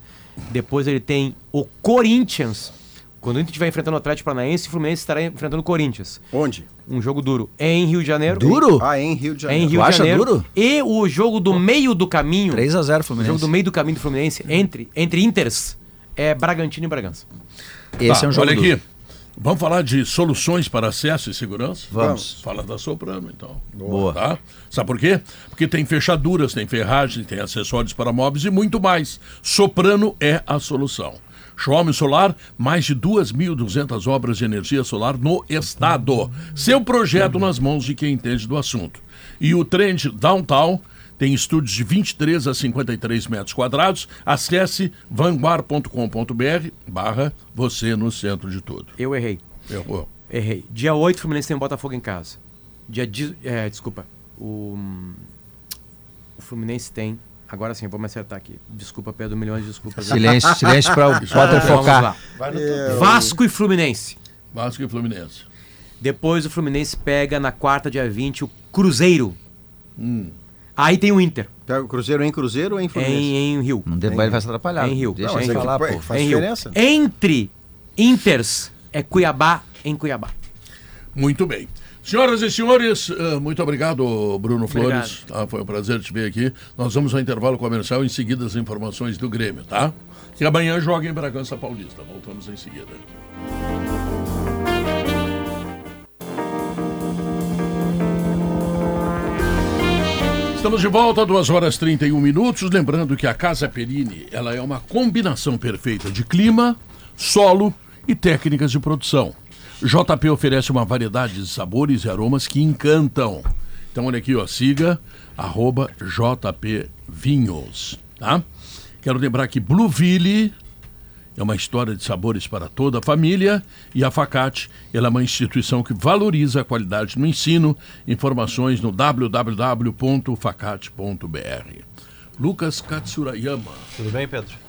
Speaker 5: Depois ele tem o Corinthians. Quando o Inter estiver enfrentando o Atlético Paranaense, o Fluminense estará enfrentando o Corinthians.
Speaker 2: Onde?
Speaker 5: Um jogo duro. Em Rio de Janeiro.
Speaker 3: Duro?
Speaker 2: Ah, em Rio de
Speaker 5: É em
Speaker 2: Janeiro.
Speaker 5: Rio
Speaker 3: Tu
Speaker 5: de
Speaker 3: acha
Speaker 5: Janeiro.
Speaker 3: duro?
Speaker 5: E o jogo do meio do caminho.
Speaker 3: 3x0
Speaker 5: O
Speaker 3: Fluminense.
Speaker 5: jogo do meio do caminho do Fluminense entre, entre Inters é Bragantino e Bragança.
Speaker 3: Esse
Speaker 1: Tá,
Speaker 3: é um jogo
Speaker 1: Olha
Speaker 3: duro.
Speaker 1: aqui. Vamos falar de soluções para acesso e segurança?
Speaker 3: Vamos.
Speaker 1: Fala da Soprano, então.
Speaker 3: Boa.
Speaker 1: Tá? Sabe por quê? Porque tem fechaduras, tem ferragens, tem acessórios para móveis e muito mais. Soprano é a solução. Xiaomi Solar, mais de 2.200 obras de energia solar no estado. Seu projeto nas mãos de quem entende do assunto. E o Trend Downtown tem estúdios de 23 a 53 metros quadrados. Acesse vanguard.com.br barra você no centro de tudo.
Speaker 5: Eu errei.
Speaker 1: Errou.
Speaker 5: Errei. Dia 8, o Fluminense tem o Botafogo em casa. Dia 10. É, desculpa. O, o Fluminense tem. Agora sim, eu vou me acertar aqui. Desculpa, Pedro, milhões de desculpas.
Speaker 3: Silêncio, silêncio pra o Potter
Speaker 5: Vamos
Speaker 3: focar.
Speaker 5: lá. Vasco e Fluminense.
Speaker 1: Vasco e Fluminense.
Speaker 5: Depois o Fluminense pega na quarta, dia 20, o Cruzeiro.
Speaker 1: Hum.
Speaker 5: Aí tem o Inter.
Speaker 2: Pega o Cruzeiro em Cruzeiro ou em Fluminense?
Speaker 5: Em, em Rio.
Speaker 3: Não deve- vai se atrapalhar.
Speaker 5: Em Rio.
Speaker 3: Deixa
Speaker 5: Não,
Speaker 3: eu
Speaker 5: mas é que,
Speaker 3: falar,
Speaker 2: pô,
Speaker 3: pô.
Speaker 2: Faz
Speaker 5: em Rio.
Speaker 2: diferença.
Speaker 5: Entre Inters é Cuiabá em Cuiabá.
Speaker 1: Muito bem. Senhoras e senhores, eh, muito obrigado, Bruno
Speaker 9: Obrigado.
Speaker 1: Flores. tá? Foi um prazer te ver aqui. Nós vamos ao intervalo comercial em seguida as informações do Grêmio, tá? Que amanhã joga em Bragança Paulista. Voltamos em seguida. Estamos de volta, 2 horas 31 minutos. Lembrando que a Casa Perini ela é uma combinação perfeita de clima, solo e técnicas de produção. JP oferece uma variedade de sabores e aromas que encantam. Então olha aqui, ó, siga arroba JP Vinhos, tá? Quero lembrar que Blueville é uma história de sabores para toda a família e a Facate ela é uma instituição que valoriza a qualidade no ensino. Informações no www.facate.br. Lucas Katsurayama.
Speaker 8: Tudo bem, Pedro?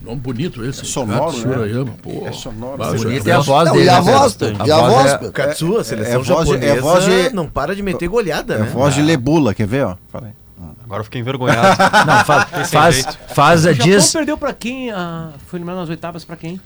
Speaker 1: Nome bonito esse.
Speaker 2: sonoro,
Speaker 1: Katsurayama, pô.
Speaker 2: É sonoro.
Speaker 1: Vai,
Speaker 3: Bonito
Speaker 1: já
Speaker 3: é
Speaker 1: começa.
Speaker 3: a voz
Speaker 6: Não,
Speaker 3: dele.
Speaker 6: e a
Speaker 3: né, Pedro?
Speaker 6: voz, e a voz,
Speaker 3: é-
Speaker 6: Pedro?
Speaker 4: Katsu, a
Speaker 2: é
Speaker 4: seleção
Speaker 2: voz de-
Speaker 4: japonesa
Speaker 2: é voz de-
Speaker 4: não para de meter goleada,
Speaker 2: É
Speaker 4: né?
Speaker 2: voz de Lebula, quer ver? Ó? Fala Hum. aí.
Speaker 8: Agora eu fiquei envergonhado.
Speaker 3: Não, faz, faz, faz a
Speaker 5: O Japão
Speaker 3: diz.
Speaker 5: perdeu pra quem? Ah, foi eliminado nas oitavas pra quem?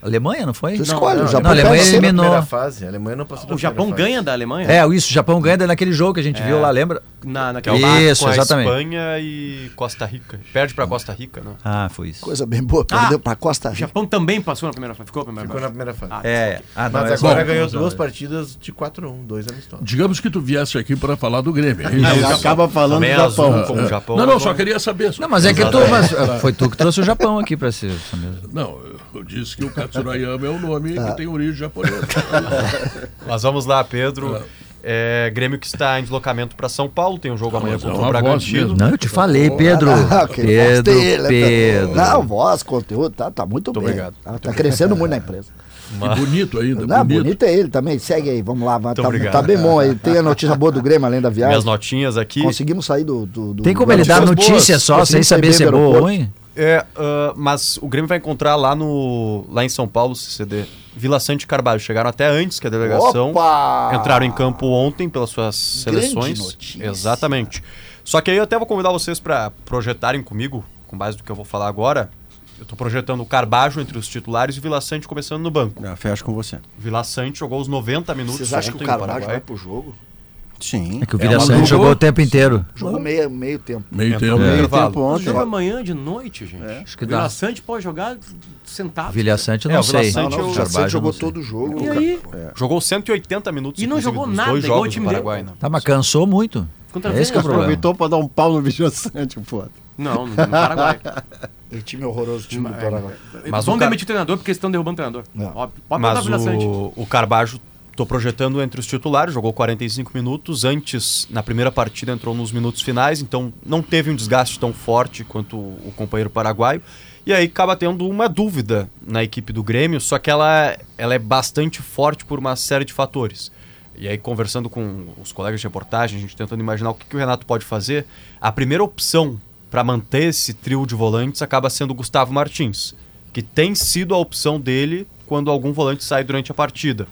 Speaker 3: Alemanha, não foi?
Speaker 6: Tu escolhe,
Speaker 3: não,
Speaker 6: o
Speaker 3: não,
Speaker 6: Japão
Speaker 3: a Alemanha
Speaker 6: pode ser na
Speaker 3: eliminou.
Speaker 4: Primeira fase, a Alemanha não passou
Speaker 5: O Japão ganha da Alemanha?
Speaker 3: É, isso, o Japão ganha naquele jogo que a gente
Speaker 10: É.
Speaker 3: viu lá, lembra?
Speaker 5: Na,
Speaker 8: Que é o
Speaker 5: naquela
Speaker 8: Vasco
Speaker 3: Isso,
Speaker 8: com a
Speaker 3: exatamente.
Speaker 8: Espanha e Costa Rica. Perde pra Costa Rica, não?
Speaker 3: Ah, foi isso.
Speaker 6: Coisa bem boa, perdeu pra Costa
Speaker 5: O
Speaker 6: Rica.
Speaker 5: Japão também passou na primeira fase. Ficou na primeira
Speaker 4: Ficou na
Speaker 5: fase.
Speaker 4: primeira fase.
Speaker 3: É, ah, não,
Speaker 4: Mas
Speaker 3: é-
Speaker 4: agora
Speaker 3: Bom,
Speaker 4: ganhou duas partidas de 4x1, dois amistosos.
Speaker 1: Digamos que tu viesse aqui para falar do Grêmio. é isso?
Speaker 4: Aí acaba falando
Speaker 8: Também é azul como o Japão.
Speaker 1: não, não,
Speaker 8: mas
Speaker 1: só
Speaker 8: vamos-
Speaker 1: queria saber.
Speaker 3: Não, mas é que tu. Mas, ah, foi tu que trouxe o Japão aqui pra ser.
Speaker 1: Não, eu- eu disse que o Katsurayama é o nome que tem origem japonesa.
Speaker 8: Mas vamos lá,
Speaker 3: Ah.
Speaker 8: Pedro. É, Grêmio que está em deslocamento pra São Paulo, tem um
Speaker 6: Tá,
Speaker 8: jogo amanhã
Speaker 1: mas é
Speaker 8: contra
Speaker 1: uma
Speaker 8: o
Speaker 1: voz
Speaker 8: Bragantino.
Speaker 1: mesmo.
Speaker 3: Não, eu te falei, Pedro.
Speaker 6: Ah, que voz
Speaker 3: Pedro,
Speaker 6: dele, né,
Speaker 3: Pedro.
Speaker 6: Não, voz, conteúdo, tá, tá muito bem.
Speaker 8: obrigado.
Speaker 6: Tá, tá crescendo muito na empresa.
Speaker 1: E bonito ainda,
Speaker 6: Não,
Speaker 1: bonito.
Speaker 6: bonito é ele também. Segue aí, vamos lá. Tá,
Speaker 10: obrigado.
Speaker 6: tá bem bom aí. Tem a notícia boa do Grêmio, além da viagem.
Speaker 10: Minhas notinhas aqui.
Speaker 6: Conseguimos sair do. do- do-
Speaker 10: Tem como ele
Speaker 6: Notícias
Speaker 10: dar notícia
Speaker 6: boas.
Speaker 10: só,
Speaker 6: Conseguimos
Speaker 10: sem saber
Speaker 6: sair
Speaker 10: se é
Speaker 6: bem do
Speaker 10: boa ou
Speaker 6: aeroporto.
Speaker 10: ruim? É, ah, mas o Grêmio vai encontrar lá no lá em São Paulo, CCD, Vila Sante Carvalho. Chegaram até antes que a delegação.
Speaker 6: Opa!
Speaker 10: Entraram em campo ontem pelas suas
Speaker 6: Grande
Speaker 10: seleções.
Speaker 6: notícia.
Speaker 10: Exatamente. Só que aí eu até vou convidar vocês para projetarem comigo, com base do que eu vou falar agora. Eu tô projetando o Carbajo entre os titulares e o Vila Sante começando no banco.
Speaker 2: Ah, fecho com você.
Speaker 10: O Vila Sante jogou os 90 minutos
Speaker 6: Vocês acham que
Speaker 10: ontem
Speaker 6: o
Speaker 10: no
Speaker 6: Carvalho
Speaker 10: Paraguai.
Speaker 6: vai pro jogo?
Speaker 2: Sim.
Speaker 3: É que o
Speaker 10: É,
Speaker 3: Vila
Speaker 10: mas
Speaker 3: Sante
Speaker 10: jogou-
Speaker 3: jogou o tempo inteiro.
Speaker 6: Jogou meio, meio tempo.
Speaker 1: Meio
Speaker 10: Entrou
Speaker 1: tempo.
Speaker 10: no
Speaker 1: né?
Speaker 5: É.
Speaker 10: intervalo.
Speaker 2: tempo ontem.
Speaker 5: Joga amanhã de noite, gente.
Speaker 4: É.
Speaker 3: Acho que
Speaker 5: o Vila
Speaker 3: dá.
Speaker 5: Sante pode jogar sentado.
Speaker 3: Vila Sante eu
Speaker 10: É,
Speaker 3: não
Speaker 10: o Vila
Speaker 3: sei.
Speaker 10: Sante
Speaker 6: Não,
Speaker 10: Sante
Speaker 6: não, o
Speaker 10: o
Speaker 6: Jacete
Speaker 3: Carvalho,
Speaker 6: jogou
Speaker 3: não sei.
Speaker 6: todo o jogo.
Speaker 5: E aí?
Speaker 10: Jogou 180 minutos
Speaker 5: E não
Speaker 10: inclusive,
Speaker 5: jogou
Speaker 10: dos
Speaker 5: nada,
Speaker 10: dois
Speaker 5: igual o
Speaker 10: jogos
Speaker 5: time
Speaker 10: do
Speaker 5: dele.
Speaker 10: Paraguai, né?
Speaker 3: Tá, mas cansou muito.
Speaker 5: Contra
Speaker 3: É esse que é o problema.
Speaker 2: Aproveitou pra dar um pau no tipo, Vigil Sante, pô.
Speaker 5: Não, no Paraguai.
Speaker 6: Que time horroroso, time do Paraguai.
Speaker 10: Mas
Speaker 5: Mas
Speaker 10: o
Speaker 5: vão
Speaker 10: cara-
Speaker 5: demitir o treinador porque eles estão derrubando o treinador.
Speaker 6: É.
Speaker 5: Óbvio. Pode botar o
Speaker 10: Mas
Speaker 5: Vila Sante.
Speaker 10: o, o Carbajo, tô projetando entre os titulares, jogou 45 minutos. Antes, na primeira partida, entrou nos minutos finais, então não teve um desgaste tão forte quanto o o companheiro paraguaio. E aí acaba tendo uma dúvida na equipe do Grêmio, só que ela, ela é bastante forte por uma série de fatores. E aí, conversando com os colegas de reportagem, a gente tentando imaginar o que, que o Renato pode fazer, a primeira opção para manter esse trio de volantes acaba sendo o Gustavo Martins, que tem sido a opção dele quando algum volante sai durante a partida.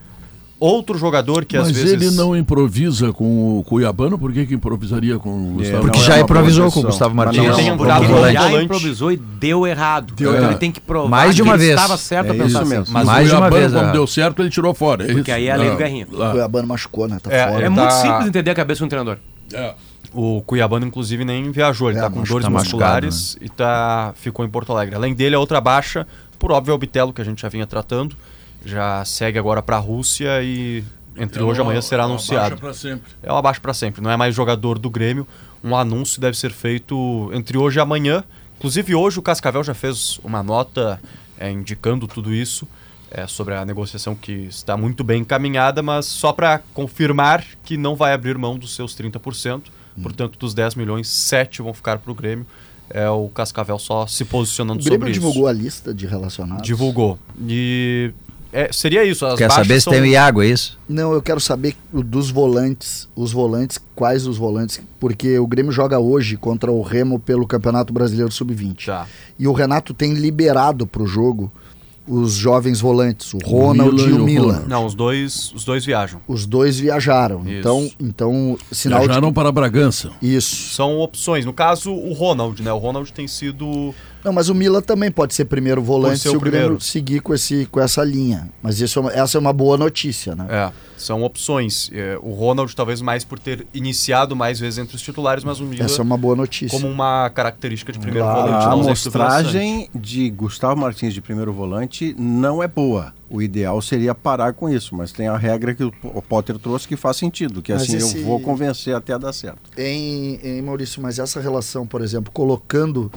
Speaker 10: Outro jogador que às
Speaker 1: Mas
Speaker 10: vezes.
Speaker 1: ele não improvisa com o Cuiabano, por que, que improvisaria com o Gustavo?
Speaker 3: Porque
Speaker 2: Não,
Speaker 3: já
Speaker 2: é uma
Speaker 3: improvisou
Speaker 2: boa
Speaker 3: com o
Speaker 2: opção.
Speaker 3: Gustavo
Speaker 2: Mas
Speaker 3: Martins.
Speaker 2: não, é
Speaker 5: Tem
Speaker 2: não,
Speaker 5: um
Speaker 3: como
Speaker 5: porque ele
Speaker 3: volante.
Speaker 5: já
Speaker 10: volante.
Speaker 5: improvisou e deu errado.
Speaker 1: Deu
Speaker 5: então
Speaker 1: errado.
Speaker 5: ele tem que provar
Speaker 3: Mais de uma
Speaker 5: que ele
Speaker 3: vez.
Speaker 5: estava certo
Speaker 2: É
Speaker 5: a pensar
Speaker 2: isso
Speaker 5: assim.
Speaker 2: mesmo.
Speaker 1: Mas
Speaker 3: Mais
Speaker 1: o
Speaker 3: de uma
Speaker 1: Cuiabano,
Speaker 3: vez,
Speaker 1: quando
Speaker 3: é.
Speaker 1: deu certo, ele tirou fora. É
Speaker 5: Porque
Speaker 1: isso?
Speaker 5: aí é a lei do
Speaker 1: Ah,
Speaker 5: Guerrinha.
Speaker 6: O
Speaker 1: lá.
Speaker 6: Cuiabano machucou, né? Tá
Speaker 10: É,
Speaker 6: fora.
Speaker 5: É
Speaker 10: Ele
Speaker 5: muito
Speaker 10: tá-
Speaker 5: simples entender a cabeça do treinador.
Speaker 1: É.
Speaker 10: O Cuiabano, inclusive, nem viajou. Ele
Speaker 6: É,
Speaker 10: está tá com
Speaker 6: machu-
Speaker 10: dores
Speaker 6: tá
Speaker 3: machucado,
Speaker 10: musculares e tá, ficou em Porto Alegre. Além dele, a outra baixa, por óbvio, é o Bitelo, que a gente já vinha tratando. Já segue agora para a Rússia e entre hoje e amanhã será
Speaker 1: É uma
Speaker 10: anunciado.
Speaker 1: baixa pra sempre.
Speaker 10: É uma baixa para sempre, não é mais jogador do Grêmio. Um anúncio deve ser feito entre hoje e amanhã. Inclusive, hoje o Cascavel já fez uma nota é, indicando tudo isso é, sobre a negociação que está muito bem encaminhada, mas só para confirmar que não vai abrir mão dos seus 30%.
Speaker 6: Hum.
Speaker 10: Portanto, dos 10 milhões, 7 vão ficar para o Grêmio. É o Cascavel só se
Speaker 6: O
Speaker 10: posicionando
Speaker 6: Grêmio
Speaker 10: sobre
Speaker 6: divulgou
Speaker 10: isso.
Speaker 6: a lista de relacionados.
Speaker 10: Divulgou. E é, seria isso. As
Speaker 3: Quer
Speaker 10: baixas
Speaker 3: saber se
Speaker 10: são-
Speaker 3: tem o Iago, é isso?
Speaker 6: Não, eu quero saber o dos volantes, os volantes, quais os volantes, porque o Grêmio joga hoje contra o Remo pelo Campeonato Brasileiro Sub-20.
Speaker 10: Tá.
Speaker 6: E o Renato tem liberado pro jogo os jovens volantes, o Ronald
Speaker 1: Milan
Speaker 6: e
Speaker 1: e o
Speaker 6: o Milan.
Speaker 1: Ronald.
Speaker 10: Não, os dois, os dois viajam.
Speaker 6: Os dois viajaram.
Speaker 10: Isso.
Speaker 6: Então, então sinal
Speaker 1: Viajaram para Bragança.
Speaker 6: de que... isso.
Speaker 10: São opções. No caso, o Ronald, né? O Ronald tem sido.
Speaker 6: Não, mas o Milan também pode ser primeiro volante
Speaker 10: ser
Speaker 6: se
Speaker 10: o
Speaker 6: o Grêmio
Speaker 10: primeiro.
Speaker 6: seguir com esse com essa linha. Mas isso é uma- essa é uma boa notícia, né?
Speaker 10: É, são opções. É, o Ronald, talvez mais por ter iniciado mais vezes entre os titulares, mas o Mila
Speaker 6: Essa é uma boa notícia.
Speaker 10: como uma característica de primeiro
Speaker 6: Claro,
Speaker 10: volante.
Speaker 2: A
Speaker 10: não ausência do Vila Sante.
Speaker 2: amostragem de Gustavo Martins de primeiro volante não é boa. O ideal seria parar com isso, mas tem a regra que o P- o Potter trouxe que faz sentido, que
Speaker 6: Mas
Speaker 2: assim
Speaker 6: esse-
Speaker 2: eu vou convencer até dar certo.
Speaker 6: Em, em Maurício, mas essa relação, por exemplo, colocando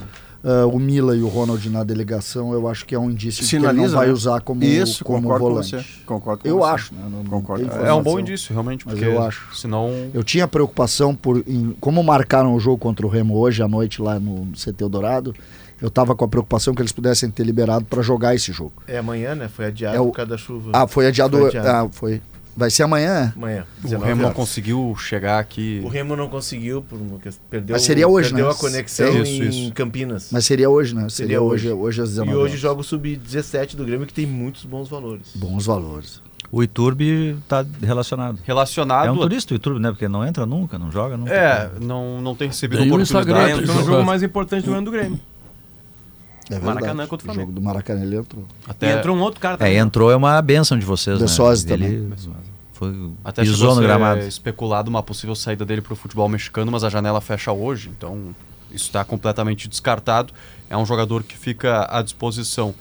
Speaker 6: ah, o Mila e o Ronald na delegação, eu acho que é um indício de que ele não vai
Speaker 2: né?
Speaker 6: usar como,
Speaker 2: isso,
Speaker 6: como
Speaker 2: concordo
Speaker 6: volante.
Speaker 2: Com você. Concordo com
Speaker 6: Eu
Speaker 2: você.
Speaker 6: acho, né? Não- não
Speaker 2: Concordo.
Speaker 6: tem
Speaker 2: com
Speaker 6: forma.
Speaker 2: você.
Speaker 10: É um bom
Speaker 6: Informação.
Speaker 10: indício, realmente,
Speaker 6: Mas
Speaker 10: porque
Speaker 6: eu acho.
Speaker 10: senão.
Speaker 6: Eu tinha preocupação por em- como marcaram o jogo contra o Remo hoje à noite lá no CT Dourado. Eu estava com a preocupação que eles pudessem ter liberado para jogar esse jogo.
Speaker 4: É amanhã, né? Foi adiado
Speaker 6: É o-
Speaker 4: por causa da chuva.
Speaker 6: Ah, foi adiado.
Speaker 4: Foi adiado.
Speaker 6: Ah, foi. Vai ser amanhã?
Speaker 4: Amanhã.
Speaker 10: O
Speaker 4: 19
Speaker 10: Remo não
Speaker 4: horas.
Speaker 10: conseguiu chegar aqui.
Speaker 4: O Remo não conseguiu, por uma questão. Perdeu,
Speaker 6: Mas seria hoje,
Speaker 4: perdeu
Speaker 6: né?
Speaker 4: a conexão
Speaker 6: É
Speaker 10: isso,
Speaker 4: em
Speaker 10: isso.
Speaker 4: Campinas.
Speaker 6: Mas seria hoje, né? Seria,
Speaker 4: Seria
Speaker 6: hoje,
Speaker 4: hoje.
Speaker 6: hoje às
Speaker 4: e
Speaker 6: 19
Speaker 4: hoje
Speaker 6: horas.
Speaker 4: joga o Sub-17 do Grêmio, que tem muitos bons valores.
Speaker 6: Bons valores.
Speaker 3: O Iturbe tá relacionado.
Speaker 10: Relacionado.
Speaker 3: É um
Speaker 10: a-
Speaker 3: turista o Iturbe, né? Porque não entra nunca, não joga nunca.
Speaker 10: É, não, não tem recebido um
Speaker 1: Tem o
Speaker 10: oportunidade.
Speaker 1: Instagram, tem
Speaker 5: Entrou no então é jogo
Speaker 1: Jogando.
Speaker 5: mais importante do ano do Grêmio.
Speaker 6: É verdade.
Speaker 5: Maracanã contra o
Speaker 6: O
Speaker 5: Flamengo.
Speaker 6: jogo do Maracanã ele entrou.
Speaker 5: E
Speaker 10: Até,
Speaker 5: entrou um outro cara
Speaker 3: É,
Speaker 5: também.
Speaker 3: entrou é uma benção de vocês,
Speaker 6: De
Speaker 3: né?
Speaker 6: Soares
Speaker 3: Ele foi,
Speaker 10: até
Speaker 3: pisou
Speaker 10: chegou
Speaker 3: no
Speaker 10: a ser é,
Speaker 3: gramado.
Speaker 10: especulado uma possível saída dele para o futebol mexicano, mas a janela fecha hoje, então isso está completamente descartado. É um jogador que fica à disposição.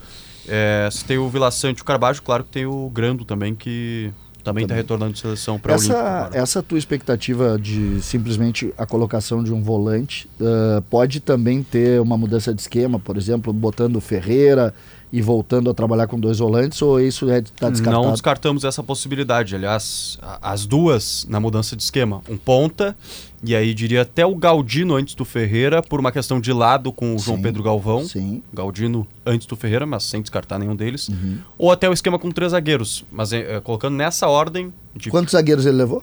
Speaker 10: É, se tem o Vila Sante e o Carbajo, claro que tem o Grando também, que também está retornando de seleção para o Olímpico.
Speaker 6: Essa,
Speaker 10: agora.
Speaker 6: essa tua expectativa de simplesmente a colocação de um volante ah, pode também ter uma mudança de esquema, por exemplo, botando o Ferreira e voltando a trabalhar com dois volantes ou isso está Tá descartado?
Speaker 10: Não descartamos essa possibilidade. Aliás, a- as duas na mudança de esquema. Um ponta, e aí diria até o Galdino antes do Ferreira, por uma questão de lado com o João
Speaker 6: Sim,
Speaker 10: Pedro Galvão.
Speaker 6: Sim. Uhum.
Speaker 10: Galdino antes do Ferreira, mas sem descartar nenhum deles. Ou até o esquema com três zagueiros. Mas eh, eh, colocando nessa ordem de
Speaker 6: Quantos zagueiros ele levou?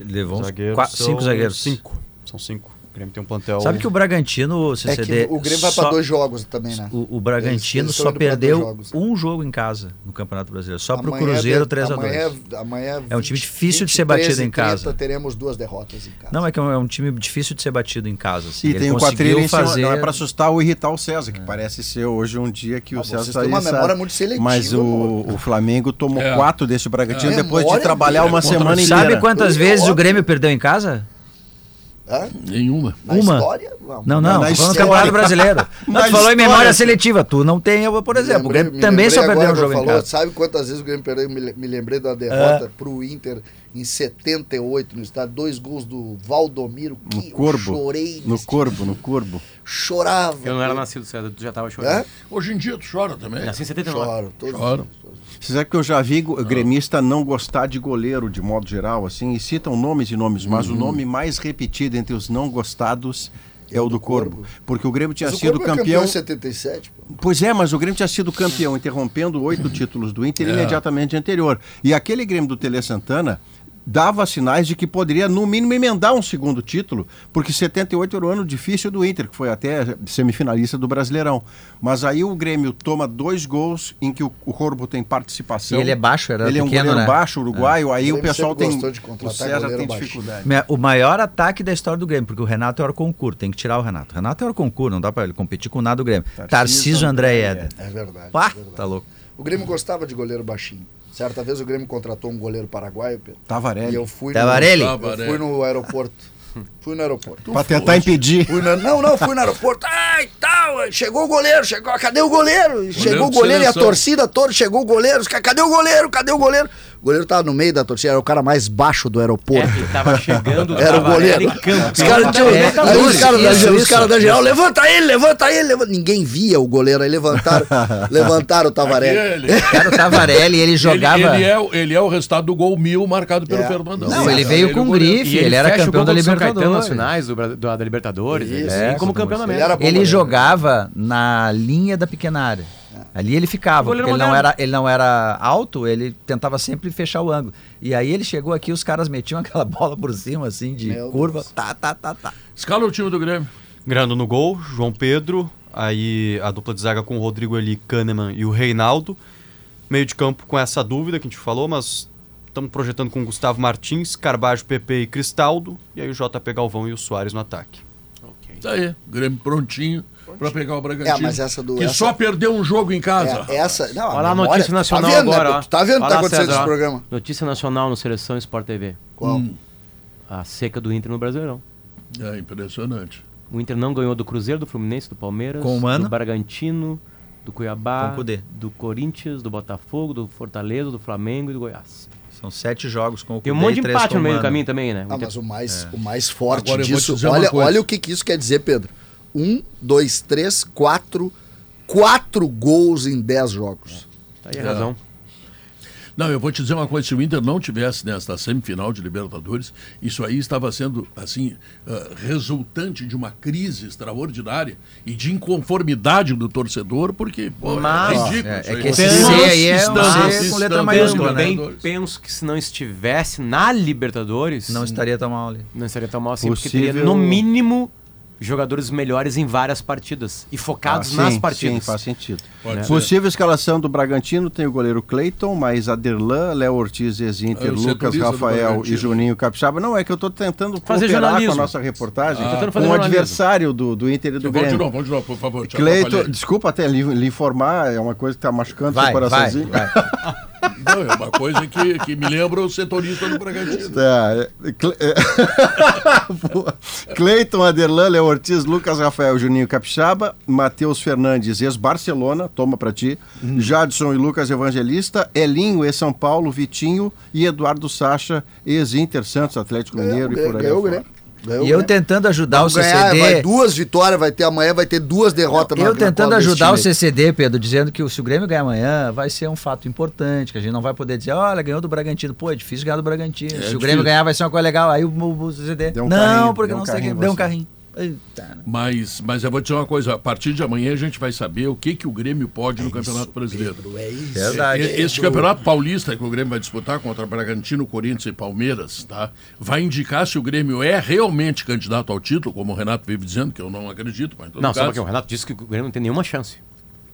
Speaker 3: Ele levou uns
Speaker 10: zagueiros.
Speaker 3: qua- cinco
Speaker 10: são
Speaker 3: zagueiros.
Speaker 10: Cinco. São cinco. O Grêmio tem um plantel.
Speaker 3: Sabe que o Bragantino, se
Speaker 6: É
Speaker 3: você
Speaker 6: que
Speaker 3: der-
Speaker 6: o Grêmio vai pra
Speaker 3: só-
Speaker 6: dois jogos também, né?
Speaker 3: O, o Bragantino
Speaker 6: Eles- eles
Speaker 3: só
Speaker 6: estão indo pra dois
Speaker 3: perdeu
Speaker 6: jogos. né?
Speaker 3: um jogo em casa no Campeonato Brasileiro. Só pro
Speaker 6: Amanhã é
Speaker 3: Cruzeiro
Speaker 6: de-
Speaker 3: 3 a 2
Speaker 6: amanhã é- Amanhã
Speaker 3: É um
Speaker 6: 20,
Speaker 3: time difícil de ser batido
Speaker 6: 23
Speaker 3: em
Speaker 6: e 30
Speaker 3: casa.
Speaker 6: teremos duas derrotas em casa.
Speaker 3: Não, é que é um é um time difícil de ser batido em casa. assim.
Speaker 6: E
Speaker 3: Ele
Speaker 2: um
Speaker 6: tem o
Speaker 3: conseguiu
Speaker 6: Quatrilha em cima-
Speaker 3: fazer...
Speaker 2: Não é para assustar ou irritar o César, que parece ser hoje um dia que o
Speaker 6: Ah, vocês
Speaker 2: César
Speaker 6: têm uma
Speaker 2: aí
Speaker 6: memória muito seletiva,
Speaker 2: Mas o, o Flamengo tomou
Speaker 1: É.
Speaker 2: quatro desse Bragantino
Speaker 6: É.
Speaker 2: depois de
Speaker 6: Memória
Speaker 2: trabalhar
Speaker 6: dele.
Speaker 2: uma semana inteira.
Speaker 3: Sabe quantas
Speaker 6: Eu-
Speaker 3: vezes
Speaker 6: óbvio.
Speaker 3: o Grêmio perdeu em casa?
Speaker 6: Hã?
Speaker 1: Nenhuma.
Speaker 6: Na
Speaker 3: Uma.
Speaker 6: história?
Speaker 3: Não, não,
Speaker 2: na
Speaker 3: falando no
Speaker 2: história.
Speaker 3: Campeonato Brasileiro. Não,
Speaker 2: Na
Speaker 3: tu falou em memória
Speaker 2: história.
Speaker 3: seletiva. Tu não tem, eu, por exemplo,
Speaker 6: Lembrei-
Speaker 3: o Grêmio
Speaker 6: me
Speaker 3: também só
Speaker 6: lembrei
Speaker 3: perdeu
Speaker 6: agora
Speaker 3: um
Speaker 6: que
Speaker 3: jogo
Speaker 6: eu
Speaker 3: em
Speaker 6: falou,
Speaker 3: casa. É.
Speaker 6: Sabe quantas vezes o Grêmio perdeu? Eu Me, le- me lembrei da derrota pro Inter em 78 no estádio. Dois gols do Valdomiro. Que
Speaker 2: No
Speaker 6: eu
Speaker 2: corpo.
Speaker 6: chorei.
Speaker 2: No
Speaker 6: nesse-
Speaker 2: corpo, no corpo.
Speaker 3: É
Speaker 6: Chorava.
Speaker 5: Eu não era nascido, César, tu já tava chorando.
Speaker 6: Hã?
Speaker 1: Hoje em dia tu chora também.
Speaker 5: Nasci em 79.
Speaker 6: Choro. Todos
Speaker 1: Choro.
Speaker 6: os Ah. dias.
Speaker 2: Será que eu já vi go- gremista não gostar de goleiro, de modo geral, assim, e citam nomes e nomes, mas
Speaker 6: Uhum.
Speaker 2: o nome mais repetido entre os não gostados é o do Corvo. Porque o Grêmio tinha
Speaker 6: Mas o
Speaker 2: sido
Speaker 6: Corpo é
Speaker 2: campeão.
Speaker 6: em 77. pô.
Speaker 2: Pois é, mas o Grêmio tinha sido campeão, interrompendo oito títulos do
Speaker 3: É.
Speaker 2: Inter imediatamente anterior. E aquele Grêmio do Tele Santana dava sinais de que poderia, no mínimo, emendar um segundo título, porque 78 era o ano difícil do Inter, que foi até semifinalista do Brasileirão. Mas aí o Grêmio toma dois gols em que o, o Corbo tem participação.
Speaker 3: E ele é baixo, era
Speaker 2: Ele é um
Speaker 3: pequeno,
Speaker 2: goleiro
Speaker 3: né?
Speaker 2: baixo, uruguaio, aí o
Speaker 6: Grêmio
Speaker 2: pessoal
Speaker 6: sempre
Speaker 2: tem...
Speaker 6: gostou de
Speaker 2: O
Speaker 6: contratar
Speaker 2: César
Speaker 6: goleiro
Speaker 2: tem
Speaker 6: baixo.
Speaker 2: dificuldade.
Speaker 3: Me- O maior ataque da história do Grêmio, porque o Renato é o Arconcur, tem que tirar o Renato. O Renato é o Arconcur, não dá pra ele competir com nada do Grêmio.
Speaker 2: Tarcísio,
Speaker 3: Tarciso, André Eder.
Speaker 6: É verdade.
Speaker 3: Pá,
Speaker 6: é verdade.
Speaker 3: tá louco.
Speaker 6: O Grêmio gostava de goleiro baixinho. Certa vez o Grêmio contratou um goleiro paraguaio, Pedro.
Speaker 2: Tavarelli.
Speaker 6: E eu fui
Speaker 3: Tavarelli?
Speaker 6: no, eu fui no aeroporto. Fui no aeroporto.
Speaker 2: Pra tentar impedir.
Speaker 6: Fui na- não, não, fui no aeroporto. Ai, tal, chegou o goleiro, chegou. Cadê o goleiro? chegou o
Speaker 1: de
Speaker 6: goleiro e a
Speaker 1: seleção.
Speaker 6: torcida toda, chegou o goleiro. os caras, Cadê o goleiro? Cadê o goleiro? O goleiro tava no meio da torcida, era o cara mais baixo do aeroporto.
Speaker 5: Ele tava chegando,
Speaker 6: Era o
Speaker 5: tava
Speaker 6: goleiro.
Speaker 5: em campo.
Speaker 6: Os caras tinham.
Speaker 3: É,
Speaker 6: aí os
Speaker 3: isso,
Speaker 6: caras da,
Speaker 3: isso,
Speaker 6: os
Speaker 3: isso.
Speaker 6: caras da geral, levanta ele, levanta ele, levanta. Ninguém via o goleiro, aí levantaram, levantaram o Tavarelli.
Speaker 1: Ele, ele,
Speaker 3: Cara, o Tavarelli, ele jogava.
Speaker 1: ele é, o- ele é o resultado do gol mil marcado pelo
Speaker 6: É.
Speaker 1: Fernandão.
Speaker 3: Não, ele veio com grife, ele, era
Speaker 5: fecha o
Speaker 3: campeão
Speaker 5: gol
Speaker 3: da
Speaker 5: contra o São Caetano
Speaker 3: Libertadores.
Speaker 5: nas finais do, Bra- do- da Libertadores. Ele
Speaker 6: Isso,
Speaker 5: vem
Speaker 6: isso,
Speaker 5: como campeão da
Speaker 6: Ele
Speaker 5: América.
Speaker 6: era bom
Speaker 3: É, Ele
Speaker 6: goleiro.
Speaker 3: jogava na linha da pequena área. Ali ele ficava,
Speaker 5: Goleiro
Speaker 3: porque ele não,
Speaker 5: moderno.
Speaker 3: era, ele não era alto, ele tentava sempre fechar o ângulo. E aí ele chegou aqui, os caras metiam aquela bola por cima, assim, de
Speaker 6: Meu
Speaker 3: curva.
Speaker 6: Deus.
Speaker 3: Tá, tá, tá, tá.
Speaker 1: Escala o time do Grêmio.
Speaker 10: Grando no gol, João Pedro, aí a dupla de zaga com o Rodrigo Eli, Kahneman e o Reinaldo. Meio de campo com essa dúvida que a gente falou, mas estamos projetando com Gustavo Martins, Carbajo, Pepe e Cristaldo. E aí o JP Galvão e o Soares no ataque.
Speaker 1: Tá aí. Grêmio prontinho pra pegar o Bragantino.
Speaker 6: É, mas essa do-
Speaker 1: Que
Speaker 6: essa-
Speaker 1: só perdeu um jogo em casa.
Speaker 6: É, essa, não,
Speaker 5: Olha lá a
Speaker 6: memória-
Speaker 5: notícia nacional
Speaker 6: tá vendo,
Speaker 5: agora.
Speaker 6: Né?
Speaker 5: ó.
Speaker 6: Tu tá vendo o que
Speaker 5: Olha
Speaker 6: tá
Speaker 5: lá,
Speaker 6: acontecendo
Speaker 5: César,
Speaker 6: nesse
Speaker 5: ó.
Speaker 6: programa?
Speaker 5: Notícia nacional no Seleção Sport TV.
Speaker 6: Qual?
Speaker 3: Hum.
Speaker 5: A seca do Inter no Brasileirão.
Speaker 1: É impressionante.
Speaker 5: O Inter não ganhou do Cruzeiro, do Fluminense, do Palmeiras,
Speaker 3: Com o Mano.
Speaker 5: do Bragantino, do Cuiabá,
Speaker 3: Com o Cudê.
Speaker 5: do Corinthians, do Botafogo, do Fortaleza, do Flamengo e do Goiás.
Speaker 3: São sete jogos com o
Speaker 5: Tem um
Speaker 3: Kudê
Speaker 5: monte
Speaker 3: e
Speaker 5: de
Speaker 3: três
Speaker 5: empate
Speaker 3: com
Speaker 5: no
Speaker 3: o
Speaker 5: meio do
Speaker 3: Mano.
Speaker 5: caminho também, né? O
Speaker 6: Ah,
Speaker 5: Inter-
Speaker 6: mas o mais, o mais forte
Speaker 1: Agora eu vou te
Speaker 6: disso.
Speaker 1: dizer uma
Speaker 6: Olha,
Speaker 1: coisa.
Speaker 6: olha o que, que isso quer dizer, Pedro. Um, dois, três, quatro. Quatro gols em dez jogos. É,
Speaker 5: Tá aí a razão.
Speaker 1: Não, eu vou te dizer uma coisa: se o Inter não tivesse nesta semifinal de Libertadores, isso aí estava sendo, assim, ah, resultante de uma crise extraordinária e de inconformidade do torcedor, porque, pô,
Speaker 5: Mas-
Speaker 1: é ridículo.
Speaker 3: é-
Speaker 1: isso
Speaker 3: é
Speaker 1: aí.
Speaker 3: que esse C aí é um
Speaker 1: Estamos-
Speaker 3: C com letra
Speaker 1: estamos-
Speaker 3: maiúscula, né?
Speaker 5: Também penso que se não estivesse na Libertadores,
Speaker 3: Não
Speaker 5: não,
Speaker 3: estaria tão mal ali.
Speaker 5: estaria tão mal assim, porque
Speaker 2: Possível-
Speaker 5: teria, no mínimo, jogadores melhores em várias partidas e focados
Speaker 2: Ah,
Speaker 5: nas
Speaker 2: sim,
Speaker 5: partidas.
Speaker 2: Sim, faz sentido.
Speaker 1: Pode
Speaker 2: É.
Speaker 1: ser.
Speaker 2: Possível escalação do Bragantino tem o goleiro Cleiton, mais Aderlan, Léo Ortiz,
Speaker 1: É,
Speaker 2: Ezinter,
Speaker 1: o
Speaker 2: Lucas,
Speaker 1: setorista do
Speaker 2: Rafael e
Speaker 1: Bragantino.
Speaker 2: Juninho Capixaba. Não, é que eu estou tentando
Speaker 5: Fazer
Speaker 2: cooperar
Speaker 5: jornalismo.
Speaker 2: com a nossa reportagem
Speaker 5: Ah, tentando
Speaker 2: com
Speaker 5: fazer
Speaker 2: o
Speaker 5: jornalismo.
Speaker 2: adversário do, do
Speaker 3: um
Speaker 2: Inter e do
Speaker 1: Vamos de novo,
Speaker 2: Grêmio.
Speaker 1: vamos de novo, por favor. te
Speaker 2: Cleiton,
Speaker 1: atrapalhei.
Speaker 2: desculpa até lhe, lhe informar, é uma coisa que está machucando
Speaker 3: Vai,
Speaker 2: seu coraçãozinho.
Speaker 3: vai,
Speaker 1: Não, é uma coisa que, que me lembra o setorista do Bragantino.
Speaker 2: Tá, é, Cle- é. Boa. Cleiton, Aderlan, Léo Ortiz, Lucas Rafael, Juninho Capixaba, Matheus Fernandes, ex-Barcelona, toma pra ti,
Speaker 6: Hum.
Speaker 2: Jadson e Lucas Evangelista, Elinho, ex-São Paulo, Vitinho e Eduardo Sacha, ex-Inter Santos, Atlético Mineiro e por aí.
Speaker 6: Ganhou o
Speaker 2: afora.
Speaker 6: Grêmio. Ganhou,
Speaker 3: e eu
Speaker 6: né?
Speaker 3: tentando ajudar
Speaker 6: Vamos
Speaker 3: o CCD.
Speaker 6: ganhar, vai duas vitórias, vai ter amanhã, vai ter duas derrotas na
Speaker 3: Eu
Speaker 6: na
Speaker 3: tentando
Speaker 6: cola desse
Speaker 3: ajudar o
Speaker 6: time.
Speaker 3: CCD, Pedro, dizendo que se o Grêmio ganhar amanhã, vai ser um fato importante, que a gente não vai poder dizer, olha, ganhou do Bragantino. Pô, é difícil ganhar do Bragantino. se
Speaker 1: difícil.
Speaker 3: o Grêmio ganhar, vai ser uma coisa legal. Aí o, o- o CCD.
Speaker 1: um
Speaker 3: não,
Speaker 1: carrinho,
Speaker 3: porque
Speaker 1: deu um
Speaker 3: não sei o que.
Speaker 1: carrinho
Speaker 3: Deu um
Speaker 1: você.
Speaker 3: carrinho. Eita.
Speaker 1: Mas, mas eu vou te dizer uma coisa: a partir de amanhã a gente vai saber o que, que o Grêmio pode no Campeonato Brasileiro.
Speaker 6: é isso,
Speaker 3: Verdade.
Speaker 1: E- Esse
Speaker 3: Pedro.
Speaker 1: Campeonato Paulista que o Grêmio vai disputar contra Bragantino, Corinthians e Palmeiras, tá? vai indicar se o Grêmio é realmente candidato ao título, como o Renato vive dizendo, que eu não acredito. Mas em todo
Speaker 5: Não, só
Speaker 1: caso,
Speaker 5: porque o Renato disse que o Grêmio não tem nenhuma chance.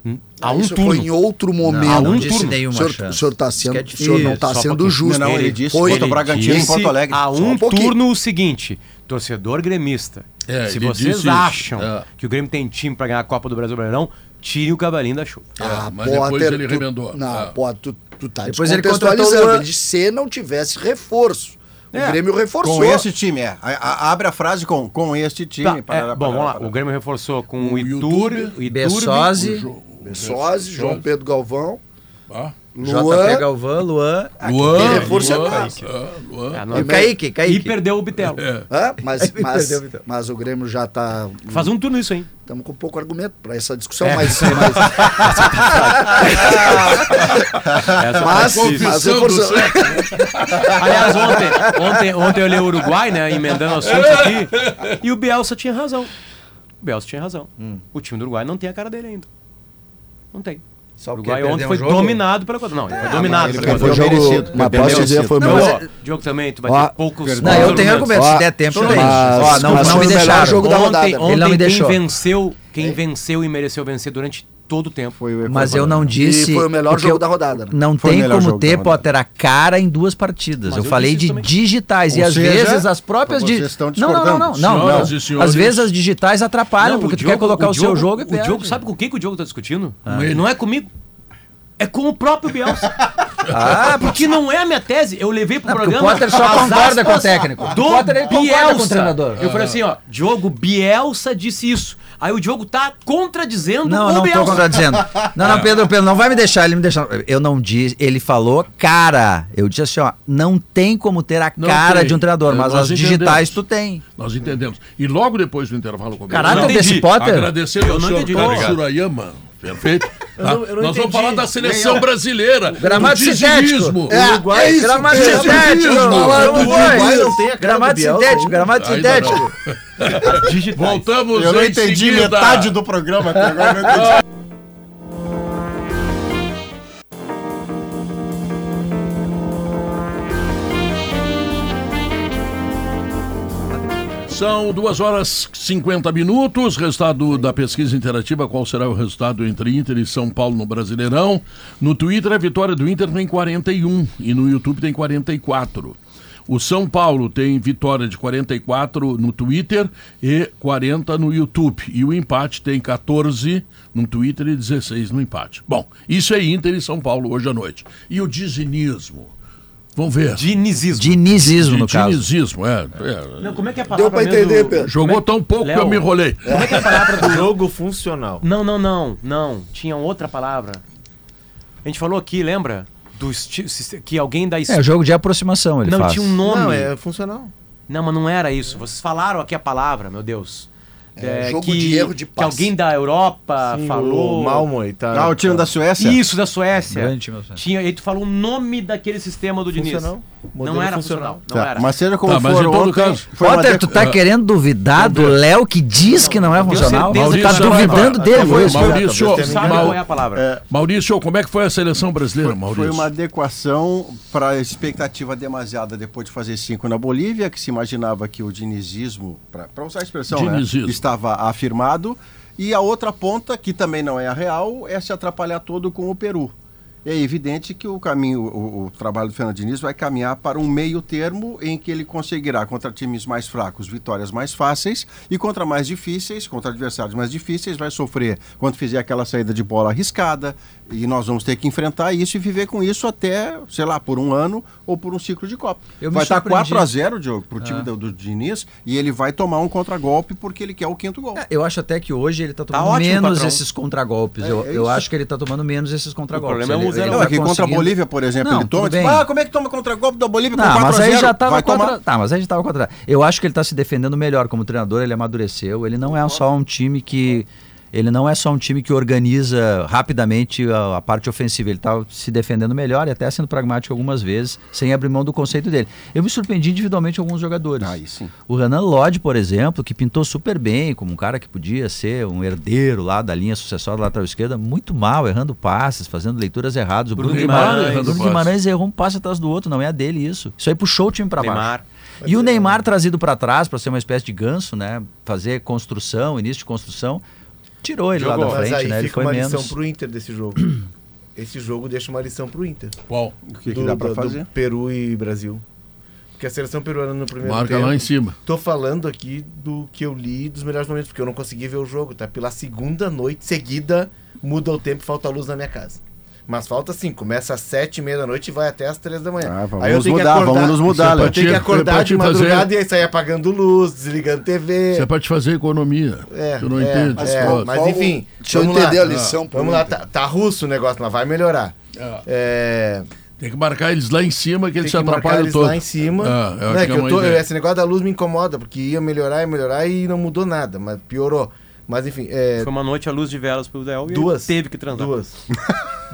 Speaker 5: Hum? Há
Speaker 1: Ah,
Speaker 5: um
Speaker 1: isso
Speaker 5: turno.
Speaker 1: foi em outro momento.
Speaker 5: Há
Speaker 6: Não,
Speaker 5: um
Speaker 6: não disse
Speaker 5: turno.
Speaker 6: nenhuma O senhor- chance. o senhor tá Isso sendo- que é o senhor não difícil. tá
Speaker 5: Só um
Speaker 6: sendo
Speaker 5: pouquinho.
Speaker 6: justo. Não, ele disse Foi. contra o Bragantino em
Speaker 5: disse
Speaker 6: Porto Alegre.
Speaker 5: Há
Speaker 6: Só
Speaker 5: um,
Speaker 6: um pouquinho.
Speaker 5: turno o seguinte, torcedor gremista,
Speaker 1: É,
Speaker 5: se
Speaker 1: ele disse
Speaker 5: vocês
Speaker 1: isso.
Speaker 5: acham
Speaker 1: É.
Speaker 5: que o Grêmio tem time pra ganhar a Copa do Brasil Brasileirão, tire o cavalinho da chuva.
Speaker 4: É,
Speaker 6: Ah, Potter, tu- Não, Potter, tu, tu tá
Speaker 5: Depois ele
Speaker 6: descontextualizando.
Speaker 5: contratou o
Speaker 6: Ele,
Speaker 5: Luan.
Speaker 6: disse, se não tivesse reforço. O Grêmio reforçou.
Speaker 2: Com esse time, é. A- a- abre a frase com, com este time.
Speaker 5: Tá, é,
Speaker 2: parará,
Speaker 5: bom, vamos
Speaker 2: parará,
Speaker 5: lá.
Speaker 2: parará.
Speaker 5: O Grêmio reforçou com o Iturbe, o Iturbe,
Speaker 3: Bessose.
Speaker 5: o Jo-
Speaker 6: Bessose, João Pedro Galvão.
Speaker 1: Tá.
Speaker 6: Luan.
Speaker 3: JP Galvão, Luan. Ah,
Speaker 6: Luan,
Speaker 3: Ele reforça
Speaker 6: Luan, É.
Speaker 3: Kaique.
Speaker 1: Luan.
Speaker 3: E o Kaique, Kaique.
Speaker 5: perdeu o Bitelo.
Speaker 6: Hã? Mas,
Speaker 3: Aí
Speaker 6: mas-
Speaker 3: né? perdeu o Vitão.
Speaker 6: mas o Grêmio já tá.
Speaker 5: Faz um turno isso, hein?
Speaker 6: Estamos com pouco argumento para essa discussão,
Speaker 5: É.
Speaker 6: mas. mas...
Speaker 5: Essa é
Speaker 6: mas,
Speaker 5: foi difícil.
Speaker 6: mas reforçando.
Speaker 5: né? Aliás, ontem, ontem, ontem eu li o Uruguai, né? Emendando o assunto aqui. E o Bielsa tinha razão. O Bielsa tinha razão. O time do Uruguai não tem a cara dele ainda. Não tem.
Speaker 3: Só
Speaker 5: o Uruguai
Speaker 3: porque
Speaker 5: ontem
Speaker 3: perdeu
Speaker 5: foi
Speaker 3: um jogo?
Speaker 5: dominado pela Equador. Não,
Speaker 6: Ah,
Speaker 5: ele foi
Speaker 3: Tá,
Speaker 5: dominado
Speaker 3: mas
Speaker 5: pela
Speaker 3: ele
Speaker 5: Equador.
Speaker 10: perdeu Jogo- merecido. mas posso Perdeu dizer, foi
Speaker 5: Não,
Speaker 10: merecido.
Speaker 5: mas- Diogo também, tu vai
Speaker 10: Ó,
Speaker 5: ter poucos.
Speaker 3: Não, eu tenho argumentos, se der tempo, eu tenho. Ó, não- não me deixaram. Ontem-
Speaker 5: Ontem,
Speaker 3: ontem
Speaker 5: não me
Speaker 3: quem
Speaker 5: deixou. Quem venceu, quem venceu e mereceu vencer durante todo o tempo.
Speaker 3: Mas eu não disse.
Speaker 6: E foi o melhor
Speaker 3: porque
Speaker 6: jogo
Speaker 3: eu-
Speaker 6: da rodada, né?
Speaker 3: Não
Speaker 6: Foi o
Speaker 3: tem
Speaker 6: melhor
Speaker 3: como
Speaker 6: jogo da
Speaker 3: ter,
Speaker 6: rodada.
Speaker 3: Potter, a cara em duas partidas.
Speaker 6: Mas
Speaker 3: eu
Speaker 6: eu
Speaker 3: falei
Speaker 6: disse
Speaker 3: de
Speaker 6: isso também.
Speaker 3: digitais. e
Speaker 6: Ou
Speaker 3: às
Speaker 6: seja,
Speaker 3: vezes as próprias.
Speaker 6: vocês
Speaker 3: di-
Speaker 6: estão
Speaker 3: Não, não, não, não.
Speaker 6: discordando.
Speaker 3: não,
Speaker 6: Senhoras
Speaker 3: não.
Speaker 6: e senhores.
Speaker 3: Às vezes as digitais atrapalham,
Speaker 5: Não, o
Speaker 3: porque tu quer
Speaker 5: Diogo-
Speaker 3: colocar o, seu
Speaker 5: Diogo-
Speaker 3: jogo e
Speaker 5: O
Speaker 3: perde.
Speaker 5: Diogo, sabe com quem que o Diogo tá discutindo?
Speaker 3: Ah.
Speaker 5: Com ele. Não é comigo. É com o próprio Bielsa.
Speaker 3: Ah,
Speaker 5: porque não é a minha tese. Eu levei pro
Speaker 3: Não, porque o
Speaker 5: programa.
Speaker 3: Potter só
Speaker 5: as
Speaker 3: concorda
Speaker 5: aspas
Speaker 3: com o técnico.
Speaker 5: Do
Speaker 3: O Potter, ele concorda
Speaker 5: Bielsa.
Speaker 3: com o treinador.
Speaker 5: Eu falei assim, ó, Diogo Bielsa disse isso. Aí o Diogo tá contradizendo
Speaker 3: Não,
Speaker 5: o
Speaker 3: eu não
Speaker 5: Bielsa. É.
Speaker 3: tô contradizendo. Não,
Speaker 6: É.
Speaker 3: não, Pedro, Pedro, não vai me deixar, ele me deixar. Eu não disse, ele falou, cara. Eu disse assim, ó, não tem como ter a
Speaker 1: Não
Speaker 3: cara
Speaker 1: tem.
Speaker 3: de um treinador,
Speaker 1: É,
Speaker 3: mas
Speaker 1: nós
Speaker 3: as digitais
Speaker 1: entendemos.
Speaker 3: tu tem.
Speaker 1: Nós entendemos. E logo depois do intervalo comercial...
Speaker 3: Caráter
Speaker 1: Não,
Speaker 3: desse
Speaker 1: entendi.
Speaker 3: Potter?
Speaker 1: Agradecendo
Speaker 3: Eu
Speaker 1: ao
Speaker 3: não
Speaker 1: senhor
Speaker 3: entendi.
Speaker 1: Paulo
Speaker 3: Obrigado.
Speaker 1: Surayama. Perfeito.
Speaker 3: Eu não- eu não
Speaker 1: Nós vamos
Speaker 3: entendi.
Speaker 1: falar da seleção brasileira.
Speaker 3: Gramado
Speaker 1: do
Speaker 3: sintético.
Speaker 1: disilismo.
Speaker 3: É,
Speaker 1: Uruguai.
Speaker 3: gramado
Speaker 1: Disilismo.
Speaker 3: sintético.
Speaker 1: Falar do Uruguai.
Speaker 3: Gramado sintético, gramado
Speaker 1: Ainda não.
Speaker 3: sintético.
Speaker 1: Voltamos
Speaker 2: Eu não
Speaker 1: em
Speaker 2: entendi
Speaker 1: seguida.
Speaker 2: metade do programa até agora, eu não entendi.
Speaker 1: São 2 horas e 50 minutos. Resultado da pesquisa interativa: qual será o resultado entre Inter e São Paulo no Brasileirão? No Twitter, a vitória do Inter tem 41 e no YouTube tem 44. O São Paulo tem vitória de 44 no Twitter e 40 no YouTube. E o empate tem 14 no Twitter e 16 no empate. Bom, isso é Inter e São Paulo hoje à noite. E o dizinismo? Vamos ver.
Speaker 5: Dinizismo.
Speaker 3: Dinizismo, no caso.
Speaker 1: Dinizismo, é. é.
Speaker 5: Não, como é que é a
Speaker 1: Deu
Speaker 5: palavra
Speaker 1: pra
Speaker 5: mesmo
Speaker 1: entender,
Speaker 5: do-
Speaker 1: Pedro. Jogou
Speaker 5: Como é-
Speaker 1: tão pouco que
Speaker 5: Léo,
Speaker 1: eu me enrolei.
Speaker 5: Como é que é a palavra do
Speaker 4: Jogo funcional.
Speaker 5: Não, não, não, não. Tinha outra palavra. A gente falou aqui, lembra? Do esti- sis- que alguém da
Speaker 3: É jogo de aproximação, ele
Speaker 5: Não,
Speaker 3: faz.
Speaker 5: tinha um nome.
Speaker 4: Não, é funcional.
Speaker 5: Não, mas não era isso. Vocês falaram aqui a palavra, meu Deus.
Speaker 4: É, jogo de erro de
Speaker 5: Que
Speaker 4: passe.
Speaker 5: alguém da Europa
Speaker 4: Sim,
Speaker 5: falou.
Speaker 4: o Malmo, Itália.
Speaker 5: Tá.
Speaker 4: Ah, o time da Suécia?
Speaker 5: Isso, da Suécia.
Speaker 4: Grande time da Suécia.
Speaker 5: Tinha, e tu falou o nome daquele sistema do Diniz.
Speaker 4: Funcional.
Speaker 5: Não
Speaker 4: Modelo
Speaker 5: era funcional.
Speaker 4: funcional.
Speaker 5: Não
Speaker 4: Tá,
Speaker 5: era.
Speaker 4: mas seja
Speaker 6: como Tá, mas
Speaker 3: for, em
Speaker 1: então,
Speaker 3: todo
Speaker 6: ontem caso- foi uma
Speaker 3: Potter, tu tá
Speaker 6: deco- É.
Speaker 3: querendo duvidar do Léo que diz que não é funcional? Tu
Speaker 1: Maurício,
Speaker 3: tá duvidando dele,
Speaker 1: Maurício,
Speaker 3: mesmo.
Speaker 1: Maurício, Mau-
Speaker 2: É.
Speaker 1: Maurício, como é que foi a seleção brasileira,
Speaker 2: Foi
Speaker 1: Maurício?
Speaker 2: uma adequação para a expectativa demasiada depois de fazer cinco na Bolívia, que se imaginava que o dinizismo, para usar a expressão, né,
Speaker 1: Dinizismo.
Speaker 2: estava afirmado. E a outra ponta, que também não é a real, é se atrapalhar todo com o Peru. É evidente que o caminho, o, o trabalho do Fernando Diniz vai caminhar para um meio termo em que ele conseguirá contra times mais fracos vitórias mais fáceis e contra mais difíceis, contra adversários mais difíceis, vai sofrer quando fizer aquela saída de bola arriscada e nós vamos ter que enfrentar isso e viver com isso até, sei lá, por um ano ou por um ciclo de Copa.
Speaker 3: Eu me
Speaker 2: vai estar
Speaker 3: surpreendi.
Speaker 2: 4 a 0 Diogo, para o time
Speaker 3: Ah.
Speaker 2: do, do Diniz e ele vai tomar um contragolpe porque ele quer o quinto gol.
Speaker 3: É, Eu acho até que hoje ele tá tomando
Speaker 2: ótimo,
Speaker 3: menos
Speaker 2: patrão.
Speaker 3: esses contragolpes.
Speaker 2: É,
Speaker 3: eu,
Speaker 2: é
Speaker 3: eu
Speaker 2: isso.
Speaker 3: acho que ele tá tomando menos esses contragolpes.
Speaker 5: problema é
Speaker 3: ele,
Speaker 5: o
Speaker 9: Mas era
Speaker 2: não,
Speaker 9: pra
Speaker 2: é que contra a
Speaker 9: conseguir.
Speaker 2: Bolívia, por exemplo,
Speaker 9: Não,
Speaker 2: ele toma
Speaker 3: tudo
Speaker 2: e diz,
Speaker 3: bem.
Speaker 2: ah, como é que toma contra golpe da Bolívia com
Speaker 3: Não,
Speaker 2: 4
Speaker 3: mas
Speaker 2: a
Speaker 3: aí
Speaker 2: 0?
Speaker 3: já tava
Speaker 2: Vai tomar-
Speaker 3: contra... Tá, mas aí já tava contra. Eu acho que ele tá se defendendo melhor como treinador, ele amadureceu, ele não é só um time que ele não é só um time que organiza rapidamente a, a parte ofensiva, ele tá se defendendo melhor e até sendo pragmático algumas vezes, sem abrir mão do conceito dele. Eu me surpreendi individualmente com alguns jogadores. O Renan Lodge, por exemplo, que pintou super bem, como um cara que podia ser um herdeiro lá da linha sucessória da lateral esquerda, muito mal, errando passes, fazendo leituras erradas. O
Speaker 1: Bruno
Speaker 3: Bruno,
Speaker 1: Guimarães
Speaker 3: Guimarães,
Speaker 1: errando
Speaker 3: Bruno
Speaker 1: passes.
Speaker 3: Guimarães Guimarães errou um passe atrás do outro, não é a dele isso. Isso aí puxou o time pra baixo.
Speaker 5: Neymar.
Speaker 3: E
Speaker 4: é-
Speaker 3: o Neymar trazido pra trás pra ser uma espécie de ganso, né? Fazer construção, início de construção, tirou ele lá da
Speaker 4: Mas
Speaker 3: frente,
Speaker 4: aí
Speaker 3: né? Ele
Speaker 4: fica
Speaker 3: foi
Speaker 4: uma
Speaker 3: menos.
Speaker 4: lição pro Inter desse jogo. Esse jogo deixa uma lição pro Inter.
Speaker 1: Qual?
Speaker 4: O
Speaker 2: que que dá pra fazer?
Speaker 4: Peru e Brasil. Porque a seleção peruana no primeiro
Speaker 1: Marca
Speaker 4: tempo...
Speaker 1: tá lá em cima.
Speaker 4: Tô falando aqui do que eu li dos melhores momentos, porque eu não consegui ver o jogo, tá? Pela segunda noite seguida, muda o tempo, falta luz na minha casa. Mas falta sim, começa às sete e meia da noite e vai até às três da manhã.
Speaker 2: Ah, vamos
Speaker 4: Aí eu tenho que
Speaker 2: mudar,
Speaker 4: acordar-
Speaker 2: vamos nos mudar,
Speaker 4: Eu
Speaker 2: Léo.
Speaker 4: tenho que
Speaker 1: É pra
Speaker 4: acordar
Speaker 1: te
Speaker 4: de
Speaker 1: fazer-
Speaker 4: madrugada e sair apagando luz, desligando TV.
Speaker 1: Isso é pra te fazer economia.
Speaker 4: É,
Speaker 1: tu não
Speaker 4: é,
Speaker 1: entende.
Speaker 4: Mas, é,
Speaker 1: Ó,
Speaker 4: mas
Speaker 1: qual-
Speaker 4: enfim.
Speaker 6: Deixa eu
Speaker 4: vamos lá.
Speaker 6: entender a lição,
Speaker 4: Ah,
Speaker 6: por
Speaker 4: Vamos lá, tá, tá russo o negócio, mas vai melhorar.
Speaker 1: Ah.
Speaker 4: É,
Speaker 1: Tem que marcar eles lá em cima que
Speaker 4: tem
Speaker 1: eles
Speaker 4: que
Speaker 1: se
Speaker 4: marcar
Speaker 1: atrapalham
Speaker 4: eles
Speaker 1: todos.
Speaker 4: lá em cima.
Speaker 1: Ah, eu
Speaker 4: Não,
Speaker 1: acho
Speaker 4: é
Speaker 1: que
Speaker 4: que
Speaker 1: é
Speaker 4: eu
Speaker 1: uma
Speaker 4: tô-
Speaker 1: ideia.
Speaker 4: esse negócio da luz me incomoda, porque ia melhorar, ia melhorar e não mudou nada, mas piorou. Mas enfim, é,
Speaker 5: Foi uma noite à luz de velas pro Del e
Speaker 4: Duas.
Speaker 5: ele teve que transar.
Speaker 4: duas.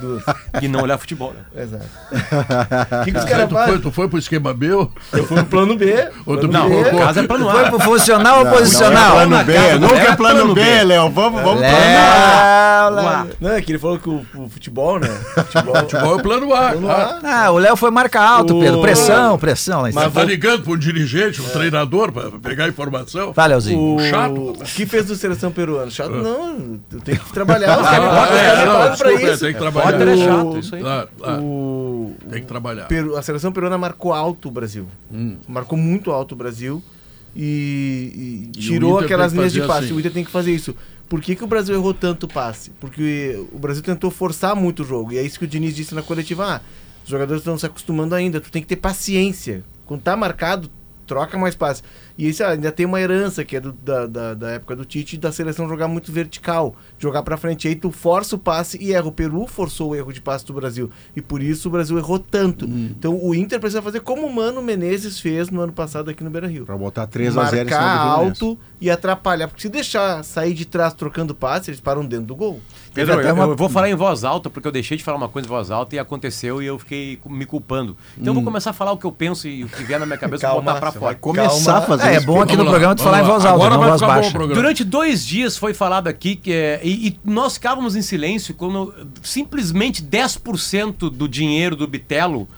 Speaker 4: duas.
Speaker 5: E não olhar futebol. né?
Speaker 4: Exato. O que, que os
Speaker 1: Aí
Speaker 4: caras
Speaker 1: tu, foi,
Speaker 4: fazem?
Speaker 1: tu foi pro esquema B? ou-
Speaker 4: Eu fui no plano B.
Speaker 1: Ou tu
Speaker 5: Não,
Speaker 1: pipocou?
Speaker 5: no caso é plano
Speaker 3: Foi
Speaker 5: A.
Speaker 3: pro funcional ou posicional?
Speaker 5: não é plano B,
Speaker 3: Não
Speaker 5: nunca é plano B,
Speaker 2: Léo, vamos, vamos.
Speaker 3: É. Léo,
Speaker 4: Não, é que ele falou que o, o futebol, né? Futebol,
Speaker 1: Qual é o plano A?
Speaker 4: plano
Speaker 1: Ah,
Speaker 4: A.
Speaker 3: Ah, o Léo foi marca alto,
Speaker 4: O-
Speaker 3: Pedro. Pressão, pressão lá em cima.
Speaker 1: Mas tá ligando pra um dirigente, um treinador, pra pegar informação?
Speaker 3: Tá, Léozinho.
Speaker 4: O
Speaker 1: Chato.
Speaker 4: que fez do seleção peruana? Chato não, eu tenho que trabalhar. Os
Speaker 1: Ah,
Speaker 4: caras pagam, os
Speaker 1: é,
Speaker 4: caras
Speaker 1: não,
Speaker 4: pagam pra
Speaker 1: desculpa, é,
Speaker 4: isso.
Speaker 1: Tem que trabalhar.
Speaker 5: Potter é chato, isso aí.
Speaker 1: Claro, claro,
Speaker 4: O-
Speaker 1: Tem que trabalhar. Hum.
Speaker 4: Peru- a seleção peruana marcou alto o Brasil. Marcou muito alto o Brasil e, e
Speaker 1: E o
Speaker 4: tirou
Speaker 1: Inter
Speaker 4: aquelas
Speaker 1: tem que
Speaker 4: linhas de
Speaker 1: fazer
Speaker 4: passe.
Speaker 1: assim.
Speaker 4: O Inter tem que fazer isso. Por que, que o Brasil errou tanto passe? Porque o Brasil tentou forçar muito o jogo. E é isso que o Diniz disse na coletiva. Ah, os jogadores estão se acostumando ainda. Tu tem que ter paciência. Quando tá marcado, troca mais passe. E isso ah, ainda tem uma herança que é do- da, da, da época do Tite da seleção jogar muito vertical, jogar pra frente. Aí tu força o passe e erra. O Peru forçou o erro de passe do Brasil. E por isso o Brasil errou tanto.
Speaker 2: Hum.
Speaker 4: Então o Inter precisa fazer como o Mano Menezes fez no ano passado aqui no Beira Rio.
Speaker 2: Pra botar 3 a 0 em cima
Speaker 4: Marcar
Speaker 2: do Fluminense.
Speaker 4: alto e atrapalhar. Porque se deixar sair de trás trocando passe, eles param dentro do gol.
Speaker 5: Pedro,
Speaker 3: até
Speaker 5: eu,
Speaker 3: uma-
Speaker 5: eu vou falar em voz alta, porque eu deixei de falar uma coisa em voz alta e aconteceu e eu fiquei cu- me culpando. Então eu
Speaker 1: Hum.
Speaker 5: vou começar a falar o que eu penso e o que vier na minha cabeça eu vou
Speaker 4: Calma,
Speaker 5: botar pra
Speaker 4: você
Speaker 5: fora.
Speaker 4: vai
Speaker 2: Começar a fazer
Speaker 3: É, é
Speaker 2: isso.
Speaker 3: bom aqui
Speaker 1: Vamos
Speaker 3: no
Speaker 1: lá,
Speaker 3: programa
Speaker 1: vamos
Speaker 3: tu falar em
Speaker 1: lá.
Speaker 3: voz alta,
Speaker 1: Agora
Speaker 3: não
Speaker 1: vai
Speaker 3: voz
Speaker 1: ficar bom o
Speaker 3: baixa.
Speaker 1: programa.
Speaker 5: Durante dois dias foi falado aqui que é, e, e nós ficávamos em silêncio quando simplesmente 10% do dinheiro do Bitelo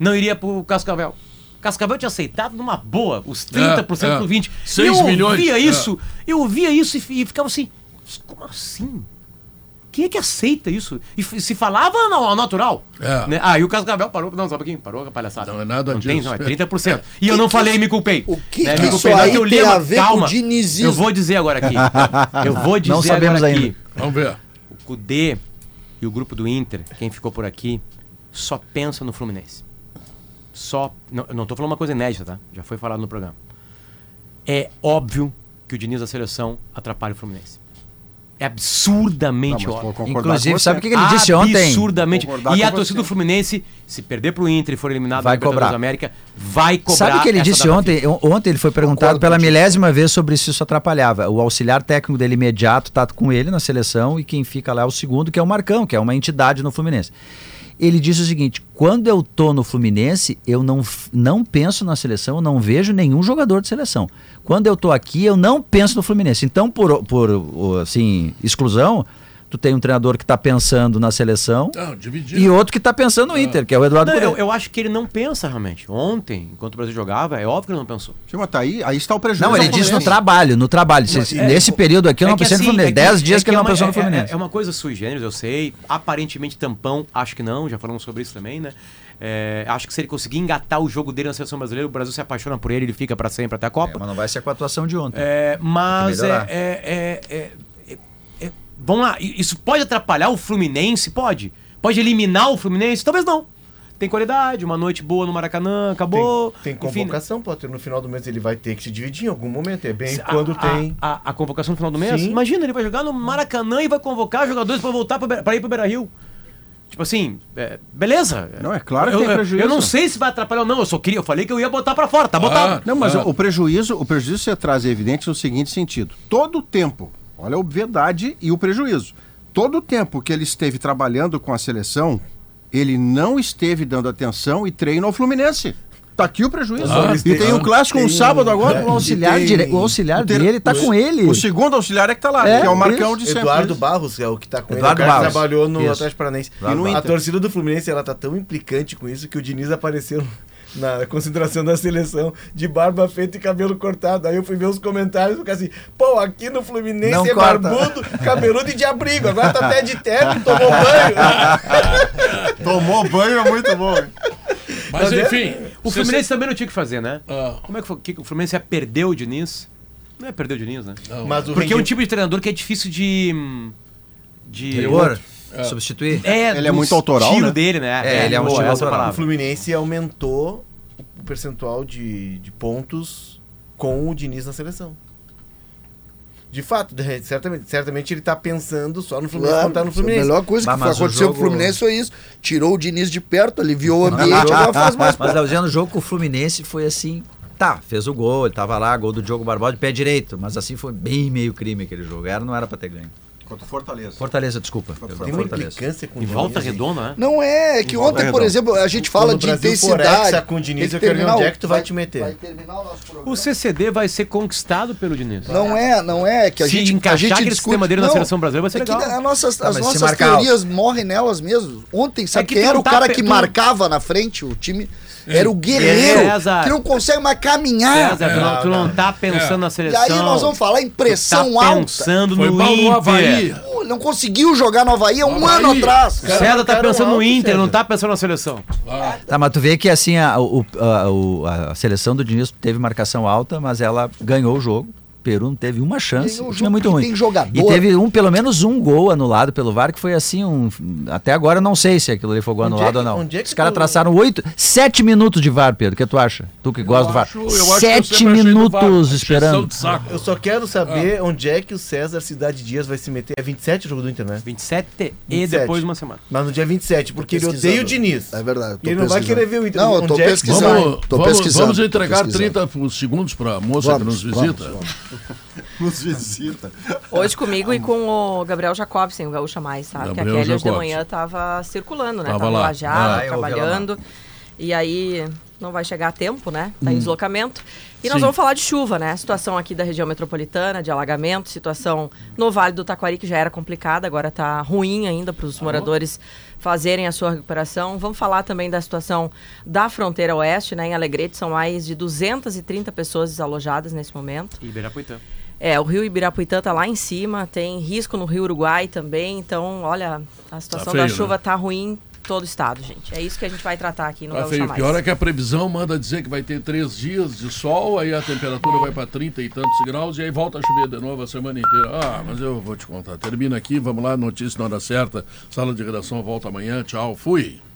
Speaker 5: não iria pro Cascavel. Cascavel tinha aceitado numa boa, os 30%
Speaker 1: É, é.
Speaker 5: do 20%.
Speaker 1: Seis
Speaker 5: eu
Speaker 1: milhões,
Speaker 5: ouvia
Speaker 1: é.
Speaker 5: isso, eu ouvia isso e, fi- e ficava assim, "Mas como assim? Quem é que aceita isso? E f- se falava na- ao natural.
Speaker 1: É.
Speaker 5: Né? Ah, e o Cascavel parou. Não, só um pouquinho, parou com a palhaçada.
Speaker 1: Não é nada
Speaker 5: não Tem,
Speaker 1: disso.
Speaker 5: não, é 30%. E eu não falei e me culpei.
Speaker 11: o que
Speaker 5: né?
Speaker 11: que
Speaker 5: Me
Speaker 11: isso
Speaker 5: culpei. Não,
Speaker 11: aí
Speaker 5: que eu li
Speaker 11: tem
Speaker 5: a-
Speaker 11: a ver com
Speaker 5: calma,
Speaker 11: dinizismo?
Speaker 5: Eu vou dizer agora aqui. Eu vou dizer
Speaker 3: Não sabemos
Speaker 5: agora
Speaker 3: ainda.
Speaker 5: aqui.
Speaker 1: Vamos ver.
Speaker 5: O Cudê e o grupo do Inter, quem ficou por aqui, só pensa no Fluminense. Só. Não, eu não tô falando uma coisa inédita, tá? Já foi falado no programa. É óbvio que o Diniz da seleção atrapalha o Fluminense. É
Speaker 2: Não, mas
Speaker 5: absurdamente
Speaker 2: vou
Speaker 5: óbvio.
Speaker 2: concordar com
Speaker 3: Inclusive,
Speaker 2: você.
Speaker 3: sabe o que que ele disse ontem?
Speaker 5: Absurdamente.
Speaker 2: Concordar
Speaker 5: E
Speaker 2: com
Speaker 5: a torcida
Speaker 2: você.
Speaker 5: do Fluminense, se perder pro Inter e for eliminado
Speaker 3: Vai
Speaker 5: da Libertadores
Speaker 3: cobrar.
Speaker 5: da América, vai cobrar.
Speaker 3: Sabe o que ele
Speaker 5: essa
Speaker 3: disse
Speaker 5: data
Speaker 3: ontem? O- Ontem ele foi perguntado
Speaker 5: Concordo
Speaker 3: pela
Speaker 5: contigo.
Speaker 3: milésima vez sobre se isso atrapalhava. O auxiliar técnico dele imediato tá com ele na seleção e quem fica lá é o segundo, que é o Marcão, que é uma entidade no Fluminense. Ele disse o seguinte: quando eu tô no Fluminense, eu não, f- não penso na seleção, eu não vejo nenhum jogador de seleção. Quando eu tô aqui, eu não penso no Fluminense. Então, por, o- por o- assim, exclusão, tu tem um treinador que tá pensando na seleção
Speaker 1: Não, dividido.
Speaker 3: e outro que tá pensando no Inter, que é o Eduardo
Speaker 5: Não,
Speaker 3: Cudê.
Speaker 5: eu, eu acho que ele não pensa realmente. Ontem, enquanto o Brasil jogava, é óbvio que ele não pensou.
Speaker 2: Deixa eu botar tá aí, aí está o prejuízo. é?
Speaker 3: Não, ele
Speaker 2: do
Speaker 3: diz no
Speaker 2: Fluminense.
Speaker 3: trabalho, no trabalho. Se-
Speaker 5: É,
Speaker 3: nesse período aqui eu
Speaker 5: é
Speaker 3: não
Speaker 5: que
Speaker 3: pensei no
Speaker 5: assim,
Speaker 3: Fluminense.
Speaker 5: é
Speaker 3: Dez dias
Speaker 5: é
Speaker 3: que ele não
Speaker 5: é uma-
Speaker 3: pensou
Speaker 5: é-
Speaker 3: no
Speaker 5: é-
Speaker 3: Fluminense.
Speaker 5: É, uma coisa sui generis, eu sei. Aparentemente tampão, acho que não, já falamos sobre isso também, né? É, acho que se ele conseguir engatar o jogo dele na seleção brasileira, o Brasil se apaixona por ele, ele fica pra sempre até a Copa.
Speaker 3: É, Mas não vai ser com a atuação de ontem.
Speaker 5: É, mas
Speaker 3: Tem que
Speaker 5: é,
Speaker 3: melhorar.
Speaker 5: é, é, é- é- é- Vamos lá, i- isso pode atrapalhar o Fluminense? Pode. Pode eliminar o Fluminense? Talvez não. Tem qualidade, uma noite boa no Maracanã, acabou.
Speaker 4: Tem, tem
Speaker 5: Enfim,
Speaker 4: convocação, Potter. No final do mês ele vai ter que se dividir em algum momento. É bem
Speaker 5: Se- a-
Speaker 4: quando
Speaker 5: a,
Speaker 4: tem.
Speaker 5: A, a convocação no final do mês?
Speaker 4: Sim.
Speaker 5: Imagina, ele vai jogar no Maracanã e vai convocar jogadores para voltar para ir para Beira Rio. Tipo assim, é, beleza.
Speaker 2: Não, é claro que
Speaker 5: eu,
Speaker 2: tem
Speaker 5: eu-
Speaker 2: prejuízo. Ah.
Speaker 5: Eu não sei se vai atrapalhar ou não. Eu só queria, eu falei que eu ia botar pra fora, tá botado.
Speaker 2: Não, mas o prejuízo, o prejuízo que você traz é evidente no seguinte sentido: todo o tempo, olha a obviedade e o prejuízo. Todo o tempo que ele esteve trabalhando com a seleção, ele não esteve dando atenção e treino ao Fluminense. Tá aqui o prejuízo.
Speaker 12: Claro,
Speaker 2: e
Speaker 12: tem-
Speaker 2: tem o clássico
Speaker 12: tem-
Speaker 2: um sábado agora.
Speaker 12: é, O auxiliar tem- dire- o auxiliar dele tá
Speaker 2: o-
Speaker 12: com ele.
Speaker 2: O segundo auxiliar é que tá lá, que é o Marcão de sempre.
Speaker 4: Eduardo
Speaker 2: Isso.
Speaker 4: Barros é o que tá com
Speaker 2: Eduardo
Speaker 4: ele. O cara
Speaker 2: Barros.
Speaker 4: trabalhou no
Speaker 2: Isso.
Speaker 4: Atlético Paranaense.
Speaker 2: E no
Speaker 4: a
Speaker 2: Inter.
Speaker 4: torcida do Fluminense, ela tá tão implicante com isso que o Diniz apareceu na concentração da seleção de barba feita e cabelo cortado. Aí eu fui ver os comentários e fiquei assim, pô, aqui no Fluminense
Speaker 6: Não
Speaker 4: é
Speaker 6: corta.
Speaker 4: barbudo, cabeludo e de abrigo. Agora tá até de terno, tomou banho.
Speaker 2: tomou banho é muito bom.
Speaker 5: Mas
Speaker 4: Tá
Speaker 5: enfim.
Speaker 4: vendo?
Speaker 5: O
Speaker 4: Se
Speaker 5: Fluminense
Speaker 4: você-
Speaker 5: também não tinha o que fazer, né? Como é que foi? que- o Fluminense ia perder o Diniz? Não é perder o Diniz, né?
Speaker 3: Não. Mas o
Speaker 5: Porque é um
Speaker 3: rendi-
Speaker 5: tipo de treinador que é difícil de. hum, de
Speaker 3: Rigor? É. Substituir?
Speaker 5: É,
Speaker 3: Ele é
Speaker 5: do
Speaker 3: muito autoral,
Speaker 5: estilo
Speaker 3: né?
Speaker 5: dele, né?
Speaker 3: É, ele é um
Speaker 5: boa,
Speaker 3: estilo
Speaker 5: essa
Speaker 3: autoral.
Speaker 5: palavra.
Speaker 4: O Fluminense aumentou o percentual de, de pontos com o Diniz na seleção. De fato, de- certamente, certamente ele tá pensando só no Fluminense
Speaker 6: Claro,
Speaker 4: quando tá no
Speaker 6: isso é
Speaker 4: Fluminense.
Speaker 6: A melhor coisa que foi- aconteceu com o Fluminense foi isso. Tirou o Diniz de perto, aliviou o ambiente, agora faz mais
Speaker 3: Mas Lauziano, é, o jogo com o Fluminense foi assim. Tá, fez o gol, ele tava lá, gol do Diogo Barbosa de pé direito. Mas assim foi bem meio crime aquele jogo. Era, não era pra ter ganho.
Speaker 2: Contra o Fortaleza.
Speaker 3: Fortaleza, desculpa. Perdão,
Speaker 4: Tem uma implicância com o assim.
Speaker 3: Em
Speaker 4: Diniz,
Speaker 3: volta
Speaker 4: hein?
Speaker 3: redonda, né?
Speaker 6: Não é, é que
Speaker 3: Volta
Speaker 6: ontem, por
Speaker 3: redonda.
Speaker 6: exemplo, a gente
Speaker 4: Quando
Speaker 6: fala
Speaker 4: o
Speaker 6: de
Speaker 4: Brasil
Speaker 6: intensidade.
Speaker 4: forexa com o Diniz,
Speaker 6: Tem
Speaker 4: eu quero ver
Speaker 6: terminar
Speaker 4: onde
Speaker 6: o-
Speaker 4: é que tu vai te meter.
Speaker 5: O CCD vai ser conquistado pelo Diniz.
Speaker 6: Não é, não é que a
Speaker 5: Se
Speaker 6: gente
Speaker 5: encaixar
Speaker 6: a gente
Speaker 5: aquele
Speaker 6: discute-
Speaker 5: sistema dele na
Speaker 6: Não,
Speaker 5: seleção brasileira, vai ser
Speaker 6: é que
Speaker 5: legal.
Speaker 6: a nossas-
Speaker 5: Tá,
Speaker 6: as
Speaker 5: mas se
Speaker 6: nossas
Speaker 5: marcar-
Speaker 6: teorias morrem nelas mesmas. Ontem, sabe
Speaker 5: É que
Speaker 6: quem
Speaker 5: tu
Speaker 6: era
Speaker 5: não
Speaker 6: o
Speaker 5: tá
Speaker 6: cara
Speaker 5: pe-
Speaker 6: que
Speaker 5: tu-
Speaker 6: marcava na frente o time?
Speaker 5: É.
Speaker 6: Era o guerreiro,
Speaker 5: César.
Speaker 6: que não consegue mais caminhar.
Speaker 5: César, tu, não, tu não tá pensando na
Speaker 6: E
Speaker 5: seleção.
Speaker 6: aí nós vamos falar em pressão
Speaker 5: Tu tá
Speaker 6: alta.
Speaker 5: pensando Foi no mal no Inter. Havaí.
Speaker 6: Pô, Não conseguiu jogar no Havaí há um ano atrás.
Speaker 5: O César tá pensando no Inter, não tá pensando na seleção.
Speaker 3: Tá, mas tu vê que assim, a, o- a- o- a seleção do Diniz teve marcação alta, mas ela ganhou o jogo. O Peru não teve uma chance.
Speaker 6: Ganhou o
Speaker 3: O time
Speaker 6: jogo
Speaker 3: é muito
Speaker 6: porque
Speaker 3: ruim.
Speaker 6: tem jogador.
Speaker 3: E teve um, pelo menos um gol anulado pelo VAR, que foi assim, um. Até agora eu não sei se aquilo ali foi gol
Speaker 4: Onde é
Speaker 3: anulado
Speaker 4: que-
Speaker 3: ou não.
Speaker 4: onde é que
Speaker 3: Os caras
Speaker 4: tu-
Speaker 3: traçaram oito, sete minutos de VAR, Pedro. O que tu acha? Tu que gosta
Speaker 4: acho-
Speaker 3: do
Speaker 4: eu
Speaker 3: VAR.
Speaker 4: acho que eu
Speaker 3: Sete
Speaker 4: sempre achei do
Speaker 3: minutos esperando.
Speaker 4: Eu só quero
Speaker 1: Ah.
Speaker 4: saber onde é que o César Cidade Dias vai se meter. É 27 o jogo do Inter, né?
Speaker 5: 27 e depois uma semana.
Speaker 4: Mas no dia 27, porque ele
Speaker 5: pesquisando.
Speaker 4: odeia o Diniz.
Speaker 6: É verdade. eu tô
Speaker 4: E ele não vai
Speaker 6: pesquisando.
Speaker 4: querer ver o Inter.
Speaker 6: Não, eu tô
Speaker 4: onde é que-
Speaker 6: pesquisando.
Speaker 1: Vamos,
Speaker 6: Tô
Speaker 1: vamos-
Speaker 6: pesquisando,
Speaker 1: vamos
Speaker 6: tô
Speaker 1: entregar
Speaker 6: pesquisando.
Speaker 1: 30 segundos para a moça que nos
Speaker 6: Vamos,
Speaker 1: visita.
Speaker 6: vamos,
Speaker 2: Nos visita.
Speaker 13: Hoje comigo e com o Gabriel Jacobsen, o Gaúcha Mais, sabe? que a
Speaker 1: Gabriel
Speaker 13: Kelly hoje de
Speaker 1: Jacobsen.
Speaker 13: manhã tava circulando, né?
Speaker 1: Tava
Speaker 13: Tava, tava
Speaker 1: lá.
Speaker 13: lajado,
Speaker 1: Ah, eu ouvi ela
Speaker 13: trabalhando. E aí não vai chegar a tempo, né? Tá em
Speaker 7: Hum.
Speaker 13: deslocamento. E nós
Speaker 7: Sim.
Speaker 13: vamos falar de chuva, né? Situação aqui da região metropolitana, de alagamento, situação no Vale do Taquari, que já era complicada, agora tá ruim ainda para os moradores fazerem a sua recuperação. Vamos falar também da situação da fronteira oeste, né? Em Alegrete são mais de 230 pessoas desalojadas nesse momento.
Speaker 5: Ibirapuitã.
Speaker 13: É, o Rio Ibirapuitã tá lá em cima, tem risco no Rio Uruguai também, então, olha, a situação da
Speaker 1: feio,
Speaker 13: chuva
Speaker 1: né?
Speaker 13: tá ruim em todo o estado, gente. É isso que a gente vai tratar aqui no
Speaker 1: Tá
Speaker 13: Gaúcha
Speaker 1: feio.
Speaker 13: Mais.
Speaker 1: Pior é que a previsão manda dizer que vai ter três dias de sol, aí a temperatura vai para 30 e tantos graus, e aí volta a chover de novo a semana inteira. Ah, mas eu vou te contar. Termina aqui, vamos lá, notícia na hora certa. Sala de redação volta amanhã. Tchau, fui.